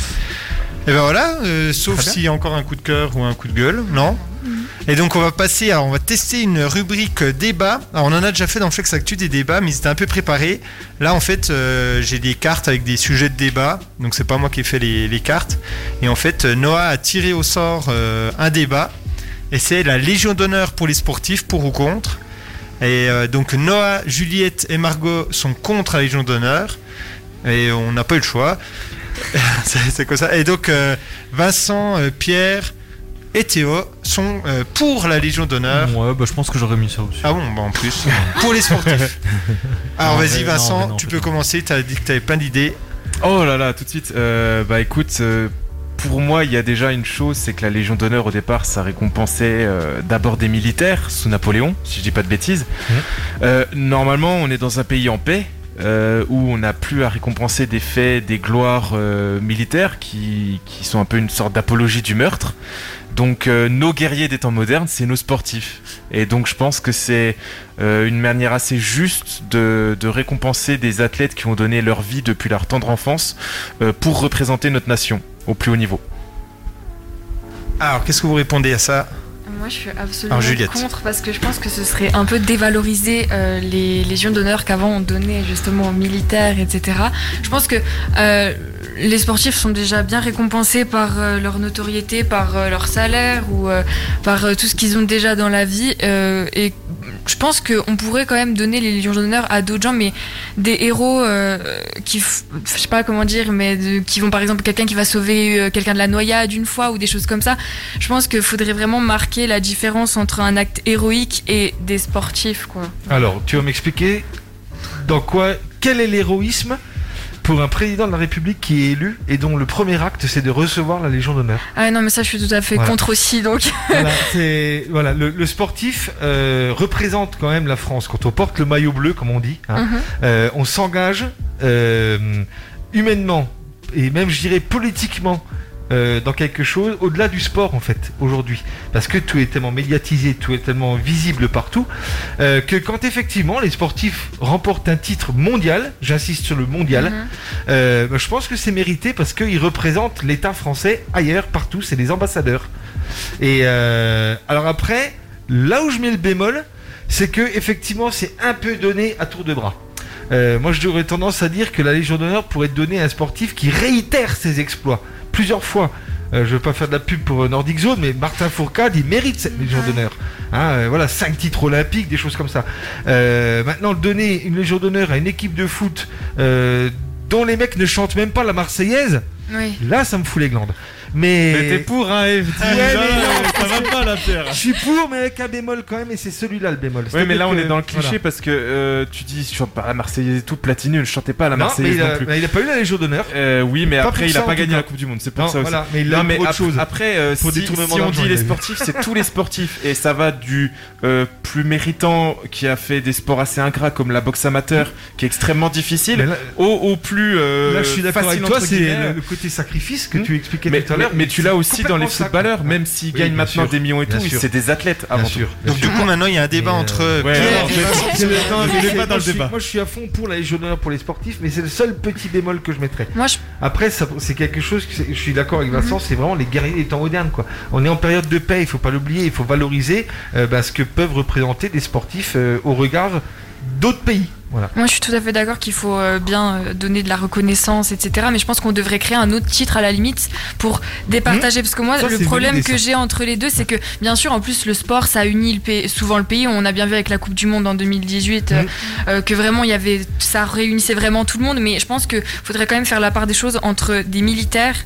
C: Et ben voilà, euh, sauf
D: Très bien.
C: s'il y a encore un coup de cœur ou un coup de gueule, non Et donc on va passer, à, on va tester une rubrique euh, débat. Alors on en a déjà fait dans Flex Actu des débats, mais ils étaient un peu préparés. Là en fait, euh, j'ai des cartes avec des sujets de débat, donc c'est pas moi qui ai fait les, les cartes. Et en fait, euh, Noah a tiré au sort euh, un débat, et c'est la Légion d'honneur pour les sportifs, pour ou contre. Et euh, donc Noah, Juliette et Margot sont contre la Légion d'honneur. Et on n'a pas eu le choix. c'est c'est comme ça. Et donc, euh, Vincent, euh, Pierre et Théo sont euh, pour la Légion d'honneur.
D: Ouais, bah, je pense que j'aurais mis ça aussi.
C: Ah bon, bah en plus. pour les sportifs. Alors
D: Non,
C: vas-y,
D: mais-
C: Vincent,
D: non, mais non,
C: tu
D: en
C: peux commencer. Tu as dit que tu avais plein d'idées.
E: Oh là là, tout de suite. Euh, bah écoute, euh, pour moi, il y a déjà une chose, c'est que la Légion d'honneur, au départ, ça récompensait euh, d'abord des militaires sous Napoléon, si je dis pas de bêtises.
C: Mmh.
D: Mhm.
E: Euh, normalement, on est dans un pays en paix. euh, où on n'a plus à récompenser des faits, des gloires euh, militaires qui, qui sont un peu une sorte d'apologie du meurtre. Donc euh, nos guerriers des temps modernes, c'est nos sportifs. Et donc je pense que c'est euh, une manière assez juste de, de récompenser des athlètes qui ont donné leur vie depuis leur tendre enfance euh, pour représenter notre nation au plus haut niveau.
C: Ah, Alors, qu'est-ce que vous répondez à ça
B: Moi, je suis absolument
C: Alors, Ah, Juliette.
B: contre parce que je pense que ce serait un peu dévaloriser euh, les légions d'honneur qu'avant on donnait justement aux militaires, etc. Je pense que euh, les sportifs sont déjà bien récompensés par euh, leur notoriété, par euh, leur salaire ou euh, par euh, tout ce qu'ils ont déjà dans la vie. euh, et je pense qu'on pourrait quand même donner les légions d'honneur à d'autres gens, mais des héros euh, qui, f- je sais pas comment dire, mais de- qui vont par exemple quelqu'un qui va sauver euh, quelqu'un de la noyade une fois ou des choses comme ça. Je pense qu'il faudrait vraiment marquer la différence entre un acte héroïque et des sportifs, quoi.
G: Alors, tu vas m'expliquer dans quoi, quel est l'héroïsme pour un président de la République qui est élu et dont le premier acte c'est de recevoir la Légion d'honneur.
B: Ah non, mais ça, je suis tout à fait
G: Voilà.
B: contre aussi, donc.
G: Voilà, c'est- voilà, le, le sportif euh, représente quand même la France. Quand on porte le maillot bleu, comme on dit, hein,
B: Mhm.
G: euh, on s'engage euh, humainement et même, je dirais, politiquement euh, dans quelque chose au-delà du sport en fait aujourd'hui parce que tout est tellement médiatisé tout est tellement visible partout euh, que quand effectivement les sportifs remportent un titre mondial j'insiste sur le mondial euh, bah, je pense que c'est mérité parce qu'ils représentent l'état français ailleurs partout c'est des ambassadeurs et euh, alors après là où je mets le bémol c'est que effectivement c'est un peu donné à tour de bras euh, moi, j'aurais tendance à dire que la Légion d'honneur pourrait être donnée à un sportif qui réitère ses exploits plusieurs fois. Euh, je veux pas faire de la pub pour euh, Nordic Zone, mais Martin Fourcade, il mérite cette Légion d'honneur. Hein, euh, voilà, cinq titres olympiques, des choses comme ça. Euh, maintenant, donner une Légion d'honneur à une équipe de foot euh, dont les mecs ne chantent même pas la Marseillaise,
B: Oui.
G: là, ça me fout les glandes. Mais,
D: Mais t'es pour hein, un FD.
G: Ouais, mais non.
D: ça va pas la paire.
G: je suis pour, mais avec un bémol quand même, et c'est celui-là le bémol.
E: Ouais, mais
G: C'est-à-dire
E: là on
G: que-
E: est dans le cliché
G: voilà.
E: parce que euh, tu dis je chante pas la Marseillaise et tout, Platini ne chantait pas la
G: Non, mais
E: Marseillaise
G: il
E: non,
G: a,
E: plus.
G: mais il a pas eu la Légion d'honneur.
E: Euh, oui, mais
G: Pas pour
E: après il
G: ça,
E: a
G: en
E: pas
G: tout
E: gagné
G: cas.
E: la Coupe du Monde, c'est pour
G: Non,
E: ça aussi.
G: voilà, mais il a
E: non,
G: eu
E: mais
G: pour autre
E: ap-
G: chose.
E: après, euh,
G: Pour
E: si,
G: détournement
E: si on
G: d'argent,
E: dit
G: il a
E: les
G: eu.
E: sportifs, c'est tous les sportifs et ça va du euh, plus méritant qui a fait des sports assez ingrats comme la boxe amateur qui est extrêmement difficile
G: Mais là,
E: au, au plus euh,
G: là, je suis d'accord
E: facile
G: avec toi,
E: entre
G: c'est
E: guillemets.
G: le, le côté sacrifice que
E: Hmm.
G: tu expliquais
E: mais,
G: tout à l'heure.
E: mais- mais tu l'as aussi dans les
G: complètement ça,
E: footballeurs,
G: quoi.
E: même s'ils
G: Oui,
E: gagnent
G: bien
E: maintenant
G: sûr.
E: des millions et
G: Bien
E: tout,
G: sûr.
E: c'est des athlètes
G: Bien
E: avant tout.
G: sûr. bien
C: Donc, du
G: sûr.
C: coup, maintenant, il y a un débat
G: Et, euh,
C: entre
E: Ouais,
C: Pierre
E: alors,
C: et
E: je-
C: Vincent.
G: C'est le- non,
E: Je
G: mais
E: l'ai
G: c'est-
E: pas dans
G: moi,
E: le
G: je suis-
E: débat.
G: Moi, je suis à fond pour la Légion d'honneur pour les sportifs, mais c'est le seul petit bémol que je mettrais.
B: Moi, je- Mhm.
G: Après, ça- c'est quelque chose que c'est- je suis d'accord avec Vincent, c'est vraiment les guerriers des temps modernes, quoi. On est en période de paix, il faut pas l'oublier, il faut valoriser euh, bah, ce que peuvent représenter des sportifs euh, au regard d'autres pays. Voilà.
B: moi, je suis tout à fait d'accord qu'il faut euh, bien euh, donner de la reconnaissance, etc. Mais je pense qu'on devrait créer un autre titre à la limite pour départager. Parce que moi,
G: Mmh. Ça, c'est
B: le
G: une
B: problème
G: bonne idée,
B: que j'ai entre les deux, c'est que, bien sûr, en plus, le sport, ça unit le pays- souvent le pays. On a bien vu avec la Coupe du Monde en 2018 euh,
G: Mhm.
B: euh, que vraiment, il y avait, ça réunissait vraiment tout le monde. Mais je pense qu'il faudrait quand même faire la part des choses entre des militaires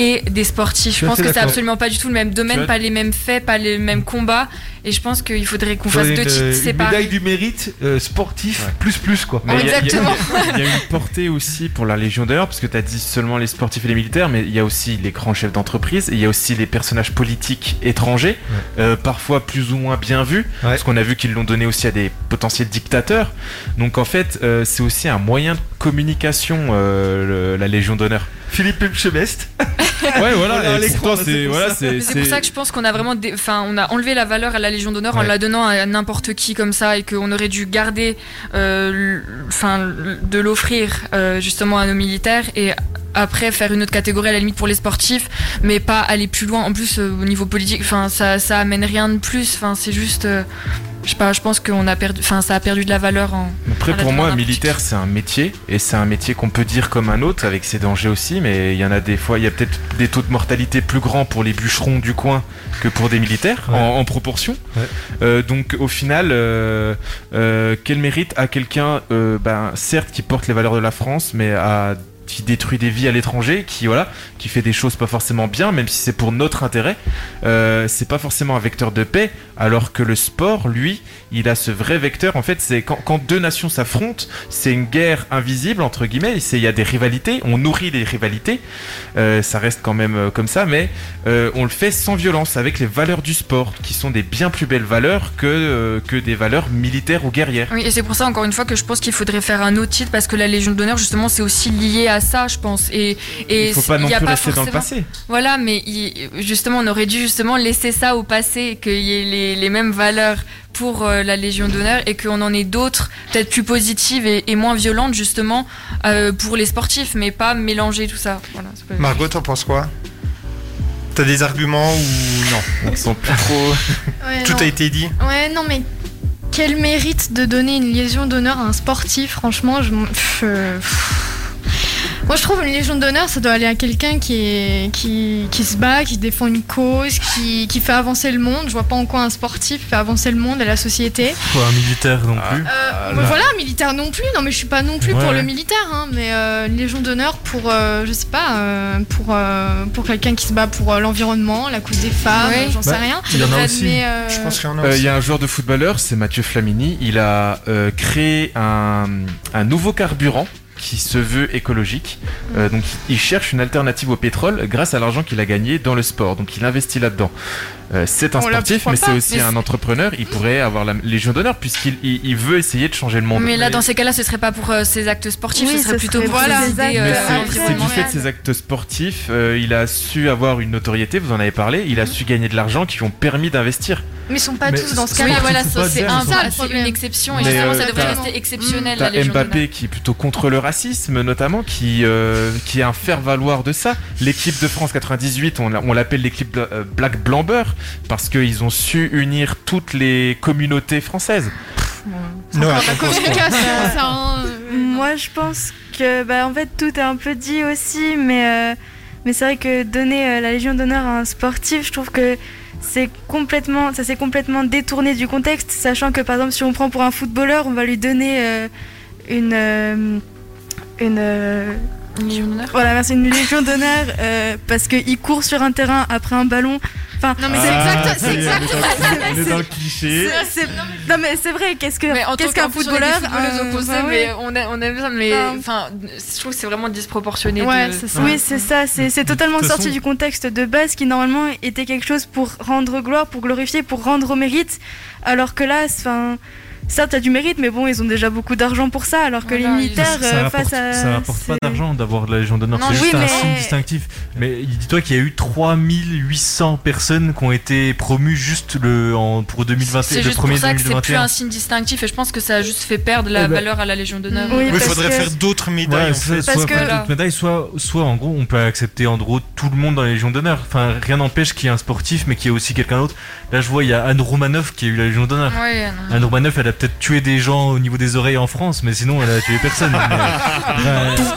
B: et des sportifs.
G: Je suis
B: Je pense
G: assez
B: que c'est
G: d'accord.
B: absolument pas du tout le même
E: Tu
B: domaine,
E: vois-
B: pas les mêmes faits, pas les mêmes combats. Et je pense qu'il faudrait qu'on fasse
G: Une-
B: deux
G: une
B: titres séparés.
G: médaille du mérite euh, sportif
E: Ouais.
G: plus plus quoi.
E: Mais il y a- il y a-
B: Exactement.
E: Il y a une portée aussi pour la Légion d'honneur, parce que tu as dit seulement les sportifs et les militaires, mais il y a aussi les grands chefs d'entreprise, et il y a aussi les personnages politiques étrangers, euh, parfois plus ou moins bien vus, parce qu'on a vu qu'ils l'ont donné aussi à des potentiels dictateurs. Donc en fait, euh, c'est aussi un moyen de communication, euh, le- la Légion d'honneur.
G: Philippe Pemchebest.
E: Ouais,
G: Voilà,
E: voilà, et
G: Alexandre,
E: pourtant,
G: c'est
E: c'est
G: pour
E: voilà,
G: ça.
E: c'est-
B: Mais C'est pour ça
E: c'est-
B: que je pense qu'on a vraiment, dé- enfin, on a enlevé la valeur à la Légion d'honneur en
G: Ouais.
B: la donnant à n'importe qui comme ça, et qu'on aurait dû garder, euh, l- enfin, l- de l'offrir euh, justement à nos militaires et après faire une autre catégorie à la limite pour les sportifs, mais pas aller plus loin. En plus, euh, au niveau politique, enfin, ça, ça amène rien de plus. Enfin, c'est juste, euh, je sais pas, je pense qu'on a perdu, enfin, ça a perdu de la valeur en.
E: Après,
B: Arrête
E: pour
B: de
E: moi,
B: voir la
E: militaire, c'est un métier, et c'est un métier qu'on peut dire comme un autre, avec ses dangers aussi, mais il y en a des fois, il y a peut-être des taux de mortalité plus grands pour les bûcherons du coin que pour des militaires,
G: Ouais.
E: en, en proportion.
G: Ouais.
E: Euh, donc, au final, euh, euh, quel mérite à quelqu'un, euh, ben, certes, qui porte les valeurs de la France, mais à qui détruit des vies à l'étranger, qui voilà, qui fait des choses pas forcément bien, même si c'est pour notre intérêt, euh, c'est pas forcément un vecteur de paix, alors que le sport, lui, il a ce vrai vecteur. En fait, c'est quand, quand deux nations s'affrontent, c'est une guerre invisible entre guillemets. C'est il y a des rivalités, on nourrit les rivalités. Euh, ça reste quand même euh, comme ça, mais euh, on le fait sans violence avec les valeurs du sport, qui sont des bien plus belles valeurs que euh, que des valeurs militaires ou guerrières.
B: Oui, et c'est pour ça, encore une fois, que je pense qu'il faudrait faire un autre titre parce que la Légion d'honneur, justement, c'est aussi lié à ça, je pense. Et, et
E: il faut pas
B: il
E: non
B: y a
E: plus
B: pas
E: rester dans le
B: forcément-
E: passé.
B: Voilà, mais il- justement, on aurait dû justement laisser ça au passé, qu'il y ait les, les mêmes valeurs pour euh, la Légion d'honneur et qu'on en ait d'autres, peut-être plus positives et, et moins violentes, justement, euh, pour les sportifs, mais pas mélanger tout ça. Voilà, c'est pas-
C: Margot, t'en penses quoi T'as des arguments ou non
E: Ils sont plus trop.
A: Ouais,
C: Tout
A: non.
C: a été dit.
A: Ouais, non, mais quel mérite de donner une légion d'honneur à un sportif, franchement, je. m'en- pff, euh, pff. Moi, je trouve une légion d'honneur, ça doit aller à quelqu'un qui, est- qui, qui se bat, qui défend une cause, qui, qui fait avancer le monde. Je vois pas en quoi un sportif fait avancer le monde et la société.
D: Quoi, un militaire non
C: Ah
D: plus.
A: Euh, bah voilà, militaire non plus. Non, mais je suis pas non plus
D: Ouais,
A: pour
D: Ah ouais.
A: le militaire, hein, mais euh, une légion d'honneur pour, euh, je sais pas, euh, pour, euh, pour quelqu'un qui se bat pour euh, l'environnement, la cause des femmes,
B: Ouais.
A: j'en sais
D: Bah,
A: rien.
D: il y en a aussi.
A: Mais, euh,
C: Je pense qu'il y en
E: Euh,
C: a.
E: Il
C: aussi.
E: y a un joueur de footballeur, c'est Mathieu Flamini. Il a euh, créé un, un nouveau carburant qui se veut écologique.
B: Hmm.
E: Euh, donc il cherche une alternative au pétrole grâce à l'argent qu'il a gagné dans le sport. Donc il investit là-dedans. Euh, c'est un
B: On l'a-
E: sportif,
B: pourquoi
E: mais c'est
B: pas,
E: aussi
B: mais
E: un
B: c'est-
E: entrepreneur. Il pourrait avoir la Légion d'honneur puisqu'il il- il veut essayer de changer le monde.
B: Mais là, dans ces cas-là, ce serait pas pour euh, ses actes sportifs,
F: Oui,
B: ce serait
F: ce
B: plutôt
F: serait
B: pour
F: voilà,
B: ses idées,
F: exact.
B: euh,
E: Mais
F: Euh,
E: c'est- c'est du
B: environnementales.
E: fait de ses actes sportifs, euh, il a su avoir une notoriété, vous en avez parlé, il a
B: Hmm.
E: su gagner de l'argent qui lui ont permis d'investir.
A: Mais ils sont pas
G: Mais
A: tous dans ce
G: c'est-
A: cas-là.
B: Oui,
G: Sportif
B: voilà,
G: ou
B: ça,
G: pas,
B: c'est
G: bien,
B: un
A: c'est ça, le
B: c'est une
A: problème.
B: exception et
E: Mais,
B: justement
E: euh,
B: ça devrait
A: t'as-
B: rester exceptionnel la
E: T'as
B: Légion d'honneur.
E: Mbappé qui est plutôt contre le racisme notamment, qui, euh, qui est un faire-valoir de ça. L'équipe de France 98, on, l'a- on l'appelle l'équipe bla- euh, Black Blamber, parce qu'ils ont su unir toutes les communautés françaises.
C: Non,
A: La communication, ça. hein, euh,
F: Moi, je pense que, bah, en fait, tout est un peu dit aussi, mais, euh, mais c'est vrai que donner euh, la Légion d'honneur à un sportif, je trouve que c'est complètement, ça s'est complètement détourné du contexte, sachant que, par exemple, si on prend pour un footballeur, on va lui donner euh, une... euh, une euh,
B: Une Légion d'honneur.
F: voilà, merci, une Légion d'honneur euh, parce qu'il court sur un terrain après un ballon. Enfin,
A: Non, mais c'est
E: Ah,
C: Ah,
A: exact, c'est exact.
G: On est dans le cliché.
F: c'est- c'est- non, mais c'est vrai, qu'est-ce
B: Mais en
F: que- qu'est-ce
B: tant
F: qu'un
B: qu'en plus, on est des
F: footballeur euh, bah
B: footballeuses
F: un-
B: opposées,
F: enfin, oui.
B: mais on a- on aime ça, mais
F: Enfin.
B: enfin, je trouve que c'est vraiment disproportionné.
A: Ouais,
B: de-
A: c'est ça.
F: Oui, c'est ça, c'est c'est totalement
G: De toute
F: sorti
G: façon-
F: du contexte de base qui normalement était quelque chose pour rendre gloire, pour glorifier, pour rendre au mérite, alors que là, c'est- enfin, certes, il y a du mérite, mais bon, ils ont déjà beaucoup d'argent pour ça, alors que
B: Voilà,
F: les
B: ils-
F: militaires
D: ça
F: euh,
D: rapporte,
F: face à...
D: ça rapporte pas
F: c'est-
D: d'argent d'avoir de la Légion d'honneur,
B: Non,
D: c'est
B: oui,
D: juste un
F: mais-
D: signe distinctif. Mais dis-toi qu'il y a eu 3800 personnes qui ont été promues juste le, en, pour 2021.
B: C'est
D: le
B: juste
D: premier
B: pour ça que c'est plus
D: 2021.
B: un signe distinctif et je pense que ça a juste fait perdre la
D: Eh ben-
B: valeur à la Légion d'honneur.
F: Oui,
C: Il
F: parce
C: faudrait
F: que-
C: faire d'autres médailles.
D: Ouais,
C: en
D: c'est ça,
C: fait.
D: soit
F: Parce que-
D: faire d'autres médailles, soit, soit en gros on peut accepter en gros tout le monde dans la Légion d'honneur. Enfin, rien n'empêche qu'il y ait un sportif mais qu'il y ait aussi quelqu'un d'autre. Là, je vois, il y a Anne Romanoff qui a eu la Légion d'honneur.
B: Ouais, non.
D: Anne Romanoff, elle a peut-être tué des gens au niveau des oreilles en France, mais sinon elle a tué personne. Mais, euh,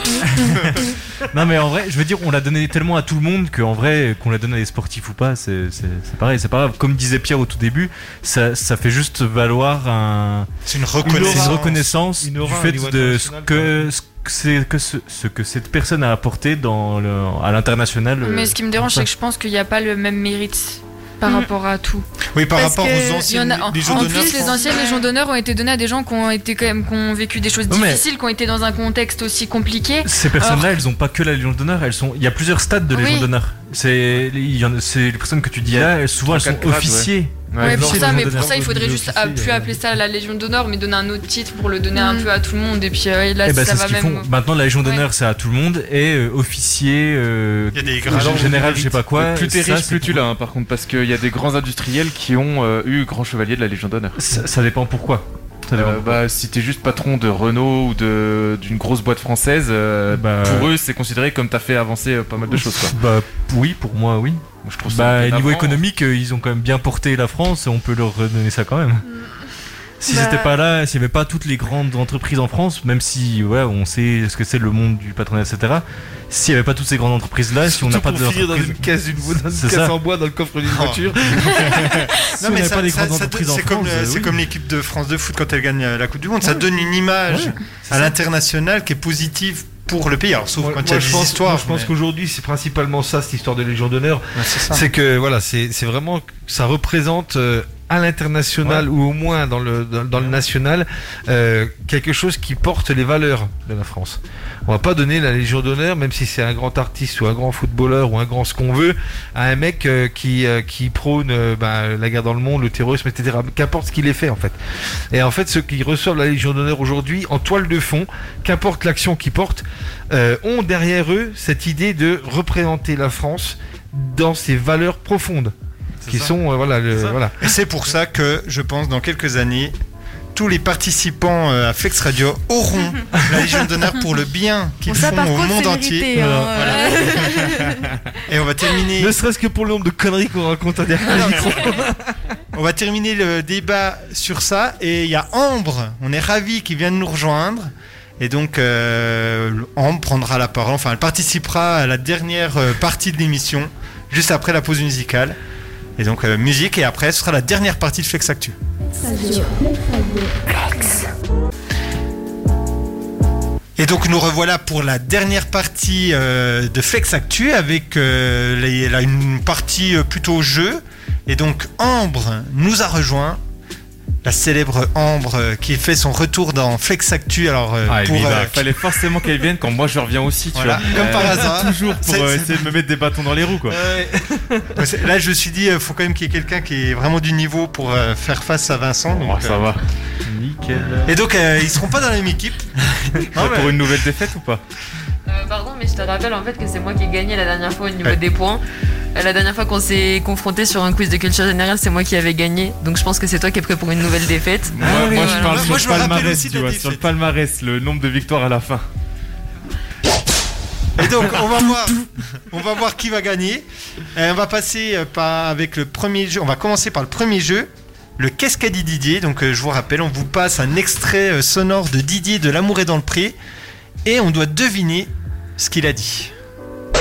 D: non mais en vrai, je veux dire, on l'a donné tellement à tout le monde qu'en vrai, qu'on la donne à des sportifs ou pas, c'est c'est- c'est pareil, c'est pas grave. Comme disait Pierre au tout début, ça, ça fait juste valoir un,
C: C'est une
D: une
C: reconnaissance.
D: reconnaissance
G: Une aura
D: du
G: au
D: fait
G: niveau
D: de ce
G: international,
D: que, ce que c'est- que ce, ce que cette personne a apporté dans le- à l'international. euh,
B: Mais ce qui me dérange,
D: ça.
B: c'est que je pense qu'il n'y a pas le même mérite par
F: Mm.
B: rapport à tout.
C: Oui, par
F: Parce
C: rapport
F: que
C: aux
B: Il y en
C: anciennes
B: a, en,
C: Légions
B: en
C: d'honneur.
B: plus, les anciennes légions d'honneur ont été données à des gens qui ont été quand même, qui ont vécu des choses
D: Non, mais-
B: difficiles, qui ont été dans un contexte aussi compliqué.
D: Ces personnes-là, elles ont pas que la Légion d'honneur, elles sont. Il y a plusieurs stades de Légion
B: Oui.
D: d'honneur. C'est, il y en a- c'est les personnes que tu dis là, elles- souvent elles
E: Trois,
D: sont
E: quatre grades,
D: officiers.
E: Ouais,
B: Ouais,
D: non,
B: pour
D: c'est
B: ça,
D: Légion
B: mais pour
D: d'honneur.
B: ça, il faudrait juste
G: Officier,
B: à- plus
G: euh,
B: appeler ça la Légion d'honneur, mais donner un autre titre pour le donner un
A: Mm.
B: peu à tout le monde. Et puis euh, et là,
D: Eh ben,
B: ça
D: c'est ce
B: va
D: qu'ils
B: même.
D: font. Maintenant, la Légion d'honneur, c'est à tout le monde et euh, officier, euh,
C: Il y a des
D: Genre,
C: grades.
D: en général, je sais pas quoi.
E: plus t'es
D: ça,
E: riche,
D: c'est
E: plus tu
D: pour-
E: l'as, hein, par contre, parce qu'il y a des grands industriels qui ont euh, eu grand chevalier de la Légion d'honneur.
D: Ça, ça dépend pourquoi. Ça dépend.
E: Euh, bah, si t'es juste patron de Renault ou de- d'une grosse boîte française, euh,
D: Bah,
E: pour eux, c'est considéré comme t'as fait avancer euh, pas mal de choses. Quoi.
D: Bah oui, pour moi oui.
E: Moi, je trouve ça un
D: Bah
E: peu
D: niveau
E: navrant.
D: économique, euh, ils ont quand même bien porté la France. On peut leur redonner ça quand même. Si
F: Bah-
D: c'était pas là, s'il n'y avait pas toutes les grandes entreprises en France, même si ouais, on sait ce que c'est le monde du patronat, etc. S'il n'y avait pas toutes ces grandes entreprises là, si on n'a pas de
G: finir dans
D: entreprises-
G: une caisse, d'une dans une
D: C'est
G: caisse
D: ça.
G: en bois dans le coffre d'une
C: Oh.
G: voiture.
D: si
C: Non,
D: on
C: mais
D: n'avait
C: ça-
D: pas les
C: ça-
D: grandes
C: ça-
D: entreprises en
C: C'est comme,
D: France,
C: le-
G: eh
D: euh,
C: c'est
D: oui.
C: comme l'équipe de France de foot quand elle gagne euh, la Coupe du Monde. Ça donne une image
D: Ouais,
C: à l'international qui est positive pour le pays. Alors, sauf
G: Moi,
C: quand il y
G: moi,
C: a
G: je
C: des
G: pense, moi,
C: histoires.
G: je pense
C: mais-
G: qu'aujourd'hui, c'est principalement ça, cette histoire de Légion d'honneur.
C: Ouais, c'est ça.
G: C'est que voilà, c'est c'est vraiment ça représente euh, à l'international ou au moins dans le dans, dans le national euh, quelque chose qui porte les valeurs de la France. On va pas donner la Légion d'honneur, même si c'est un grand artiste ou un grand footballeur ou un grand ce qu'on veut, à un mec euh, qui euh, qui prône euh, bah, la guerre dans le monde, le terrorisme, etc. Qu'importe ce qu'il ait fait en fait. Et en fait, ceux qui reçoivent la Légion d'honneur aujourd'hui en toile de fond, qu'importe l'action qu'ils portent, euh, ont derrière eux cette idée de représenter la France dans ses valeurs profondes qui sont euh, voilà le-
D: ça.
G: voilà
C: Et c'est pour ça que je pense dans quelques années, tous les participants euh, à Flex Radio auront la Légion d'honneur pour le bien
F: Bon,
C: qu'ils
F: ça,
C: font
F: par
C: au
F: contre,
C: monde
F: c'est
C: entier.
F: mérité. hein,
G: Voilà.
F: euh,
C: Et on va terminer,
G: ne serait-ce que pour le nombre de conneries qu'on raconte à derrière le micro
C: on va terminer le débat sur ça. Et il y a Ambre, on est ravi qui vient de nous rejoindre. Et donc euh, Ambre prendra la parole. Enfin, elle participera à la dernière euh, partie de l'émission, juste après la pause musicale. Et donc euh, musique. Et après, ce sera la dernière partie de Flex Actu. Et donc nous revoilà pour la dernière partie euh, de Flex Actu avec euh, les- la- une partie euh, plutôt jeu. Et donc Ambre nous a rejoint la célèbre Ambre euh, qui fait son retour dans Flex Actu. Alors, euh,
E: Ah, et
C: pour,
E: lui, il
C: euh,
E: va- fallait forcément qu'elle vienne quand moi je reviens aussi, tu
C: Voilà,
E: vois.
C: comme par hasard. hein.
E: Toujours pour
C: C'est-
E: euh,
C: c'est-
E: essayer de me mettre des bâtons dans les roues, quoi.
C: Ouais, c'est- Là, je me suis dit, il faut quand même qu'il y ait quelqu'un qui est vraiment du niveau pour euh, faire face à Vincent. donc,
E: Oh, ça
C: euh,
E: va.
D: Nickel.
C: Et donc, euh, ils seront pas dans la même équipe.
E: Prêt Pour une nouvelle défaite ou pas
K: Euh, pardon, mais je te rappelle en fait que c'est moi qui ai gagné la dernière fois au niveau des points. Euh, La dernière fois qu'on s'est confronté sur un quiz de culture générale, c'est moi qui avais gagné. Donc je pense que c'est toi qui es prêt pour une nouvelle défaite.
E: Moi,
K: oui,
E: moi, je
K: voilà.
E: parle
K: Moi,
E: sur,
K: je me
E: le
K: rappelle
E: palmarès,
K: aussi
E: tu
K: de la
E: vois, sur le palmarès, le nombre de victoires à la fin.
C: Et donc, on va voir, on va voir qui va gagner. Et on va passer euh, par avec le premier jeu. On va commencer par le premier jeu. Le Qu'est-ce qu'a dit Didier Donc, euh, je vous rappelle, on vous passe un extrait euh, sonore de Didier de L'amour est dans le pré, et on doit deviner ce qu'il a dit.
L: Euh,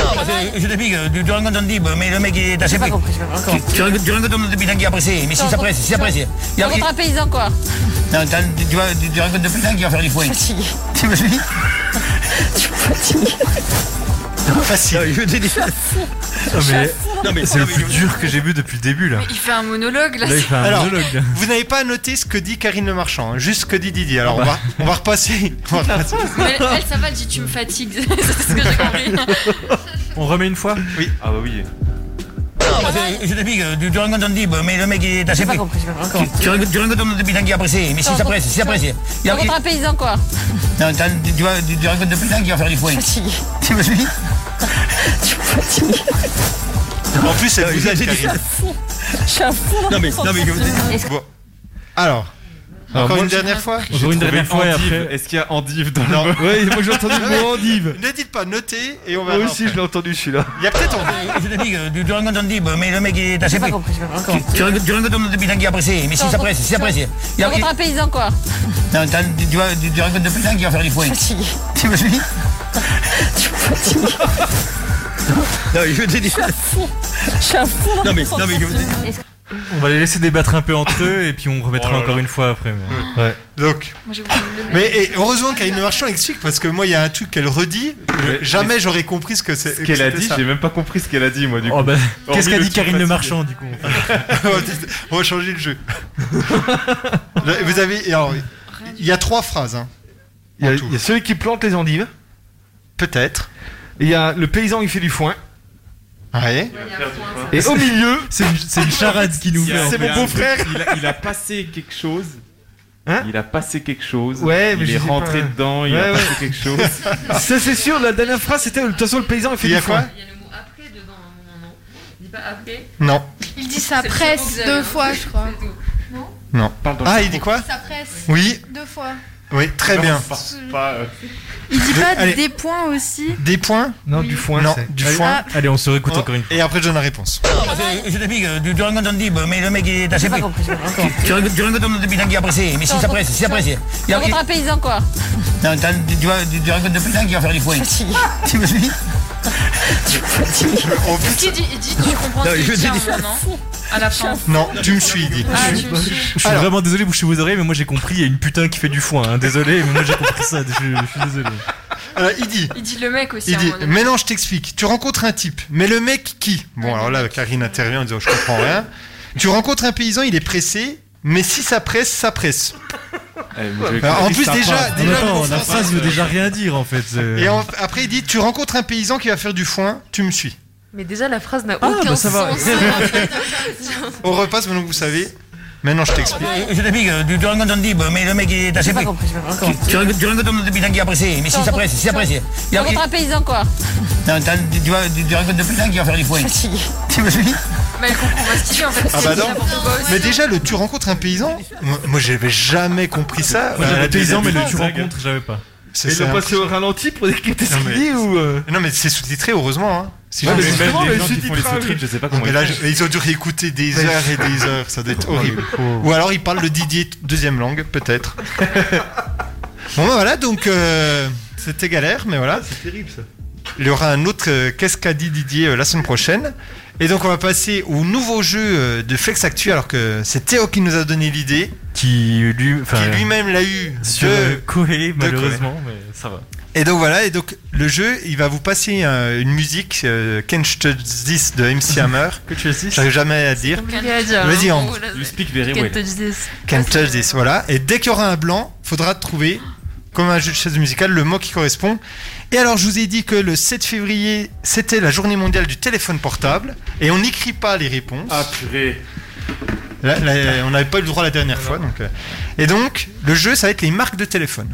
L: Je te pique, tu, tu rencontres un type, euh, mais le mec il est assez pique. Tu, tu, rencontres- tu rencontres un type qui apprécie, mais si ça apprécie, si ça apprécie. Il
M: Il
L: a- il-
M: un paysan quoi.
L: Non, t'as- tu, tu, vas- tu, tu rencontres un putain qui va faire du foin. Tu me suis Tu me fatigues.
C: Facile.
L: Je te dis.
D: Non, mais, c'est le plus dur que j'ai vu depuis le début là.
B: Il fait un monologue là.
D: Là, il fait un
C: Alors,
D: monologue. là.
C: vous n'avez pas noté ce que dit Karine Le Marchand, hein, juste ce que dit Didier. Alors,
D: Ah bah.
C: on, va, on va repasser. on va repasser.
B: Mais elle, elle, ça va, elle dit tu me fatigues. c'est ce que j'ai compris.
D: On remet une fois
C: Oui.
D: Ah bah oui.
L: Je, je te pique, euh, tu, tu rencontres un type, mais le mec il est assez pique. Tu, tu, rencontres- tu rencontres un putain qui apprécie, mais si ça apprécie, si ça apprécie. Il a- il-
M: un paysan quoi.
L: Non, t'as- tu, tu, vas- tu, tu rencontres un putain qui va faire du foin. Tu me suis Tu me fatigues.
C: En plus, elle vous aide, Karine.
M: Je suis un fou.
C: Non, mais, non, mais je vous ai- Bon. Alors,
D: Alors,
C: encore
D: moi,
C: une
D: je-
C: dernière fois
D: J'ai trouvé endive.
E: Est-ce qu'il y a endive dans
C: Non.
E: le
G: Ouais, moi j'ai entendu le mot endive.
C: Ne dites pas, notez et on va.
G: Moi aussi je l'ai entendu celui-là.
C: Il y a peut-être. un-
L: Je te dis, euh, tu, tu rencontres un type, bah, mais le mec il est assez
M: pas
L: pique.
M: compris, j'ai pas compris.
L: Tu, tu rencontres- tu rencontres un putain qui apprécie, mais si ça apprécie, si ça apprécie. Il a- il-
M: un paysan quoi.
L: Non, t'as- tu, tu vas- tu- tu rencontres un putain qui va faire du foin. Tu me suis Tu me fatigues. Non, je te dis.
M: Je suis un fou.
L: Non, mais, non, mais je te dis.
D: On va les laisser débattre un peu entre eux et puis on remettra encore une fois après. mais-
G: Ouais.
C: Donc. Mais et heureusement qu'Aïne Le Marchand explique parce que moi, il y a un truc qu'elle redit.
E: Mais-
C: Jamais j'aurais compris ce que c'est.
E: Ce qu'elle a dit, j'ai
C: j'ai
E: même pas compris ce qu'elle a dit, moi, du coup.
D: Oh bah, qu'est-ce
E: Hormis
D: qu'a
E: le
D: dit
E: truc
D: Karine
E: fatigué.
D: Le Marchand du coup
C: On va changer le jeu. Là, Vous avez. et alors, il y a trois phrases. hein,
G: Il y,
C: en
G: a-
C: tout.
G: il y a celui qui plante les endives.
C: Peut-être.
G: Il y a le paysan qui fait du foin.
C: Ouais.
G: Et au milieu,
D: C'est une, c'est une charade qui nous
E: Il a-
D: fait. en
G: C'est
D: fait.
G: mon beau-frère.
E: Il a, il a passé quelque chose.
G: Hein
E: il a passé quelque chose.
G: Ouais, mais
E: il
G: je
E: est
G: sais
E: rentré
G: pas.
E: dedans, il
G: Ouais,
E: a
G: ouais.
E: passé quelque chose.
G: ça c'est sûr, la dernière phrase c'était de toute façon le paysan il fait
C: Il y a
G: du foin.
C: quoi
K: Il y a le mot après dedans à un moment, non Dis pas
C: Non.
K: après.
A: Il dit ça
K: C'est le mot que
A: presse
K: vous avez,
A: deux
K: hein.
A: fois, je crois.
K: C'est tout.
C: Non.
E: Parle dans le
C: Ah,
E: micro.
C: il dit quoi
A: Ça presse
C: Oui.
A: deux fois.
C: Oui, très bien.
E: Ah, euh.
F: Il dit
C: Je-
F: pas
C: allez.
F: des points aussi
C: Des points
G: Non, du foin.
C: Non,
G: c'est-
C: du foin. Oh.
D: Allez, on se réécoute encore une fois.
C: Et après, je donne la réponse.
L: Je te euh, pique, tu, tu rencontres un type, bah, mais le mec il est assez pique. Tu rencontres tu rencontres un putain qui apprécie, mais si ça apprécie, si ça apprécie. Il a- il-
M: un paysan quoi.
L: Non, t'as- tu, tu vas- tu- tu rencontres un putain qui va faire du foin. Tu me suis
C: En plus,
B: Est-ce qu'il dit, il dit tu comprends ce que je dis à un moment À la fin.
C: non, tu me suis dit.
B: Ah, tu me suis.
D: Je suis
C: Alors-
D: vraiment désolé, bouchez vos oreilles, mais moi j'ai compris, il y a une putain qui fait du foin. hein. Désolé, mais moi j'ai compris ça. Je, je suis désolé.
C: Alors, Euh, il dit.
B: Il dit le mec aussi hein.
C: Il
B: à un
C: dit,
B: moment donné.
C: mais non, je t'explique. Tu rencontres un type, mais le mec qui Bon, alors là, Karine intervient en disant, je comprends rien. Tu rencontres un paysan, il est pressé, mais si ça presse, ça presse.
E: Eh,
D: Euh,
E: moi,
D: Bah,
E: j'ai
C: Alors, en
E: compris
C: plus,
E: sa
C: déjà-
E: phrase.
D: Non, mais attends,
C: le
D: la
C: français-
D: phrase veut déjà rien dire en fait. euh.
C: Et en- après, il dit, tu rencontres un paysan qui va faire du foin, tu me suis.
K: Mais déjà la phrase n'a
D: Ah,
K: aucun
D: bah, ça
K: sens.
D: va.
C: On repasse, maintenant que vous savez. Maintenant, je t'explique.
L: Euh, Je te pique, tu, tu rencontres un type, mais le mec il est assez pique. Tu, tu rencontres tu rencontres un putain qui apprécie, mais si ça apprécie, si ça apprécie. Il a- il-
M: un paysan quoi.
L: Non, t'as- tu, tu vas- tu- tu rencontres un putain qui va faire du foin. Tu me suis
K: Bah,
B: Mais elle comprend pas ce qu'il dit en fait.
C: Ah
B: c'est
C: bah
B: qu'il dit
C: non.
B: n'importe quoi aussi.
C: Mais déjà, le tu rencontres un paysan, moi, moi, j'avais jamais compris ça.
D: Moi
C: Euh,
D: j'avais
C: la
D: paysan, mais
C: deuxième
D: le tu
C: phrase.
D: rencontres, j'avais pas.
C: C'est
G: Et ils
C: ça.
G: l'ont passé au ralenti pour décrypter ce
C: Non,
G: qu'il
C: mais-
G: dit ou. euh,
C: Non, mais c'est sous-titré, heureusement. hein. Si
G: Ouais,
C: jamais-
G: mais
E: Même
G: justement,
E: les
G: le
E: gens qui font les
G: sous-titrage.
E: sous-titres, je sais pas
C: Non,
E: comment
C: mais
E: ils
C: là,
E: font.
C: je- ils ont dû réécouter des heures et des heures, ça doit être horrible. Ou alors ils parlent le Didier deuxième langue, peut-être. bon ben voilà, donc euh, c'était galère, mais voilà.
G: Ah, C'est terrible ça.
C: Il y aura un autre euh, Qu'est-ce qu'a dit Didier euh, la semaine prochaine. Et donc on va passer au nouveau jeu euh, de Flex Actu, alors que c'est Théo qui nous a donné l'idée,
D: Qui lui. Enfin,
C: qui lui-même l'a eu
D: sur
C: de-
D: euh, Koé,
C: Koé.
D: malheureusement, mais ça va.
C: Et donc voilà, et donc le jeu, il va vous passer un- une musique euh, Can't Touch This de MC Hammer.
D: Que tu dis
C: J'arrive jamais à dire.
K: compliqué à dire,
C: Vas-y,
K: hein.
C: on...
D: You speak very
K: Can't touch this.
C: Can't Touch This, voilà. Et dès qu'il y aura un blanc, faudra trouver, comme un jeu de chaise musicale, le mot qui correspond. Et alors, je vous ai dit que le 7 février, c'était la journée mondiale du téléphone portable. Et on n'écrit pas les réponses.
E: Ah purée.
C: Là, là, on n'avait pas eu le droit la dernière fois. Donc, euh. et donc, le jeu, ça va être les marques de téléphone.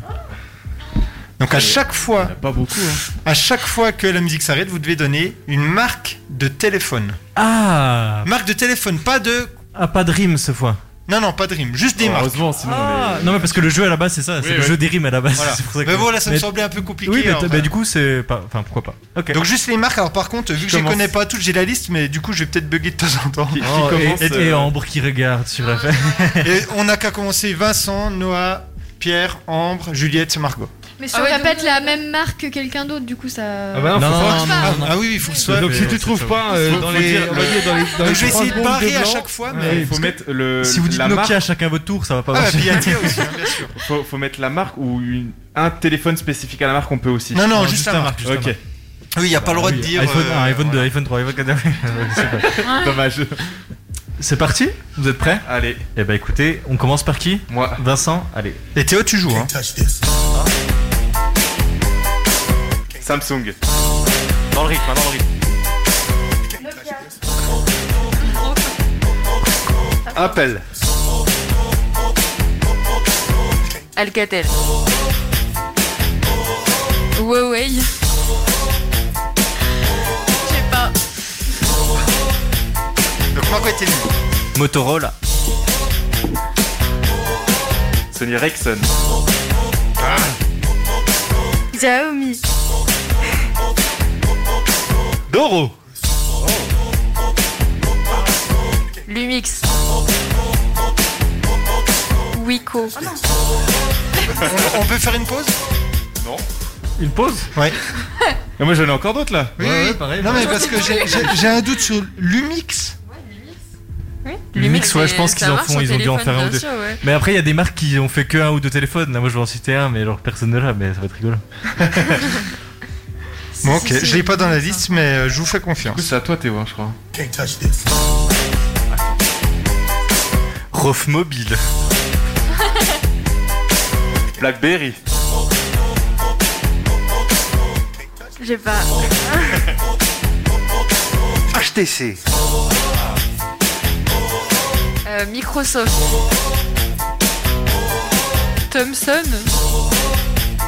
C: Donc
E: Ah,
C: à chaque fois,
E: pas beaucoup. hein.
C: À chaque fois que la musique s'arrête, vous devez donner une marque de téléphone.
D: Ah
C: Marque de téléphone, pas de.
D: Ah, pas de rime ce fois.
C: Non, non, pas de rime, juste des
D: Oh,
C: marques.
D: heureusement, sinon Ah, on est- non, mais parce que le jeu, à la base, c'est ça, c'est le jeu des rimes, à la base,
C: Voilà.
D: c'est pour ça que-
C: Mais voilà, ça me
D: Mais-
C: semblait un peu compliqué. hein,
D: Oui, mais
C: alors,
D: t- bah,
C: voilà.
D: du coup, c'est pas. Enfin, pourquoi pas
C: Donc juste les marques. Alors par contre, vu que je les
D: commence.
C: connais pas toutes, j'ai la liste, mais du coup, je vais peut-être bugger de temps en temps.
D: Oh, et, et-
C: euh,
D: et Ambre qui regarde sur la fête.
C: Et on n'a qu'à commencer. Vincent, Noah, Pierre, Ambre, Juliette, Margot.
A: Mais si on répète
B: euh,
A: la même marque que quelqu'un d'autre, du coup ça.
C: Ah bah non,
G: Non,
C: faut
G: non,
C: pas.
G: non, non,
C: Ah,
G: non.
C: ah oui, il faut que ce soit.
G: Donc si tu trouves pas euh, dans les on va dire dans les dans les
C: Je vais
G: trois
C: essayer de
G: secondes
C: barrer à
G: blanc,
C: chaque fois,
G: ouais,
C: mais.
E: il faut mettre le.
D: Si vous dites
E: la
D: Nokia à
E: marque-
D: chacun votre tour, ça va pas
C: euh, Ah,
D: marcher.
C: puis Yatia aussi, hein, bien sûr.
E: faut, faut mettre la marque ou une- un téléphone spécifique à la marque, on peut aussi.
C: Non, non, juste la marque, juste la
E: Ok.
C: marque. Oui, il n'y a pas le droit de dire.
D: Ah iPhone
C: euh,
D: 1, iPhone 2, iPhone 3, iPhone 4. c'est pas-
E: Dommage.
D: C'est parti Vous êtes prêts
E: Allez.
D: Eh bah écoutez, on commence par qui
E: Moi.
D: Vincent Allez.
C: Et Théo, tu joues. Hein.
E: Samsung. Dans le rythme, hein, dans le rythme. Apple.
K: Alcatel. Huawei. Je sais pas.
C: Donc Margot était nulle.
D: Motorola.
E: Sony Rexon. Ah.
F: Xiaomi.
E: Doro.
K: Lumix. Wiko.
C: Ah on, on peut faire une pause
E: Non.
D: Une pause
C: Ouais.
E: Et moi j'en ai encore d'autres là.
C: Oui, oui. Non, mais parce que j'ai- j'ai j'ai un doute sur Lumix.
D: Lumix, ouais, je pense qu'ils en font, ils ont dû en faire un ou deux. Mais après, il y a des marques qui ont fait que un ou deux téléphones. Là, moi, je vais en citer un, mais genre personne ne l'a, mais ça va être rigolo.
C: Bon, ok, je l'ai pas dans la liste, mais euh, je vous fais confiance.
E: C'est à toi Théo, hein, je crois.
D: Rof Mobile.
E: Blackberry.
F: J'ai pas.
L: HTC.
K: Euh, Microsoft. Thomson.
C: Euh,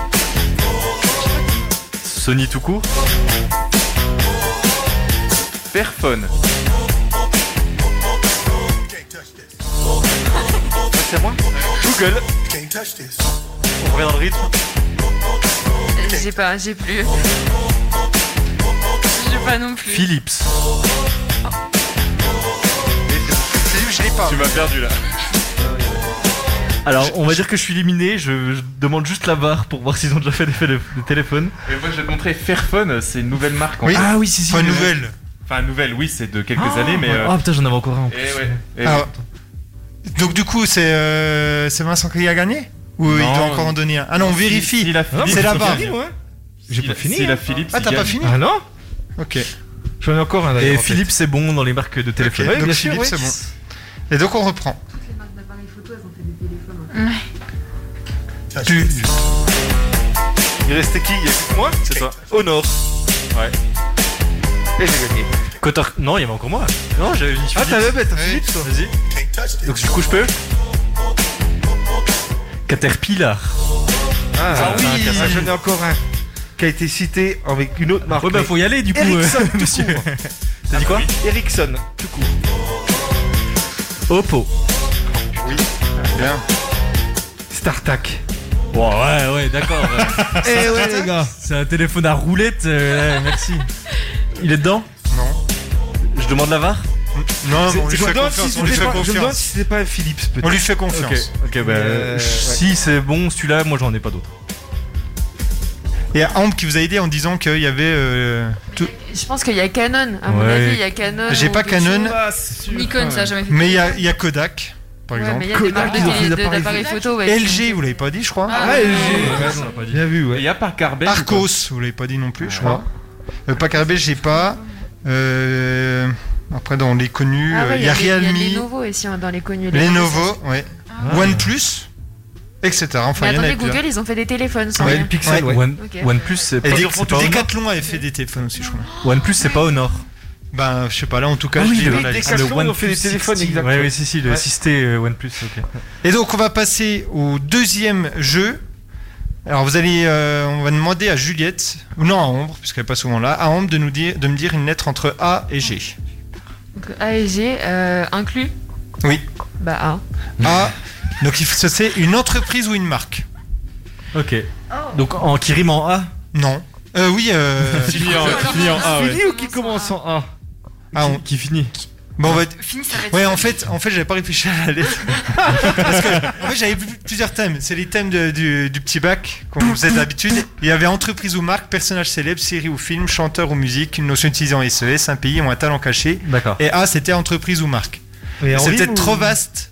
D: Sony tout court.
E: Fairphone. C'est moi Google.
D: On revient dans le rythme.
K: Euh, J'ai pas, j'ai plus. J'ai pas non plus.
D: Philips.
C: Je l'ai pas.
E: Tu m'as perdu là.
D: Alors, on va dire que je suis éliminé. Je, je demande juste la barre pour voir s'ils ont déjà fait des, des téléphones.
E: Et moi je montrer Fairphone, c'est une nouvelle marque. en
C: Oui.
E: fait.
D: Ah oui, si, si.
C: Enfin,
D: mais-
C: nouvelle.
E: Enfin nouvelle, oui, c'est de quelques
D: Ah,
E: années, mais.
D: ouais.
E: euh,
D: Ah putain, j'en avais encore un. en
E: eh
D: plus.
E: ouais. Eh
C: Ah,
E: ouais.
C: Donc, du coup, c'est euh, c'est Vincent qui a gagné Ou il
E: Non.
C: doit encore en donner un Ah non, on
E: Si-
C: vérifie.
E: s'il a Philips,
C: c'est
E: il
C: là-bas.
E: gagne.
G: J'ai
E: S'il
G: pas
E: a-
G: fini.
E: s'il a
G: hein.
E: Philips,
C: Ah,
E: il
C: t'as pas
E: gagne.
C: fini
G: Ah non
C: Ok.
G: J'en ai encore un
D: Et
G: d'ailleurs. en tête.
D: Philips, c'est bon dans les marques de
C: Ok,
D: téléphone.
C: donc Philips, c'est bon. Et donc, on reprend. Tu-
E: Il restait qui Il y a que moi C'est toi.
D: Honor.
E: Ouais. Et j'ai gagné.
D: Cotard. Non, il y avait encore moi. Non, j'avais mis
G: Ah
D: Philips.
G: t'avais bête, t'as
C: Oui.
G: Philips toi.
D: Vas-y.
E: Donc du coup je peux
D: Caterpillar.
G: Ah,
D: oui.
G: ah, j'en ai encore un qui a été cité avec une autre marque.
D: Ouais, bah faut y aller du coup. euh,
G: Ericsson, tout
D: monsieur.
G: court. Ah, bah
D: T'as dit quoi
G: Ericsson, tout court.
D: Oppo.
C: Bien.
G: StarTac.
D: Bon, ouais, ouais, d'accord. ouais.
G: Eh ouais les gars.
D: c'est un téléphone à roulette. euh, ouais, merci. Il est dedans
C: Non.
D: Je demande la VAR
C: Non, mais
G: C'est-
C: on lui
G: je me
C: fait
G: demande si
C: confiance. On lui
G: c'était
C: fait
G: pas- je me demande
C: confiance.
G: si c'était pas un Philips peut-être.
C: On lui fait confiance.
D: Ok, bah.
G: Euh, ouais.
D: Si c'est bon, celui-là, moi j'en ai pas d'autres.
C: Et Ambre qui vous a aidé en disant qu'il y avait. euh, tout-
K: Je pense qu'il y a Canon. À mon
D: Ouais.
K: avis, il y a Canon.
C: J'ai
K: ou
C: pas
D: Ah,
K: d'autres
C: Canon,
K: choses. Nikon, ça a jamais fait.
C: mais il y a- il y a Kodak. par
K: Ouais,
C: exemple.
K: mais il y a des marques de télé- de- d'appareils photo, ouais, qui
C: LG, vous l'avez pas dit, je crois.
K: Ah, Ah, ouais, LG. ouais, ouais, on l'a
C: pas dit. Bien vu, ouais.
E: Il y a pas Carbet.
C: Arcos, vous l'avez pas dit non plus, je crois. Euh, pas Carbet, j'ai pas. Euh, Après, dans les connus,
K: Ah
C: euh,
K: ouais,
C: il y a
K: des- Il y a
C: Realme,
K: Lenovo aussi hein, dans les connus. les
C: Lenovo,
K: Lenovo. Ah.
C: ouais. OnePlus, etc. Enfin,
K: mais
C: il y en a
K: attendez,
C: plein.
K: Google, ils ont fait des téléphones. sans
C: Ouais,
K: rien.
C: Pixel, ouais.
D: One-
K: hein. Ok.
D: OnePlus, c'est
C: Et
D: pas, c'est
C: Decathlon,
D: pas Honor.
C: Decathlon avait fait des téléphones aussi, je crois.
D: OnePlus, c'est pas Honor.
C: Bah, je sais pas, là en tout cas,
D: Ah
C: je
D: oui,
C: dis
D: le,
C: dans la liste.
D: le OnePlus 60. Ouais, oui, si, si, le
C: Ouais.
D: 6T euh, OnePlus, ok.
C: Et donc, on va passer au deuxième jeu. Alors, vous allez, euh, on va demander à Juliette, ou non à Ambre, puisqu'elle n'est pas souvent là, à Ambre de, nous dire, de me dire une lettre entre A et G.
K: Donc, A et G euh, inclus
C: Oui.
K: Bah
D: Ah.
K: A.
C: A, donc il faut- c'est une entreprise ou une marque.
D: Ok. Donc en qui rime en A
C: Non. Euh, oui, euh...
D: Fini en- fini en A, ouais. Fini
C: ou qui commence en A Ah, on... Qui finit Bon, bah, ouais, en fait, en fait, j'avais pas réfléchi à la lettre. Parce que, en fait, j'avais vu plusieurs thèmes. C'est les thèmes de- du, du petit bac, comme vous êtes d'habitude. Il y avait entreprise ou marque, personnage célèbre, série ou film, chanteur ou musique, une notion utilisée en SES, un pays ou un talent caché.
D: D'accord.
C: Et A, c'était entreprise ou marque.
G: Mais en
C: C'est
G: rime
C: peut-être
G: ou-
C: trop vaste.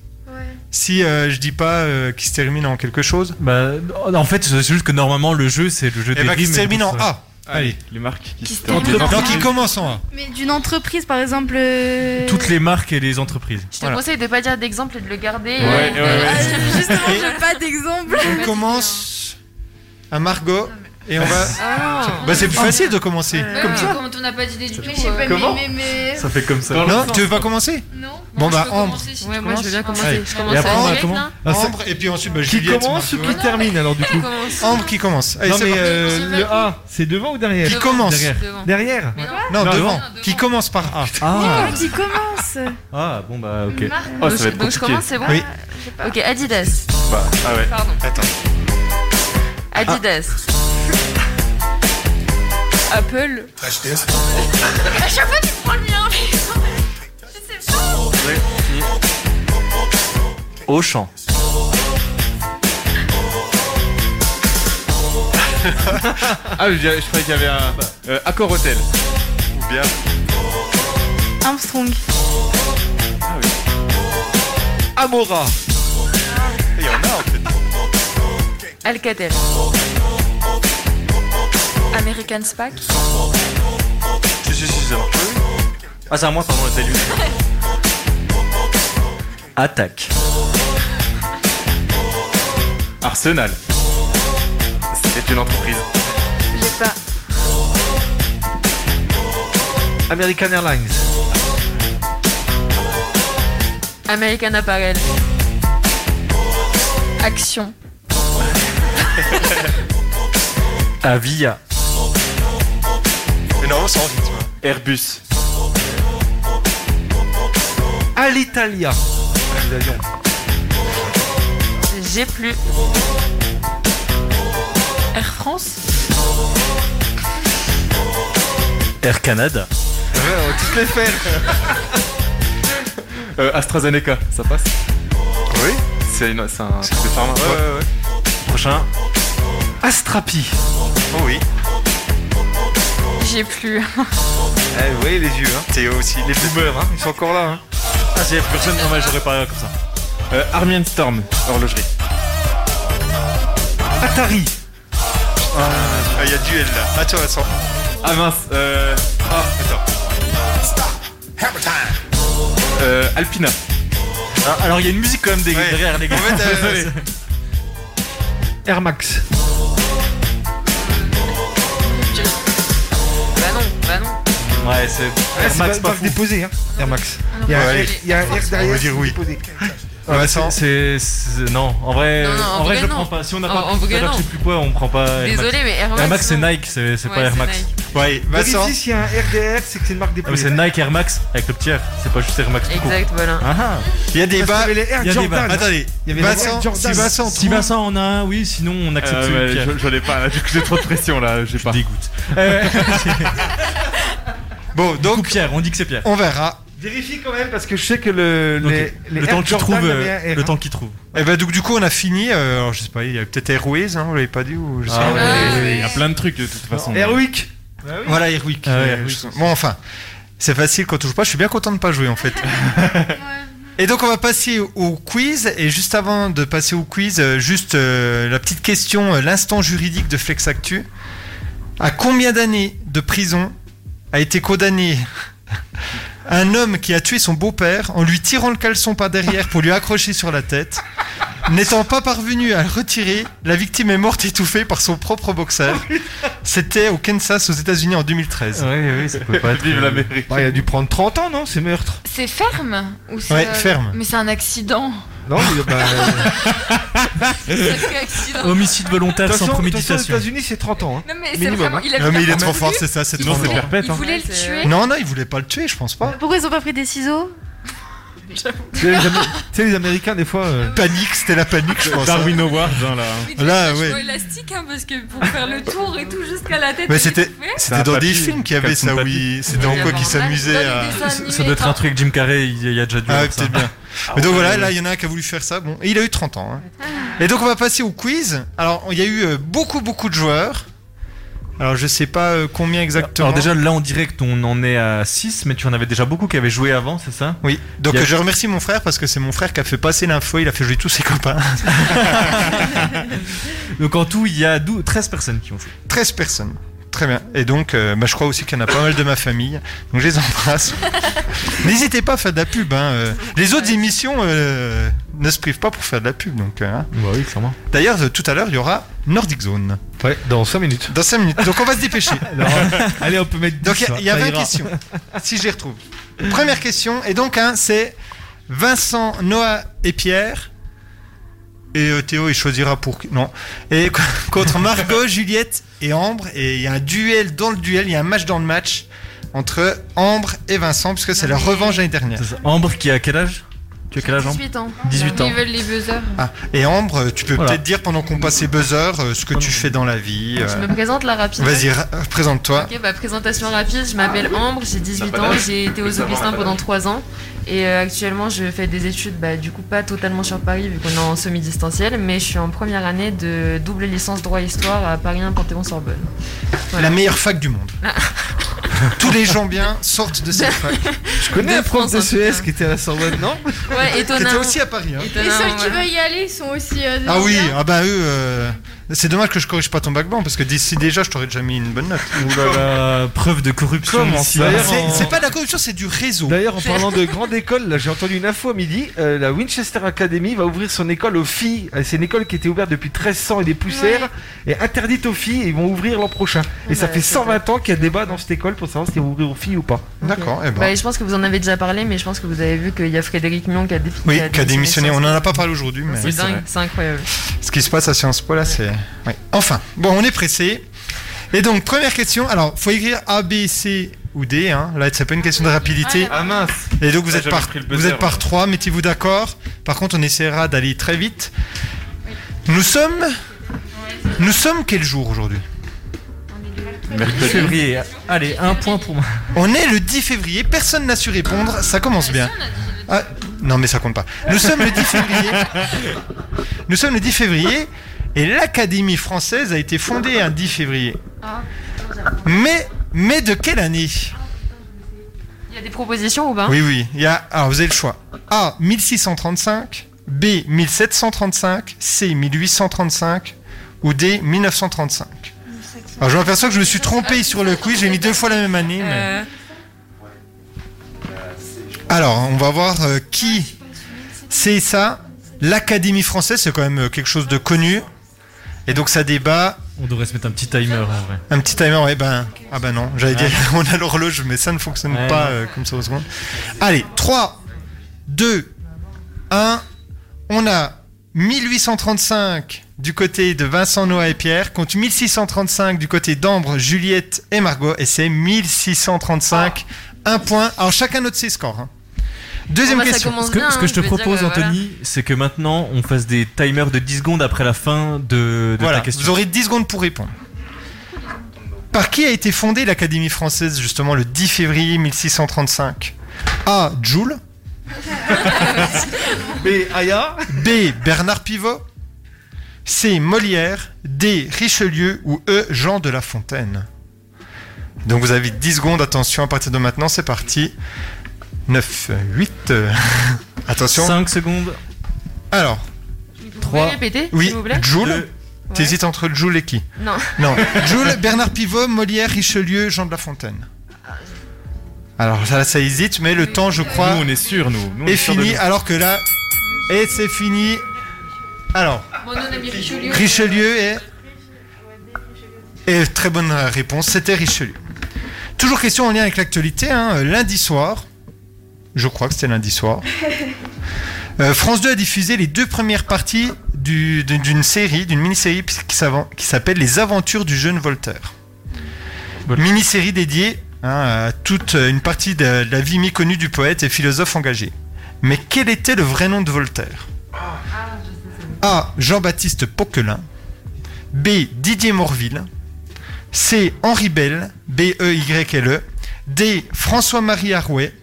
C: Si euh, je dis pas euh, qui se termine en quelque chose.
D: Bah, en fait, c'est juste que normalement le jeu, c'est le jeu
C: Eh
D: des
C: bah, qui
D: rimes
C: se
D: et
C: termine
D: donc,
C: en
D: ça-
C: A. Allez.
E: Les marques qui se
C: Donc,
E: terminent.
C: qui commence en A.
F: Mais d'une entreprise, par exemple. euh,
D: Toutes les marques et les entreprises.
K: Je te conseille de pas dire d'exemple et de le garder.
D: Ouais,
K: euh,
D: ouais, ouais.
K: Ah,
F: Justement, j'ai pas d'exemple.
C: On commence à Margot et on va.
K: Ah non.
C: Bah c'est plus facile de commencer.
K: Euh,
C: Comme ça.
N: on n'a pas d'idée du tout.
C: mais- Comment mais-
D: Ça fait comme ça.
C: Non, tu veux pas commencer
N: Non.
C: Bon bah
N: peux
C: Ambre.
N: commencer, si tu
K: Ouais, moi, je veux bien
N: commences.
K: commencer.
C: Allez.
K: Je
C: Et
K: commence
C: après,
K: à
C: on va
K: Juliette,
C: comment
K: là.
G: Ah, ça-
C: Ambre et puis ensuite bah,
G: Qui
C: Juliette.
G: commence ou
C: Margot.
G: qui termine alors du coup
K: Commence.
C: Ambre qui commence. Allez,
G: Non
C: c'est
G: mais
C: parti.
G: euh, le A, c'est devant ou derrière
C: Qui commence
G: Derrière. Derrière
C: Non,
G: Non,
C: devant. Qui commence par A.
F: Ah, qui commence
D: Ah bon bah ok.
E: Oh,
K: Donc, je- donc je commence, c'est bon
D: Oui.
K: Je sais pas. Ok, Adidas.
E: Bah, ah ouais.
K: Pardon.
E: Attends.
K: Adidas.
C: Ah.
K: Apple.
N: À chaque fois, tu prends le
K: hein,
N: mien.
D: Auchan.
E: ah, je, dirais- je croyais qu'il y avait un. Euh, Accor Hotel. Ou bien.
F: Armstrong.
E: Ah oui. Amora. Il y en a en fait.
K: Alcatel.
B: American Spac.
O: Si, si, si, ça marche. Ah, c'est à moi, pardon, le salut.
D: Attaque.
E: Arsenal. C'est une entreprise.
K: J'ai pas.
G: American Airlines.
K: American Apparel.
B: Action.
D: Avia.
E: Mais normalement, c'est en rythme. Airbus.
G: Alitalia. Les avions.
D: Ah
K: J'ai plus.
B: Air France.
D: Air Canada.
E: Ouais, on va tous les faire. euh, AstraZeneca, ça passe Oui. C'est une- c'est un truc de pharma. Ouais, ouais, ouais. Prochain.
G: Astrapi.
E: Oh oui.
B: J'ai plus.
G: Eh, vous voyez les yeux, hein
E: Théo aussi.
G: Les boomers, hein Ils sont encore là, hein
D: Ah, j'ai plus personne, non, mais j'aurais pas comme ça.
E: Euh, Armian Storm, horlogerie.
G: Atari.
E: Ah, il y a duel là. Attends, attends. Ah mince, euh. Ah, attends. Euh, Alpina.
D: Ah, Alors il y a une musique quand même des- derrière les gars.
E: En fait, euh,
D: Désolé.
G: Air Max.
K: Bah non, bah non.
D: Ouais, c'est
G: Air Max, pas,
D: fou. Ah
G: déposé, hein Air Max. Il y a un
D: Ouais.
G: R- il y a un R derrière.
D: On va dire
G: c'est
D: oui.
G: déposé.
D: Ah, bah, c'est- c'est c'est- non en vrai
K: Non, non, en
D: Euh, en vrai
K: vrai,
D: je le
K: non.
D: prends pas si on n'a
K: En-
D: pas
K: en vrai,
D: c'est-à-dire que
K: non.
D: je sais plus quoi on prend pas Air Max.
K: Désolé, mais Air Max,
D: Air Max c'est
K: non.
D: Nike c'est c'est
K: Ouais,
D: pas Air
K: c'est
D: Max
K: Nike.
D: ouais
G: Vérifie s'il y
C: hein.
G: a un RDR, c'est que c'est une marque
D: Ah, mais
G: déposée.
D: c'est Nike Air Max avec le petit R c'est pas juste Air Max tout court.
K: Exact, voilà.
D: Ah, ah.
C: Il y a des
G: Parce
C: bas.
G: qu'il y avait les Air
C: Il y a des bas.
G: Jordan.
C: Attendez.
G: Il y avait les
C: Vincent,
G: Air Jordan.
C: si Vincent,
D: si Vincent en a un oui sinon on accepte
E: Euh,
D: celui
E: ouais,
D: de Pierre.
E: je, je l'ai pas là, du coup, j'ai trop de pression là, j'ai pas.
D: Dégoûte.
C: Bon, donc
D: Pierre, on dit que c'est Pierre.
C: On verra.
G: Vérifie quand même parce que je sais que le.
C: Ok.
G: les- les Air Jordan avaient un R, hein.
D: qu'il trouve.
C: Et bah donc du coup on a fini. euh, alors je sais pas, il y a peut-être Airways, hein, vous l'avez pas dit ou je sais
E: Ah
C: pas. Euh,
E: ouais, ouais, Bah ouais, il y a plein de trucs de toute façon.
G: Airwick.
C: Voilà Airwick.
D: Ah ouais,
C: Euh,
D: Airwick.
C: je- Bon enfin, c'est facile quand on joue pas. Je suis bien content de pas jouer en fait. Et donc on va passer au quiz. Et juste avant de passer au quiz, euh, juste euh, la petite question, euh, l'instant juridique de Flex Actu. À combien d'années de prison a été condamné un homme qui a tué son beau-père en lui tirant le caleçon par derrière pour lui accrocher sur la tête N'étant pas parvenu à le retirer, la victime est morte étouffée par son propre boxeur. C'était au Kansas, aux États-Unis, en 2013.
D: Oui, oui, ça peut pas être.
G: Vive l'Amérique. Bah, il a dû prendre 30 ans, non C'est meurtre.
B: C'est ferme ou c'est, euh,
G: Ouais, ferme.
B: Mais c'est un accident.
G: Non, mais, bah, euh,
B: Sacré accident.
O: Homicide volontaire sans
G: Aux
O: préméditation.
G: États-Unis, c'est 30 ans. hein.
B: Non, mais c'est
G: Minimum,
B: vraiment-
G: hein.
B: il a- Non, mais il est trop
C: fort, c'est ça, c'est
G: Sinon,
C: trop
G: c'est
C: fort.
G: perpète,
C: Il
G: hein.
B: voulait le tuer.
C: Non, non, il voulait pas le tuer, je pense pas.
F: Pourquoi ils ont pas pris des ciseaux
G: Tu sais, les Amé- tu sais, les Américains, des fois. euh,
C: Panique, c'était la panique, je pense. hein.
G: Darwin
E: Award, là.
C: Là,
B: C'est
C: ouais.
B: vachement élastique, hein, parce que pour faire le tour et tout jusqu'à la tête.
C: Mais
B: il
C: c'était
B: est fait.
C: c'était dans des films qu'il y avait ça, oui. C'était en quoi qui s'amusait à.
B: animés,
D: Ça doit être un
K: hein.
D: truc Jim Carrey, il y a- il y a déjà dû
C: Ah,
D: avoir
C: ouais,
D: ça.
C: peut-être bien. Mais
D: Ah
C: donc voilà, là, il y en a un qui a voulu faire ça. Bon, et il a eu 30 ans. hein. Et donc, on va passer au quiz. Alors, il y a eu euh, beaucoup, beaucoup de joueurs. Alors, je sais pas euh, combien exactement.
D: Alors déjà là en direct on en est à 6 mais tu en avais déjà beaucoup qui avaient joué avant c'est ça
C: Oui. Donc,
D: Il y a-
C: je remercie mon frère parce que c'est mon frère qui a fait passer l'info. Il a fait jouer tous ses copains.
D: Donc en tout il y a 12 13 personnes qui ont joué.
C: 13 personnes. Très bien. Et donc, euh, bah, je crois aussi qu'il y en a pas mal de ma famille. Donc, je les embrasse. N'hésitez pas à faire de la pub. hein, euh. Les autres émissions euh, ne se privent pas pour faire de la pub. Donc, euh, hein.
G: Bah
D: oui clairement.
C: D'ailleurs, euh, tout à l'heure, il y aura Nordic Zone.
G: Ouais, dans 5 minutes. euh,
C: Dans 5 minutes. Donc, on va se dépêcher.
G: Allez, on peut mettre.
C: Donc
G: 10,
C: il y a- il y a
G: ça
C: 20
G: ira.
C: questions, si je les retrouve. Première question, et donc hein, c'est Vincent, Noah et Pierre. Et euh, Théo, il choisira pour... qui- Non. Et co- contre Margot, Juliette et Ambre. Et il y a un duel dans le duel, il y a un match dans le match entre Ambre et Vincent, puisque c'est leur revanche l'année dernière.
D: Ambre qui a quel âge Tu as
C: hein.
D: quel âge Ambre
K: 18 ans.
D: 18 ans.
K: Ils veulent les buzzers.
C: Ah, et Ambre, euh, tu peux
D: Voilà.
C: peut-être dire pendant qu'on passe les buzzers euh, ce que tu fais dans la vie.
K: Je
C: euh.
K: me présente là rapidement.
C: Vas-y, ra- euh, présente-toi.
K: Ok, bah, présentation rapide, je m'appelle Ambre, j'ai 18 ans, j'ai été aux Augustins pendant 3 ans et euh, actuellement je fais des études, bah, du coup pas totalement sur Paris vu qu'on est en semi-distanciel, mais je suis en première année de double licence droit et histoire à Paris 1 Panthéon-Sorbonne. Ah.
C: La meilleure fac du monde. Tous les gens bien sortent de cette fac.
G: Je connais un prof de CS qui était à la Sorbonne, non
K: Ouais,
C: Qui était
K: étonnamment.
C: aussi à Paris. hein.
A: Les seuls qui
K: ouais.
A: veulent y aller sont aussi. euh, des
C: Ah oui,
A: Indiens.
C: ah bah eux. euh, C'est dommage que je corrige pas ton bac blanc parce que d'ici déjà je t'aurais déjà mis une bonne note.
D: Oulala, preuve de corruption.
G: Comment
D: ici.
G: ça
D: Ah,
G: D'ailleurs,
D: c'est-
G: en-
D: c'est-
C: C'est pas de la corruption, c'est du réseau.
G: D'ailleurs, en parlant de grande école, là, j'ai entendu une info à midi. euh, la Winchester Academy va ouvrir son école aux filles. Euh, C'est une école qui était ouverte depuis 1300 et des poussières et interdite aux filles. Et ils vont ouvrir l'an prochain. Et ça
K: bah,
G: fait
K: c'est
G: 120 ans qu'il y a débat dans cette école pour savoir si elle va ouvrir aux filles ou pas.
C: D'accord, eh ben.
K: Bah, je pense que vous en avez déjà parlé, mais je pense que vous avez vu qu'il y a Frédéric Mion qui a, défi-
C: oui, qui a démissionné. On en a pas parlé aujourd'hui, mais
K: C'est dingue, c'est incroyable.
C: ce qui se passe à Sciences Po là, c'est. ouais. Enfin, bon, on est pressé. Et donc première question. Alors, faut écrire A, B, C ou D. Hein. Là, c'est pas une question de rapidité.
G: Ah mince
C: Et donc vous
G: Ah,
C: êtes
G: j'avais
C: par,
G: pris le buzzer.
C: vous êtes par trois. Mettez-vous d'accord. Par contre, on essaiera d'aller très vite. Nous sommes. Nous sommes quel jour aujourd'hui
D: Février. Allez, un point pour moi.
C: On est le 10 février, personne n'a su répondre, ça commence bien. Ah, non mais ça compte pas. Nous sommes le 10 février. Nous sommes le 10 février et l'Académie française a été fondée un 10 février. Mais mais de quelle année
K: Il y a des propositions ou pas
C: Oui oui, il y a alors vous avez le choix. A 1635, B 1735, C 1835 ou D 1935. Alors je m'aperçois que je me suis trompé sur le quiz, j'ai mis deux fois la même année mais-
K: Euh,
C: Alors, on va voir euh, qui c'est ça. L'Académie française, c'est quand même euh, quelque chose de connu. Et donc ça débat.
D: On devrait se mettre un petit timer en vrai.
C: Un petit timer, eh ben. Ah ben non, j'allais dire, on a l'horloge, mais ça ne fonctionne
D: Ouais,
C: pas
D: non.
C: euh, comme ça aux secondes. Allez, 3, 2, 1. On a 1835 du côté de Vincent Noah et Pierre, contre 1635 du côté d'Ambre, Juliette et Margot, et c'est 1635.
K: Oh.
C: Un point. Alors chacun note ses scores. hein. Deuxième
K: Bon, bah, ça
C: question.
K: commence
D: Ce que,
K: bien,
D: ce que
K: hein,
D: je te
K: veux dire,
D: propose,
K: euh, voilà.
D: Anthony, c'est que maintenant on fasse des timers de 10 secondes après la fin de, de
C: Voilà,
D: ta question.
C: vous aurez 10 secondes pour répondre. Par qui a été fondée l'Académie française justement le 10 février 1635 A. Joule.
G: B. Aya.
C: B. Bernard Pivot. C. Molière. D. Richelieu. Ou E. Jean de La Fontaine. Donc vous avez 10 secondes, attention, à partir de maintenant, c'est parti. 9, 8. Attention.
D: 5 secondes.
C: Alors.
K: Vous pouvez
C: 3.
K: répéter,
C: Oui,
K: s'il vous plaît
C: Joule.
K: Deux.
C: T'hésites entre Joule et qui
K: Non.
C: Non. Joule, Bernard Pivot, Molière, Richelieu, Jean de La Fontaine. Alors ça, ça hésite, mais le temps, je crois.
E: Nous, on est sûr, nous. Nous, on
C: est,
E: est sûrs de
C: fini,
E: nous.
C: alors que là. Et c'est fini. Alors,
N: Mon nom est Richelieu.
C: Richelieu est. Et très bonne réponse, c'était Richelieu. Toujours question en lien avec l'actualité, hein, lundi soir, je crois que c'était lundi soir, euh, France 2 a diffusé les deux premières parties du- d'une d'une série, d'une mini-série qui s'avan- qui s'appelle Les Aventures du jeune Voltaire. Mini-série dédiée hein, à toute une partie de la vie méconnue du poète et philosophe engagé. Mais quel était le vrai nom de Voltaire A. Jean-Baptiste Poquelin. B. Didier Morville. C. Henri Bell. E, B-E-Y-L-E. D. François-Marie Arouet.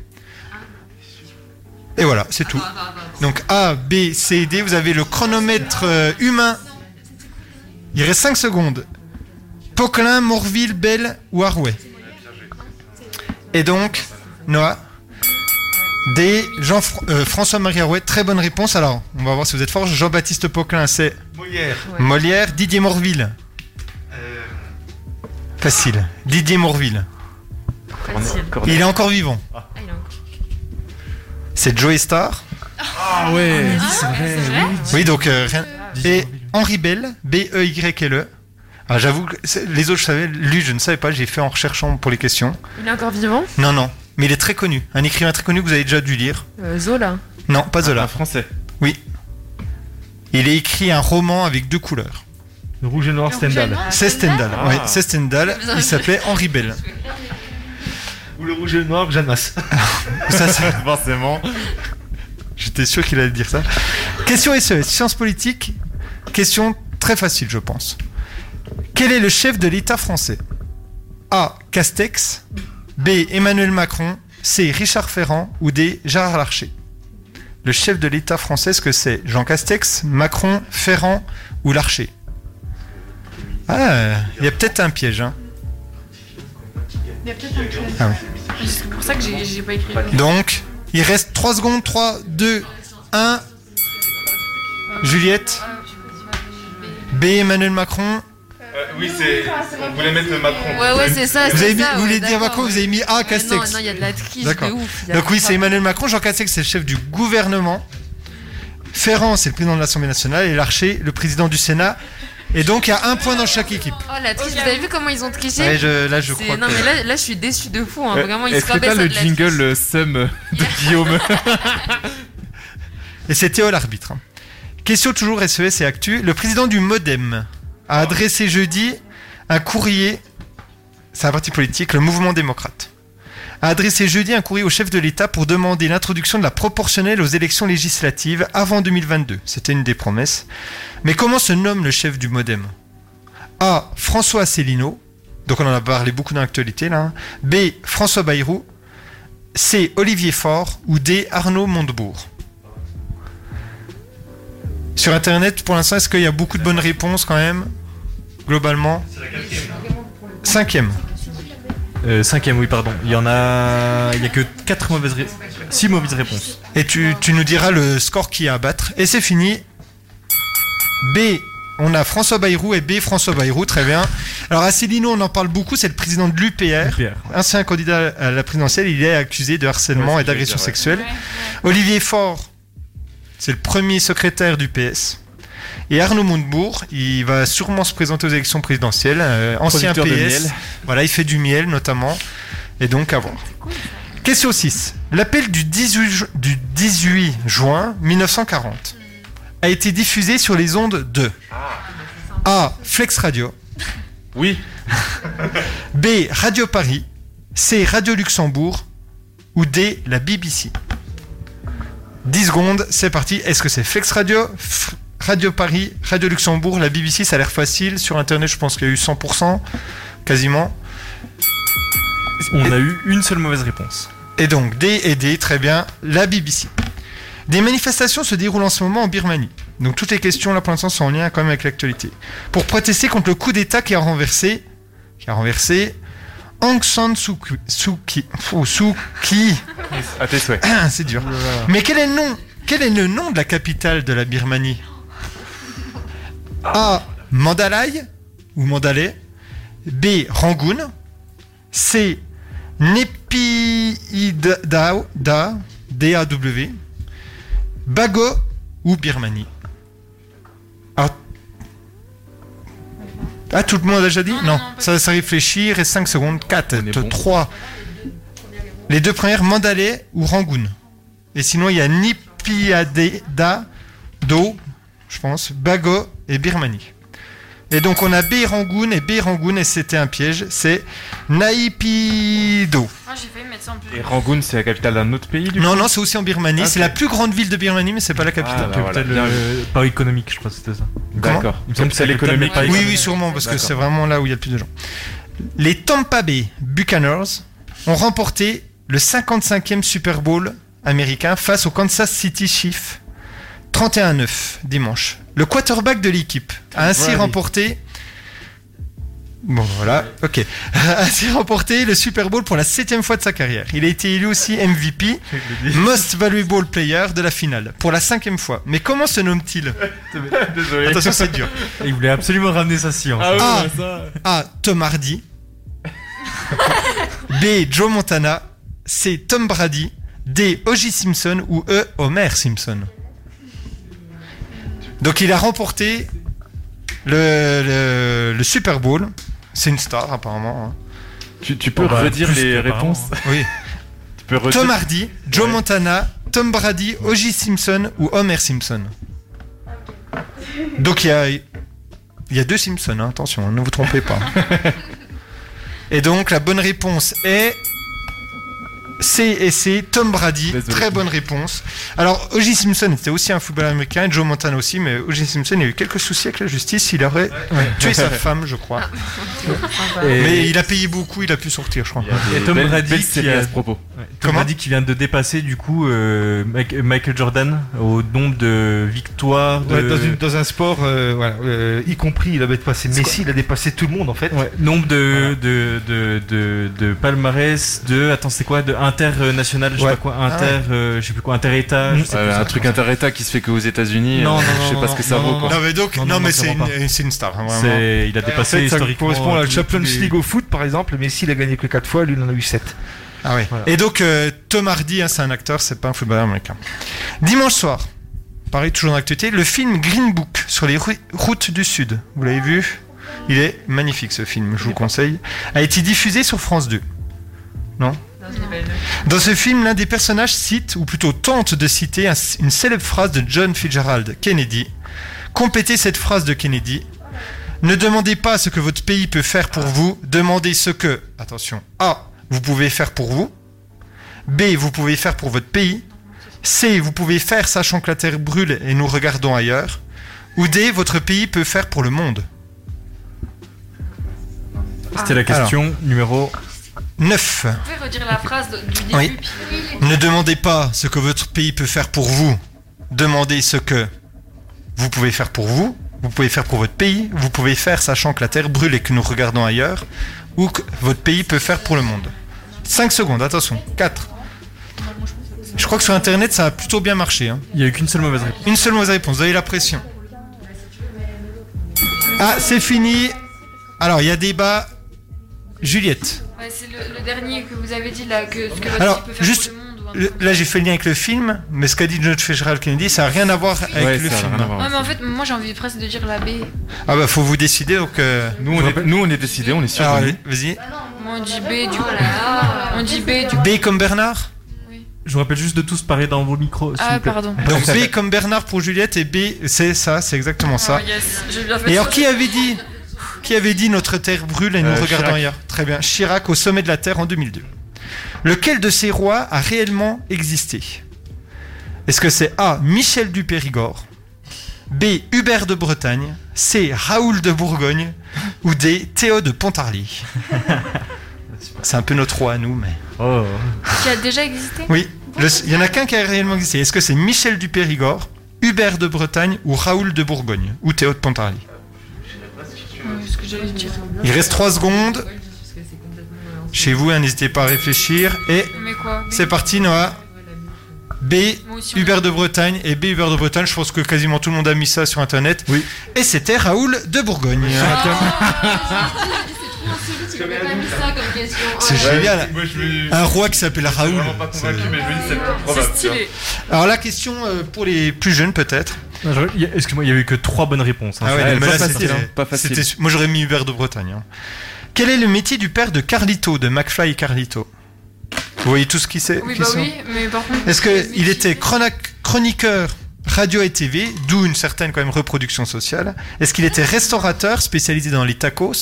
C: Et voilà, c'est tout. Donc A, B, C, D, vous avez le chronomètre euh, humain. Il reste 5 secondes. Poquelin, Morville, Belle ou Arouet. Et donc, Noah D, Jean-François-Marie Arouet, très bonne réponse. Alors, on va voir si vous êtes fort. Jean-Baptiste Poquelin, c'est
G: Molière.
C: Molière. Didier Morville. Facile. Didier Morville.
K: Facile.
C: Il est encore vivant. C'est Joey Star.
E: Ah ouais, c'est vrai.
C: Oui, donc euh, rien. Et Henri Bell, E B-E-Y-L-E. Ah, J'avoue que c'est- les autres, je savais. Lui, je ne savais pas. J'ai fait en recherchant pour les questions.
K: Il est encore vivant
C: Non, non. Mais il est très connu. Un écrivain très connu que vous avez déjà dû lire.
K: Euh, Zola.
C: Non, pas Zola. Un français. Oui. Il a écrit un roman avec deux couleurs.
G: Le rouge et noir
K: rouge et Stendhal.
G: Stendhal.
C: C'est Stendhal.
G: Ah.
C: oui, c'est Stendhal. Il s'appelait Henri Bell.
G: Ou le rouge et le noir, Jeanne Masse.
C: Ça, c'est forcément. J'étais sûr qu'il allait dire ça. Question E SES, sciences politiques. Question très facile, je pense. Quel est le chef de l'État français A. Castex. B. Emmanuel Macron. C. Richard Ferrand. Ou D. Gérard Larcher. Le chef de l'État français, est-ce que c'est Jean Castex, Macron, Ferrand ou Larcher Ah, il y a peut-être un piège. hein.
K: Il y a peut-être un piège.
C: Ah oui.
K: C'est pour ça que j'ai j'ai pas écrit.
C: Donc, il reste 3 secondes. 3, 2, 1. Juliette. B. Emmanuel Macron.
E: Euh, oui, c'est. On voulait mettre le Macron.
K: Ouais, ouais, c'est ça.
C: Vous
K: c'est
C: avez mis-
K: ça,
C: vous
K: ouais,
C: voulez dire
K: d'accord,
C: Macron,
K: ouais.
C: vous avez mis A,
K: Euh,
C: Castex.
K: Non, non, il y a de la triche de
C: D'accord.
K: ouf. il y a
C: Donc oui,
K: pas-
C: c'est Emmanuel Macron. Jean Castex, c'est le chef du gouvernement. Ferrand, c'est le président de l'Assemblée nationale. Et Larcher, le président du Sénat. Et donc, il y a un point dans chaque équipe.
K: Oh la triche, vous avez vu comment ils ont triché
C: Ouais, je- là, je
K: C'est-
C: crois
K: Non,
C: que-
K: mais là, là, je suis déçu de fou. hein,
E: Euh,
K: Vraiment, ils
E: Est-ce
K: se
E: que
K: rabaissent
E: t'as
K: à de
E: le
K: la
E: jingle euh, Sum euh, de Guillaume
C: Et c'était au l'arbitre. hein. Question toujours SES et Actu. Le président du Modem a adressé jeudi un courrier. C'est un parti politique, le mouvement démocrate. A adressé jeudi un courrier au chef de l'État pour demander l'introduction de la proportionnelle aux élections législatives avant 2022. C'était une des promesses. Mais comment se nomme le chef du Modem A. François Asselineau. Donc on en a parlé beaucoup dans l'actualité là. hein. B. François Bayrou. C. Olivier Faure. Ou D. Arnaud Montebourg. Sur Internet, pour l'instant, est-ce qu'il y a beaucoup de bonnes réponses quand même Globalement Cinquième.
D: Euh, cinquième, oui, pardon. Il y en a. Il y a que 4 mauvaises ré- six mauvaises réponses.
C: Et tu, tu nous diras le score qu'il y a à battre. Et c'est fini. B. On a François Bayrou et B. François Bayrou, très bien. Alors, Asselineau, on en parle beaucoup, c'est le président de l'UPR. Ancien candidat à la présidentielle, il est accusé de
E: Ouais, c'est
C: harcèlement et
E: ce que
C: d'agression
E: j'allais dire,
C: sexuelle. Olivier Faure, c'est le premier secrétaire du PS. Et Arnaud Montebourg, il va sûrement se présenter aux élections présidentielles. euh, ancien PS.
E: Producteur de miel.
C: Voilà, il fait du miel notamment. Et donc, à voir. Question 6. L'appel du 18, ju- du 18 juin 1940 a été diffusé sur les ondes de A. Flex Radio. Oui. B. Radio Paris. C. Radio Luxembourg. Ou D. La BBC. 10 secondes, c'est parti. Est-ce que c'est Flex Radio, F- Radio Paris, Radio Luxembourg, la BBC Ça a l'air facile. Sur Internet, je pense qu'il y a eu 100%, quasiment.
D: On a eu une seule mauvaise réponse.
C: Et donc, D et D, très bien, la BBC. Des manifestations se déroulent en ce moment en Birmanie. Donc toutes les questions là pour l'instant sont en lien quand même avec l'actualité. Pour protester contre le coup d'État qui a renversé, qui a renversé Aung San Suu Kyi, Suu Kyi- Pfou, Suu Kyi
E: À tes souhaits.
C: C'est dur. Mais quel est le nom Quel est le nom de la capitale de la Birmanie A. Mandalay ou Mandalay. B. Rangoon. C. Népidao. Da. D-A-W. Bago ou Birmanie. Ah. Ah, tout le monde a déjà dit Non, ça, ça réfléchit, reste 5 secondes. 4, 3. Les deux premières, Mandalay ou Rangoon. Et sinon, il y a Nipiadeda, Do, je pense, Bago et Birmanie. Et donc, on a B Rangoon et B Rangoon, et c'était un piège, c'est Naipido.
B: Ah, j'ai failli mettre ça en plus.
E: Et Rangoon, c'est la capitale d'un autre pays du
C: Non,
E: coup
C: non, c'est aussi en Birmanie.
E: Ah,
C: C'est la plus grande ville de Birmanie, mais c'est pas la capitale.
E: bah voilà. Bien vu.
D: Paris euh, économique, je crois que c'était ça.
C: Comment
D: Il me semble que c'est l'économique.
C: Oui, oui, sûrement, parce que
D: D'accord.
C: c'est vraiment là où il y a le plus de gens. Les Tampa Bay Buccaneers ont remporté le 55e Super Bowl américain face aux Kansas City Chiefs, 31-9 dimanche. Le quarterback de l'équipe a ainsi
L: Brady.
C: remporté. Bon, voilà, ok. A ainsi remporté le Super Bowl pour la septième fois de sa carrière. Il a été élu aussi MVP, Most Valuable Player de la finale, pour la cinquième fois. Mais comment se nomme-t-il
D: Désolé.
C: Attention, c'est dur.
D: Il voulait absolument ramener sa science.
C: A, A, Tom Hardy. B. Joe Montana. C. Tom Brady. D. O.J. Simpson ou E. Homer Simpson. Donc il a remporté le, le- le Super Bowl. C'est une star apparemment. hein.
E: Tu, tu peux redire les réponses
C: Oui.
E: Tu peux redire
C: Tom Hardy, Joe Montana, Tom Brady, O.J. Simpson ou Homer Simpson. Donc il y a, il y a deux Simpsons, hein, attention, ne vous trompez pas. et donc la bonne réponse est C et C, Tom Brady, très bonne réponse. Alors O.J. Simpson était aussi un footballeur américain, Joe Montana aussi, mais O.J. Simpson a eu quelques soucis avec la justice, il aurait tué sa femme, je crois.
D: Et-
C: Mais il a payé beaucoup, il a pu sortir, je crois.
D: Et Tom Brady qui a- Ouais, Tom
C: Comment
D: Brady qui vient de dépasser du coup euh, Mike- Michael Jordan au nombre de victoires de-
G: Ouais, dans, une- dans un sport, euh, voilà, euh, y compris, il avait dépassé Messi, il a dépassé tout le monde en fait.
D: nombre de, de, de, de, de palmarès de attends c'est quoi de international je sais
E: Ouais.
D: pas quoi inter
E: Ah
D: euh, je sais plus quoi
C: Mm.
D: interétat je sais
E: Euh,
D: plus
E: un
D: ça.
E: truc interétat qui se fait qu'aux États-Unis.
D: Non,
E: euh,
D: non,
E: je sais
D: non,
E: pas ce que ça
D: non,
E: vaut.
D: non,
E: quoi.
C: Non Ah, mais donc, non, mais c'est une, c'est une star. hein, vraiment.
D: C'est- il a dépassé
G: En fait, ça
D: historiquement
G: correspond à la
D: tous-
G: Champions
D: tous les-
G: League au foot par exemple. Messi il a gagné que 4 fois, lui il en a eu 7.
C: Ah ouais. Et donc, euh, Tom Hardy, hein, c'est un acteur, c'est pas un footballeur américain. Dimanche soir, pareil, toujours dans l'actualité, le film Green Book sur les rou- routes du Sud. Vous l'avez vu Il est magnifique ce film, je vous conseille. A été diffusé sur France 2. Non dans ce film, l'un des personnages cite, ou plutôt tente de citer, un- une célèbre phrase de John Fitzgerald Kennedy. Complétez cette phrase de Kennedy. Ne demandez pas ce que votre pays peut faire pour vous, demandez ce que, attention, A, vous pouvez faire pour vous, B, vous pouvez faire pour votre pays, C, vous pouvez faire sachant que la Terre brûle et nous regardons ailleurs, ou D, votre pays peut faire pour le monde.
D: c'était la question numéro
C: 9.
B: Vous pouvez redire la phrase de- du début
C: Oui. Ne demandez pas ce que votre pays peut faire pour vous. Demandez ce que vous pouvez faire pour vous, vous pouvez faire pour votre pays, vous pouvez faire sachant que la Terre brûle et que nous regardons ailleurs, ou que votre pays peut faire pour le monde. 5 secondes, attention. 4. Je crois que sur Internet, ça a plutôt bien marché. hein.
D: il y a eu qu'une seule mauvaise réponse
C: Une seule mauvaise réponse, vous avez la pression. Ah, c'est fini. Alors, il y a débat. Juliette.
N: Ouais, c'est le, le dernier que vous avez dit là, que ce que votre
C: Alors,
N: type peut faire
C: juste,
N: pour le monde.
C: le- là j'ai fait le lien avec le film, mais ce qu'a dit John Fitzgerald Kennedy, ça n'a rien à voir avec
E: Ouais,
C: le
E: ça a
C: film.
E: rien à voir.
N: Ouais, mais en fait, moi j'ai envie presque de dire la B.
C: Ah bah faut vous décider donc. euh,
E: Nous, on est, nous on est décidés, on est sûrs.
C: Ah,
E: de nous.
C: oui, vas-y.
N: Bah, Moi on dit B du coup. On dit B du coup.
C: B comme Bernard
D: je vous rappelle juste de tous parler dans vos micros s'il
N: Ah,
D: vous plaît.
N: pardon.
C: Donc B comme Bernard pour Juliette et B c'est ça, c'est
N: Ah,
C: exactement
K: Ah,
C: ça.
N: Yes, j'ai bien fait
C: Et alors
N: ça.
C: qui avait dit qui avait dit notre terre brûle et nous
E: Euh,
C: regardons
E: Chirac.
C: ailleurs Très bien, Chirac au sommet de la Terre en 2002. Lequel de ces rois a réellement existé Est-ce que c'est A. Michel du Périgord B. Hubert de Bretagne C. Raoul de Bourgogne ou D. Théo de Pontarlier C'est un peu notre roi à nous, mais...
E: Oh.
N: Qui a déjà existé
C: Oui, le- il y en a qu'un qui a réellement existé. Est-ce que c'est Michel du Périgord, Hubert de Bretagne ou Raoul de Bourgogne ou Théo de Pontarlier
N: Euh, ce que Mm, j'allais dire.
C: Il reste 3 secondes. chez vous. hein, N'hésitez pas à réfléchir. Et
N: Mais quoi
C: c'est parti, Noah. B, Hubert de Bretagne. Et B, Hubert de Bretagne, je pense que quasiment tout le monde a mis ça sur Internet. Oui. Et c'était Raoul de Bourgogne.
N: Ah. C'est trop insolite, il pas mis ça comme question.
C: C'est génial. Un roi qui s'appelle Raoul.
N: C'est stylé.
C: Alors la question euh, pour les plus jeunes peut-être.
D: Excuse-moi, il y a eu que trois bonnes réponses. hein.
C: Ah ouais,
D: C'est-
C: mais
D: pas
C: là,
D: facile,
C: c'était-
D: hein, pas facile.
C: c'était- Moi j'aurais mis Hubert de Bretagne. hein. Quel est le métier du père de Carlito, de McFly et Carlito Vous voyez tout ce qui c'est
N: Oui,
C: qui
N: bah
C: sont
N: oui, mais par contre.
C: Est-ce qu'il était chrona- chroniqueur radio et TV, d'où une certaine quand même reproduction sociale Est-ce qu'il était restaurateur spécialisé dans les tacos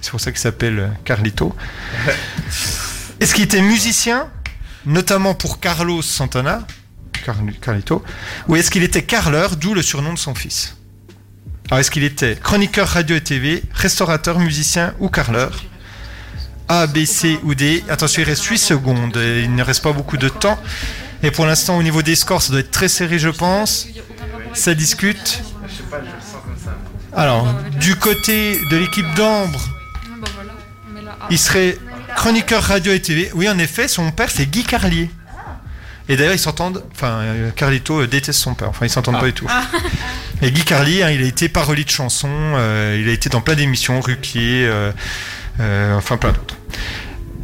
C: C'est pour ça qu'il s'appelle euh, Carlito. Est-ce qu'il était musicien, notamment pour Carlos Santana Carl- Carlito Ou est-ce qu'il était carleur, d'où le surnom de son fils Alors est-ce qu'il était chroniqueur radio et TV, restaurateur, musicien ou carleur a, B, C ou D. Attention, il reste 8 secondes. et Il ne reste pas beaucoup de temps. Et pour l'instant, au niveau des scores, ça doit être très serré, je pense. Ça discute. Alors, du côté de l'équipe d'Ambre, il serait chroniqueur radio et TV. Oui, en effet, son père, c'est Guy Carlier. Et d'ailleurs, ils s'entendent. Enfin, euh, Carlito euh, déteste son père. Enfin, ils s'entendent
J: Ah.
C: pas du tout. Et Guy Carlier, hein, il a été parolier de chansons. euh, il a été dans plein d'émissions, Ruquier, euh, euh, enfin plein d'autres.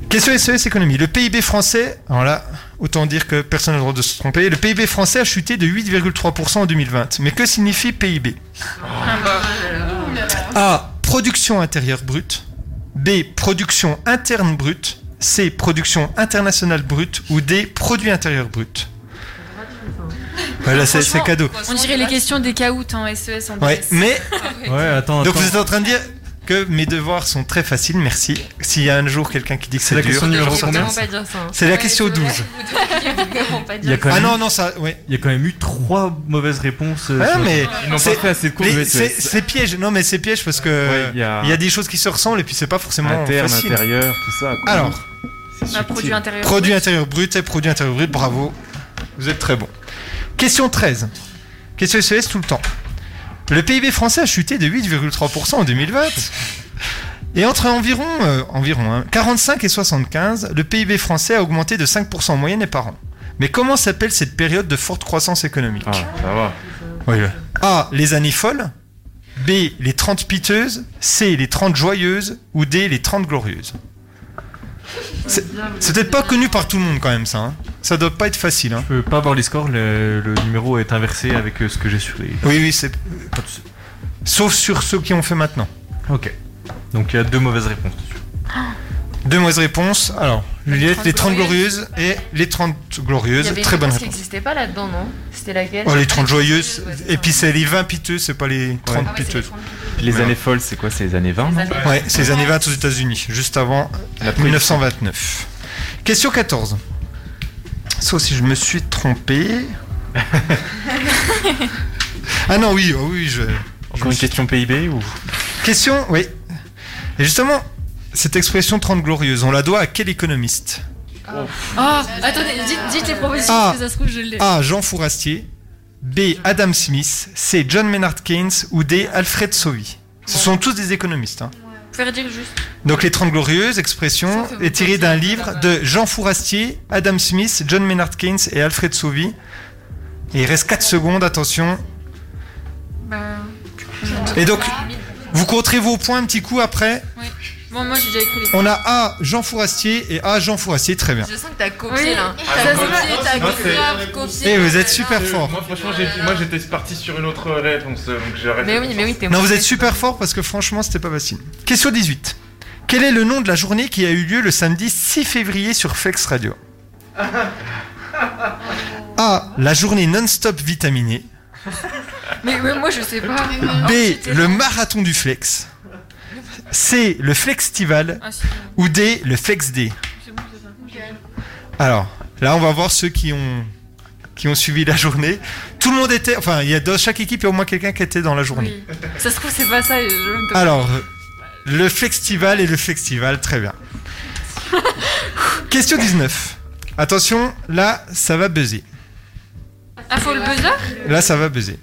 C: Question SES économie. Le PIB français, alors là, autant dire que personne n'a le droit de se tromper. Le PIB français a chuté de 8,3% en 2020. Mais que signifie PIB
K: bah,
N: Ah, bah,
K: oh
N: oh
C: A. Production intérieure brute. B. Production interne brute. C. Production internationale brute. Ou D. Produit intérieur brut. Voilà, c'est c'est
B: Franchement,
C: cadeau.
B: On dirait les questions des caoutes en
N: E
B: SES en
C: Ouais,
B: PS.
C: mais.
D: Ouais, attends,
C: Donc
D: attends.
C: vous êtes en train de dire que mes devoirs sont très faciles, merci. S'il y a un jour quelqu'un qui dit que
D: C'est
C: c'est
D: la
C: dur,
D: question numéro combien
K: hein.
N: hein.
C: C'est la question 12.
D: Il y a quand même
C: Ah
D: eu-
C: non, non, ça. Ouais.
D: Il y a quand même eu trois mauvaises réponses. euh,
C: Ah
D: sur-
C: non, mais
D: Ils n'ont pas
C: c'est-
D: fait assez de cours
C: les-
D: de
C: c'est-
D: SES.
C: C'est piège, non mais c'est piège parce que
E: Ouais,
C: il
E: il y a-
C: y, a des choses qui se ressemblent et puis c'est pas forcément
E: Interne,
C: facile.
E: intérieur, tout ça. quoi.
C: Alors,
N: Un produit intérieur.
C: produit intérieur brut et produit intérieur brut, bravo. Vous êtes très bon. Question 13. Question SES tout le temps. Le PIB français a chuté de 8,3% en 2020. Et entre environ, euh, environ hein, 45 et 75, le PIB français a augmenté de 5% en moyenne et par an. Mais comment s'appelle cette période de forte croissance économique
E: Ah, Ça va.
C: Oui, là. A. Les années folles. B. Les 30 piteuses. C. Les 30 joyeuses. Ou D. Les 30 glorieuses. C'est c'est peut-être pas connu par tout le monde quand même ça. hein. Ça doit pas être facile. hein.
D: Je peux pas avoir les scores, le, le numéro est inversé avec euh, ce que j'ai sur les.
C: Oui, oui, c'est. Sauf sur ceux qui ont fait maintenant.
D: Ok. Donc il y a deux mauvaises réponses.
C: Deux mauvaises réponses. Alors, Juliette, les 30 glorieuses et les 30
K: Il y
C: glorieuses.
K: avait
C: Très
K: une
C: bonne
K: réponse qui
C: réponse.
K: n'existait pas là-dedans, non C'était laquelle
C: Oh, les 30 joyeuses. Et puis c'est les 20 piteuses, c'est pas les 30
K: Ah ouais, c'est les
C: piteuses.
E: Les
C: Ouais.
E: années folles, c'est quoi C'est les années 20 non
C: Ouais, c'est les années 20 aux États-Unis, juste avant
E: La prohibition.
C: 1929. Question 14. Sauf si je me suis trompé. ah non, oui, oh oui, je.
E: Encore une question PIB ou
C: Question, oui. Et justement, cette expression 30 glorieuse, on la doit à quel économiste
N: Oh, attendez, dites, dites les propositions,
C: Ah.
N: parce que ça se trouve, je l'ai.
C: A. Jean Fourastier. B. Adam Smith. C. John Maynard Keynes. Ou D. Alfred Sauvy. Ce sont tous des économistes. hein.
N: Faut faire dire juste.
C: Donc les 30 glorieuses, expression, est tirée d'un livre de Jean Fourastier, Adam Smith, John Maynard Keynes et Alfred Sauvy. Et il reste 4 secondes, attention.
N: Bah.
C: Et donc, vous compterez vos points un petit coup après.
N: Bon, moi j'ai déjà écrit les.
C: On a A, Jean Fourastier et A, Jean Fourastier, très bien.
K: Je sens que t'as
N: Oui.
K: copié là.
N: Ah,
K: T'as
N: non,
K: copié,
N: non,
K: t'as
N: non,
K: copié,
N: c'est-
K: copié.
C: Et Eh, vous êtes super fort.
E: Moi, franchement, j'ai- moi, j'étais parti sur une autre réponse, donc j'ai arrêté.
K: Mais oui, mais oui, t'es
C: Non, vous
K: mauvais.
C: êtes super fort parce que franchement, c'était pas facile. Question 18. Quel est le nom de la journée qui a eu lieu le samedi 6 février sur Flex Radio A. La journée non-stop vitaminée.
N: Mais, mais moi je sais pas.
C: B. Le marathon du flex. C. Le flextival.
N: Ah, si.
C: Ou D. Le flex day. Alors, là, on va voir ceux qui ont, qui ont suivi la journée. Tout le monde était. Enfin, il y a dans chaque équipe, il y a au moins quelqu'un qui était dans la journée.
N: Oui. Ça se trouve, c'est pas ça. et Je me demande-
C: Alors, le flextival et le flextival, très bien. Question 19. Attention, là, ça va buzzer.
N: Ah, faut le buzzer
C: Là, ça va buzzer.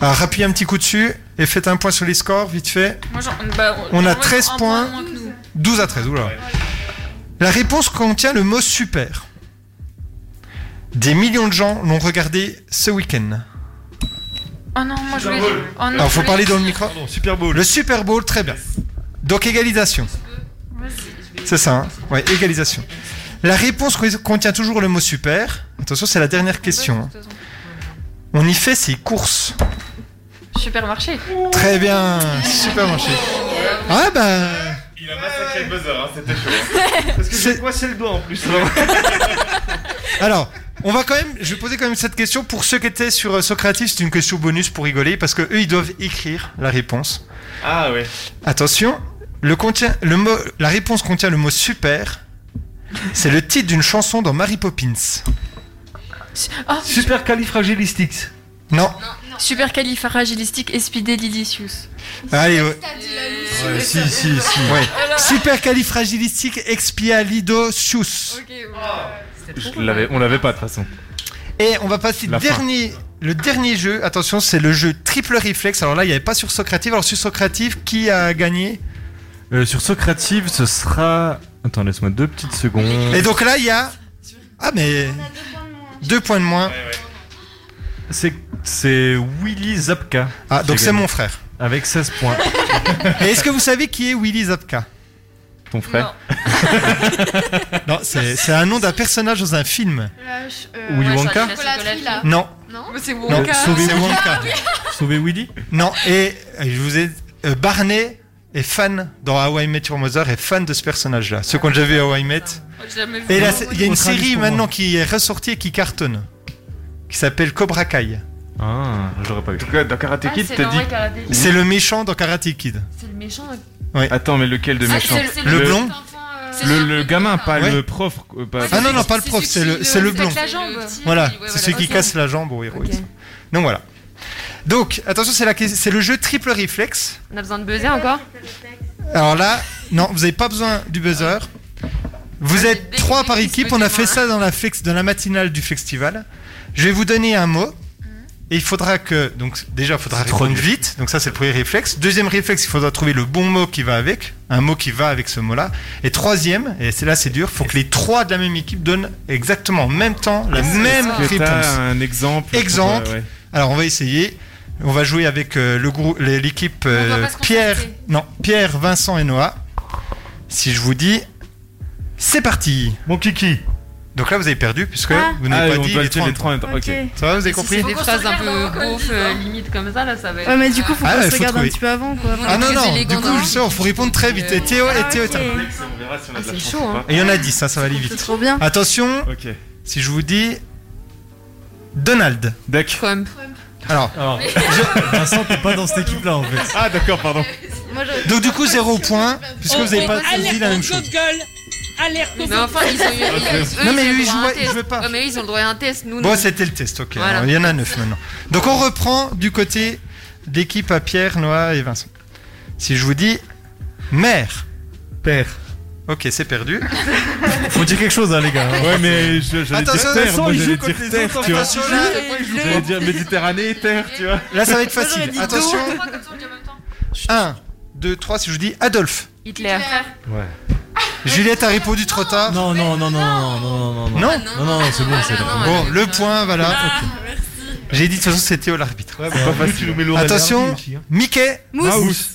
C: Alors, rappuyez un petit coup dessus et faites un point sur les scores, vite fait.
N: Moi, j'en- bah,
C: On
N: moi,
C: a 13
N: un
C: points.
N: point de moins que nous.
C: 12 à 13, oula. La réponse contient le mot super. Des millions de gens l'ont regardé ce week-end.
B: Oh non, moi je voulais. Oh non,
C: Alors,
B: je
C: faut
B: voulais-
C: parler dans le micro. Super Bowl. Le Super Bowl, très bien. Donc, égalisation. C'est ça, hein Ouais, égalisation. La réponse co- contient toujours le mot super. Attention, c'est la dernière question. hein. On y fait ses courses.
N: Supermarché.
C: Très bien, supermarché. Ah bah.
E: Il a massacré le buzzer, hein, c'était chaud.
G: Parce que j'ai coincé le doigt en plus.
C: Alors, on va quand même. Je vais poser quand même cette question pour ceux qui étaient sur euh, Socrative. C'est une question bonus pour rigoler parce que eux, ils doivent écrire la réponse.
E: Ah ouais.
C: Attention, le contient, le mot, la réponse contient le mot super. C'est le titre d'une chanson dans Mary Poppins. oh,
G: Super califragilistix.
C: Non.
B: Super califragilistique espidélilicious.
C: Allez, ouais.
B: Ouais, si,
C: si, si, Ouais. Super califragilistique
E: Je l'avais- on l'avait pas de toute façon.
C: Et on va passer
E: La fin.
C: dernier, le dernier jeu. Attention, c'est le jeu Triple Reflex. Alors là, il n'y avait pas sur Socrative. Alors sur Socrative, qui a gagné
D: Euh, sur Socrative, ce sera. euh, Attends, laisse-moi deux petites secondes.
C: Et donc là, il y a. Ah, mais. Deux points de moins.
D: C'est c'est Willy Zapka.
C: Ah,
D: qui
C: donc
D: a
C: c'est
D: gagné.
C: mon frère.
D: Avec 16 points.
C: Et est-ce que vous savez qui est Willy Zabka
D: Ton frère
C: Non, c'est c'est un nom d'un personnage dans un film.
F: euh,
C: Willy Wonka Non.
N: Non, mais c'est
C: Non,
N: Wonka.
C: sauvez Wonka.
D: Sauver Willy
C: Non, et euh, je vous ai. euh, Barney est fan dans How I Met Your Mother, est fan de ce personnage-là. Ce qu'on a déjà vu à How I Met. Et là, c'est- il y a une
D: Autre indice
C: série
D: pour moi.
C: maintenant qui est ressortie et qui cartonne. Qui s'appelle Cobra Kai.
D: Ah, j'aurais pas vu. En
E: tout cas, dans Karate
K: Ah, Kid, c'est t'as dans dit- Karate Kid.
C: C'est le méchant dans Karate Kid.
K: C'est le méchant.
F: hein.
E: Attends, mais lequel de
K: Ah,
E: méchant
K: c'est
C: Le blond
K: euh,
E: Le, le gamin, pas
C: Ouais.
E: le prof. euh, pas-
C: Euh, Ah non, non, pas le prof, c'est le, c'est le blond. Voilà, c'est celui qui casse la jambe au héros. Donc voilà. Donc, attention, c'est, la, que- c'est le jeu triple réflexe.
K: On a besoin de buzzer encore
C: Alors là, non, vous n'avez pas besoin du buzzer. Vous êtes trois par équipe, on a fait ça dans la, flex, dans la matinale du festival. Je vais vous donner un mot. Et il faudra que. Donc, déjà, il faudra répondre vite. Donc, ça, c'est le premier réflexe. Deuxième réflexe, il faudra trouver le bon mot qui va avec. Un mot qui va avec ce mot-là. Et troisième, et c'est là, c'est dur, il faut que les trois de la même équipe donnent exactement en même temps la
E: Est-ce
C: même
E: que
C: réponse.
E: t'as un exemple pour,
C: Exemple.
E: euh, ouais.
C: Alors on va essayer. On va jouer avec euh, le grou- les- l'équipe euh,
E: On doit pas se
C: Pierre, non Pierre, Vincent et Noah. Si je vous dis, c'est parti.
G: Mon kiki.
C: Donc là vous avez perdu puisque
K: Ah.
C: vous n'avez
E: Ah,
C: pas
E: on
C: dit
E: doit
C: les
E: dire
C: trois.
E: les trois en même temps, ok.
C: ok. Ça va, vous avez compris
K: C'est des phrases un peu
N: regarde
K: beauf, euh, limite comme ça, là, ça va être.
F: Ouais, mais du coup, faut
C: Ah
F: qu'on
C: ouais,
F: se
C: faut
F: regarde
C: trouver.
F: un petit peu avant, quoi.
C: Ah non non. Du coup je sors, faut répondre très
E: Euh,
C: vite. Et Théo
E: ah,
C: et Théo. est un-
E: On verra si on a de la
F: c'est
E: chance
F: chaud,
E: ou
F: hein.
E: pas.
C: Et il y en a 10, ça ça va aller
F: C'est
C: vite.
F: trop bien.
C: Attention.
E: Ok.
C: Si je vous dis Donald.
E: Duck.
K: Trump.
C: Alors.
D: Vincent, t'es pas dans cette équipe-là en fait.
E: Ah, d'accord, pardon.
C: Donc du coup zéro point
F: hein.
C: puisque
D: Oh,
C: vous n'avez pas dit la même chose.
N: Google Alerte
K: Mais enfin, ils ont eu.
C: Non, mais lui,
K: ils
C: je
K: ont le droit à
C: vois-
K: un test.
C: je veux pas.
K: Ouais, mais ils ont le droit à un test, nous.
C: Bon,
K: non.
C: c'était le test, ok.
K: Voilà.
C: Alors, il y en a neuf maintenant. Donc on reprend du côté d'équipe à Pierre, Noah et Vincent. Si je vous dis mère. Père. Ok, c'est perdu.
D: Faut dire quelque chose, hein, les gars.
E: Ouais, mais je- j'allais
C: Attention,
E: dire terre,
C: Vincent,
E: moi
C: il joue
E: j'allais
C: contre
E: dire
C: les
E: terre,
C: autres,
E: tu vois.
C: attention, là, il joue.
E: J'allais dire Méditerranée, terre, tu vois.
C: Là, ça va être facile. Attention. 1, 2, 3, si je vous dis Adolphe.
K: Hitler.
D: Ouais.
C: Juliette a répondu trop tard.
O: Non, non, non, non, non, non, non, non.
C: Non
O: Ah, Non, non, Ah, c'est bon, c'est bon.
C: Bon, le point, voilà. J'ai dit de toute façon c'était au l'arbitre.
G: Ouais,
O: bah,
G: mais en plus, tu nous mets l'oreille à
C: Attention,
G: l'arbitre aussi, hein.
C: Mickey.
G: Mousse. Mouse.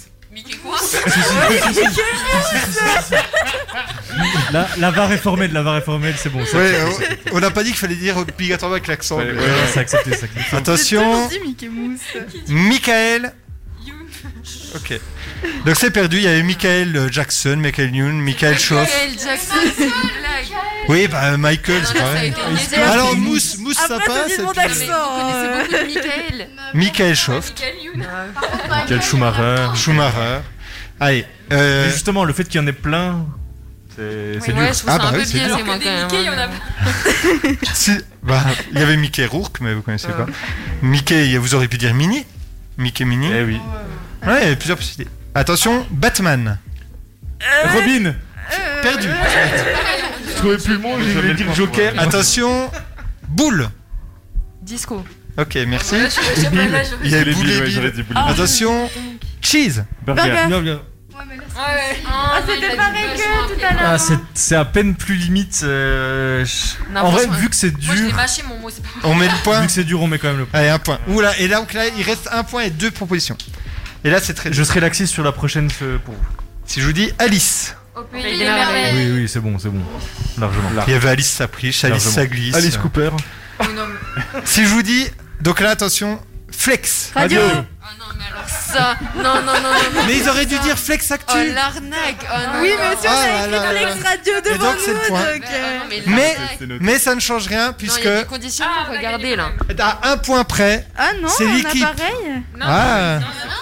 O: La, la va réformée, de la va réformée, c'est bon. c'est
C: Ouais,
O: bon,
C: euh, on n'a pas dit qu'il fallait dire obligatoirement avec l'accent.
O: Ouais,
C: mais-
O: ouais, ouais, c'est accepté, c'est accepté.
C: Attention,
F: Mickey
C: Michael. Ok. Donc c'est perdu, il y avait Michael euh, Jackson, Michael Youn, Michael Schoff.
K: Michael Jackson.
C: Oui, bah euh, Michael,
O: Ah,
C: c'est pareil. Alors Mousse, Mousse, ça
F: Après,
C: passe.
F: c'est
C: et
F: mon
C: puis-
F: accent.
K: C'est beaucoup de Michael.
C: Michael Schoff,
D: Quel Schumacher.
C: Schumacher. Allez. euh,
D: Mais justement, le fait qu'il y en ait plein, c'est c'est
K: Ouais,
D: dur.
K: je trouve
C: Ah,
K: ça un peu
C: c'est
K: biaisé,
C: dur.
K: moi, quand même. hein.
N: Mickey, il y en a
C: si- bah, il y avait Mickey Rourke, mais vous connaissez pas. Mickey, vous auriez pu dire Mini. Mickey Mini.
E: Eh oui.
C: Ouais, il y avait plusieurs possibilités. Attention, Batman.
D: Eh
E: Robin.
K: Euh,
C: Perdu.
E: Je trouvais plus le mot, je voulais dire Joker.
C: Attention, Boule.
K: Disco.
C: Ok, merci.
K: Ouais, je- je- je- je- je-
C: Il y a
E: Les
C: Boule
E: billes,
C: et
E: ouais,
C: Bill.
E: j'aurais dit Boule.
C: Attention, Cheese.
E: Burger.
C: Burger.
K: Oh,
A: Ah, c'était pareil que tout à l'heure.
D: Ah, c'est- c'est à peine plus limite. euh, je-
K: Non,
D: en vrai,
K: franchement,
D: vu que c'est
K: Moi, je l'ai
D: dur,
K: mâché mon mot, c'est pas
C: On met le point.
D: Vu que c'est dur, on met quand même le point.
C: Allez, un point. Oula, et là, donc là, il reste un point et deux propositions. Et là, c'est très.
D: je serai laxiste sur la prochaine euh, pour vous.
C: Si je vous dis Alice.
K: Au pays
N: des
K: des
N: merveilles.
D: Oui, oui, c'est bon, c'est bon. Largement.
C: Il y avait Alice Sapriche, Alice
D: Largement.
C: Saglis.
D: Alice Cooper.
C: si je vous dis. Donc là, attention, Flex.
K: Radio. Ça, non, non, non, non. non.
C: Mais ils auraient dû dire Flex Actu.
K: Oh l'arnaque, oh non.
F: Oui, mais si on
C: Ah là
F: a écrit
C: là
F: Flex
C: là.
F: Radio
C: Et donc,
F: devant
C: c'est le
F: nous,
C: point.
F: donc, euh,
K: Non, mais
C: Mais,
K: l'arnaque.
C: mais ça ne change rien
K: Non,
C: puisque
K: Ah, bah, il y a des conditions pour regarder là.
C: à un point près,
F: Ah non,
C: c'est
F: on a
C: l'équipe.
F: pareil
C: Ah.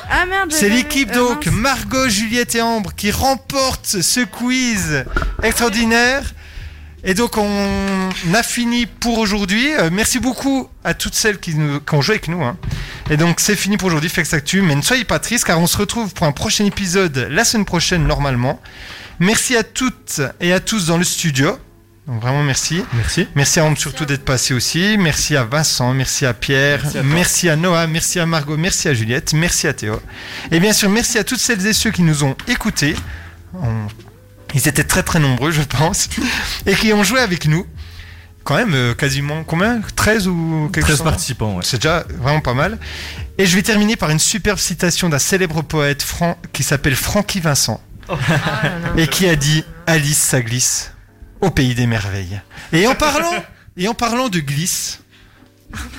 F: Ah merde
C: C'est
F: j'avais-
C: l'équipe
F: euh,
C: donc
F: mince.
C: Margot, Juliette et Ambre qui remportent ce quiz extraordinaire. Et donc on a fini pour aujourd'hui. Euh, merci beaucoup à toutes celles qui, nous, qui ont joué avec nous. hein. Et donc c'est fini pour aujourd'hui Flex Actu. Mais ne soyez pas tristes car on se retrouve pour un prochain épisode la semaine prochaine normalement. Merci à toutes et à tous dans le studio. Donc vraiment merci.
D: Merci.
C: Merci à Ambre surtout d'être passé aussi. Merci à Vincent, merci à Pierre,
D: Merci à toi.
C: merci à Noah, merci à Margot, merci à Juliette, merci à Théo. Et bien sûr, merci à toutes celles et ceux qui nous ont écoutés. On- Ils étaient très très nombreux, je pense, et qui ont joué avec nous. Quand même, euh, quasiment combien 13 ou quelque
D: 13
C: chose
D: participants, ouais.
C: C'est déjà vraiment pas mal. Et je vais terminer par une superbe citation d'un célèbre poète Fran- qui s'appelle Francky Vincent
K: Oh. Ah,
C: et qui a dit Alice ça glisse au pays des merveilles. Et en parlant et en parlant de glisse,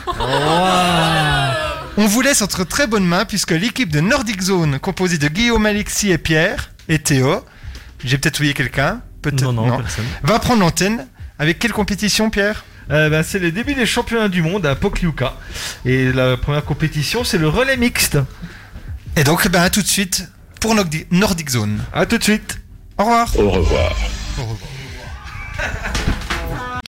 C: on vous laisse entre très bonnes mains puisque l'équipe de Nordic Zone composée de Guillaume, Alexis et Pierre et Théo, j'ai peut-être oublié quelqu'un, peut-être
D: Non, non, personne.
C: va prendre l'antenne avec quelle compétition Pierre
G: Euh, ben, c'est les débuts des championnats du monde à Pokljuka. Et la première compétition, c'est le relais mixte.
C: Et donc, eh ben, à tout de suite pour Nordic Zone.
G: À tout de suite.
C: Au revoir.
P: Au revoir.
C: Au revoir.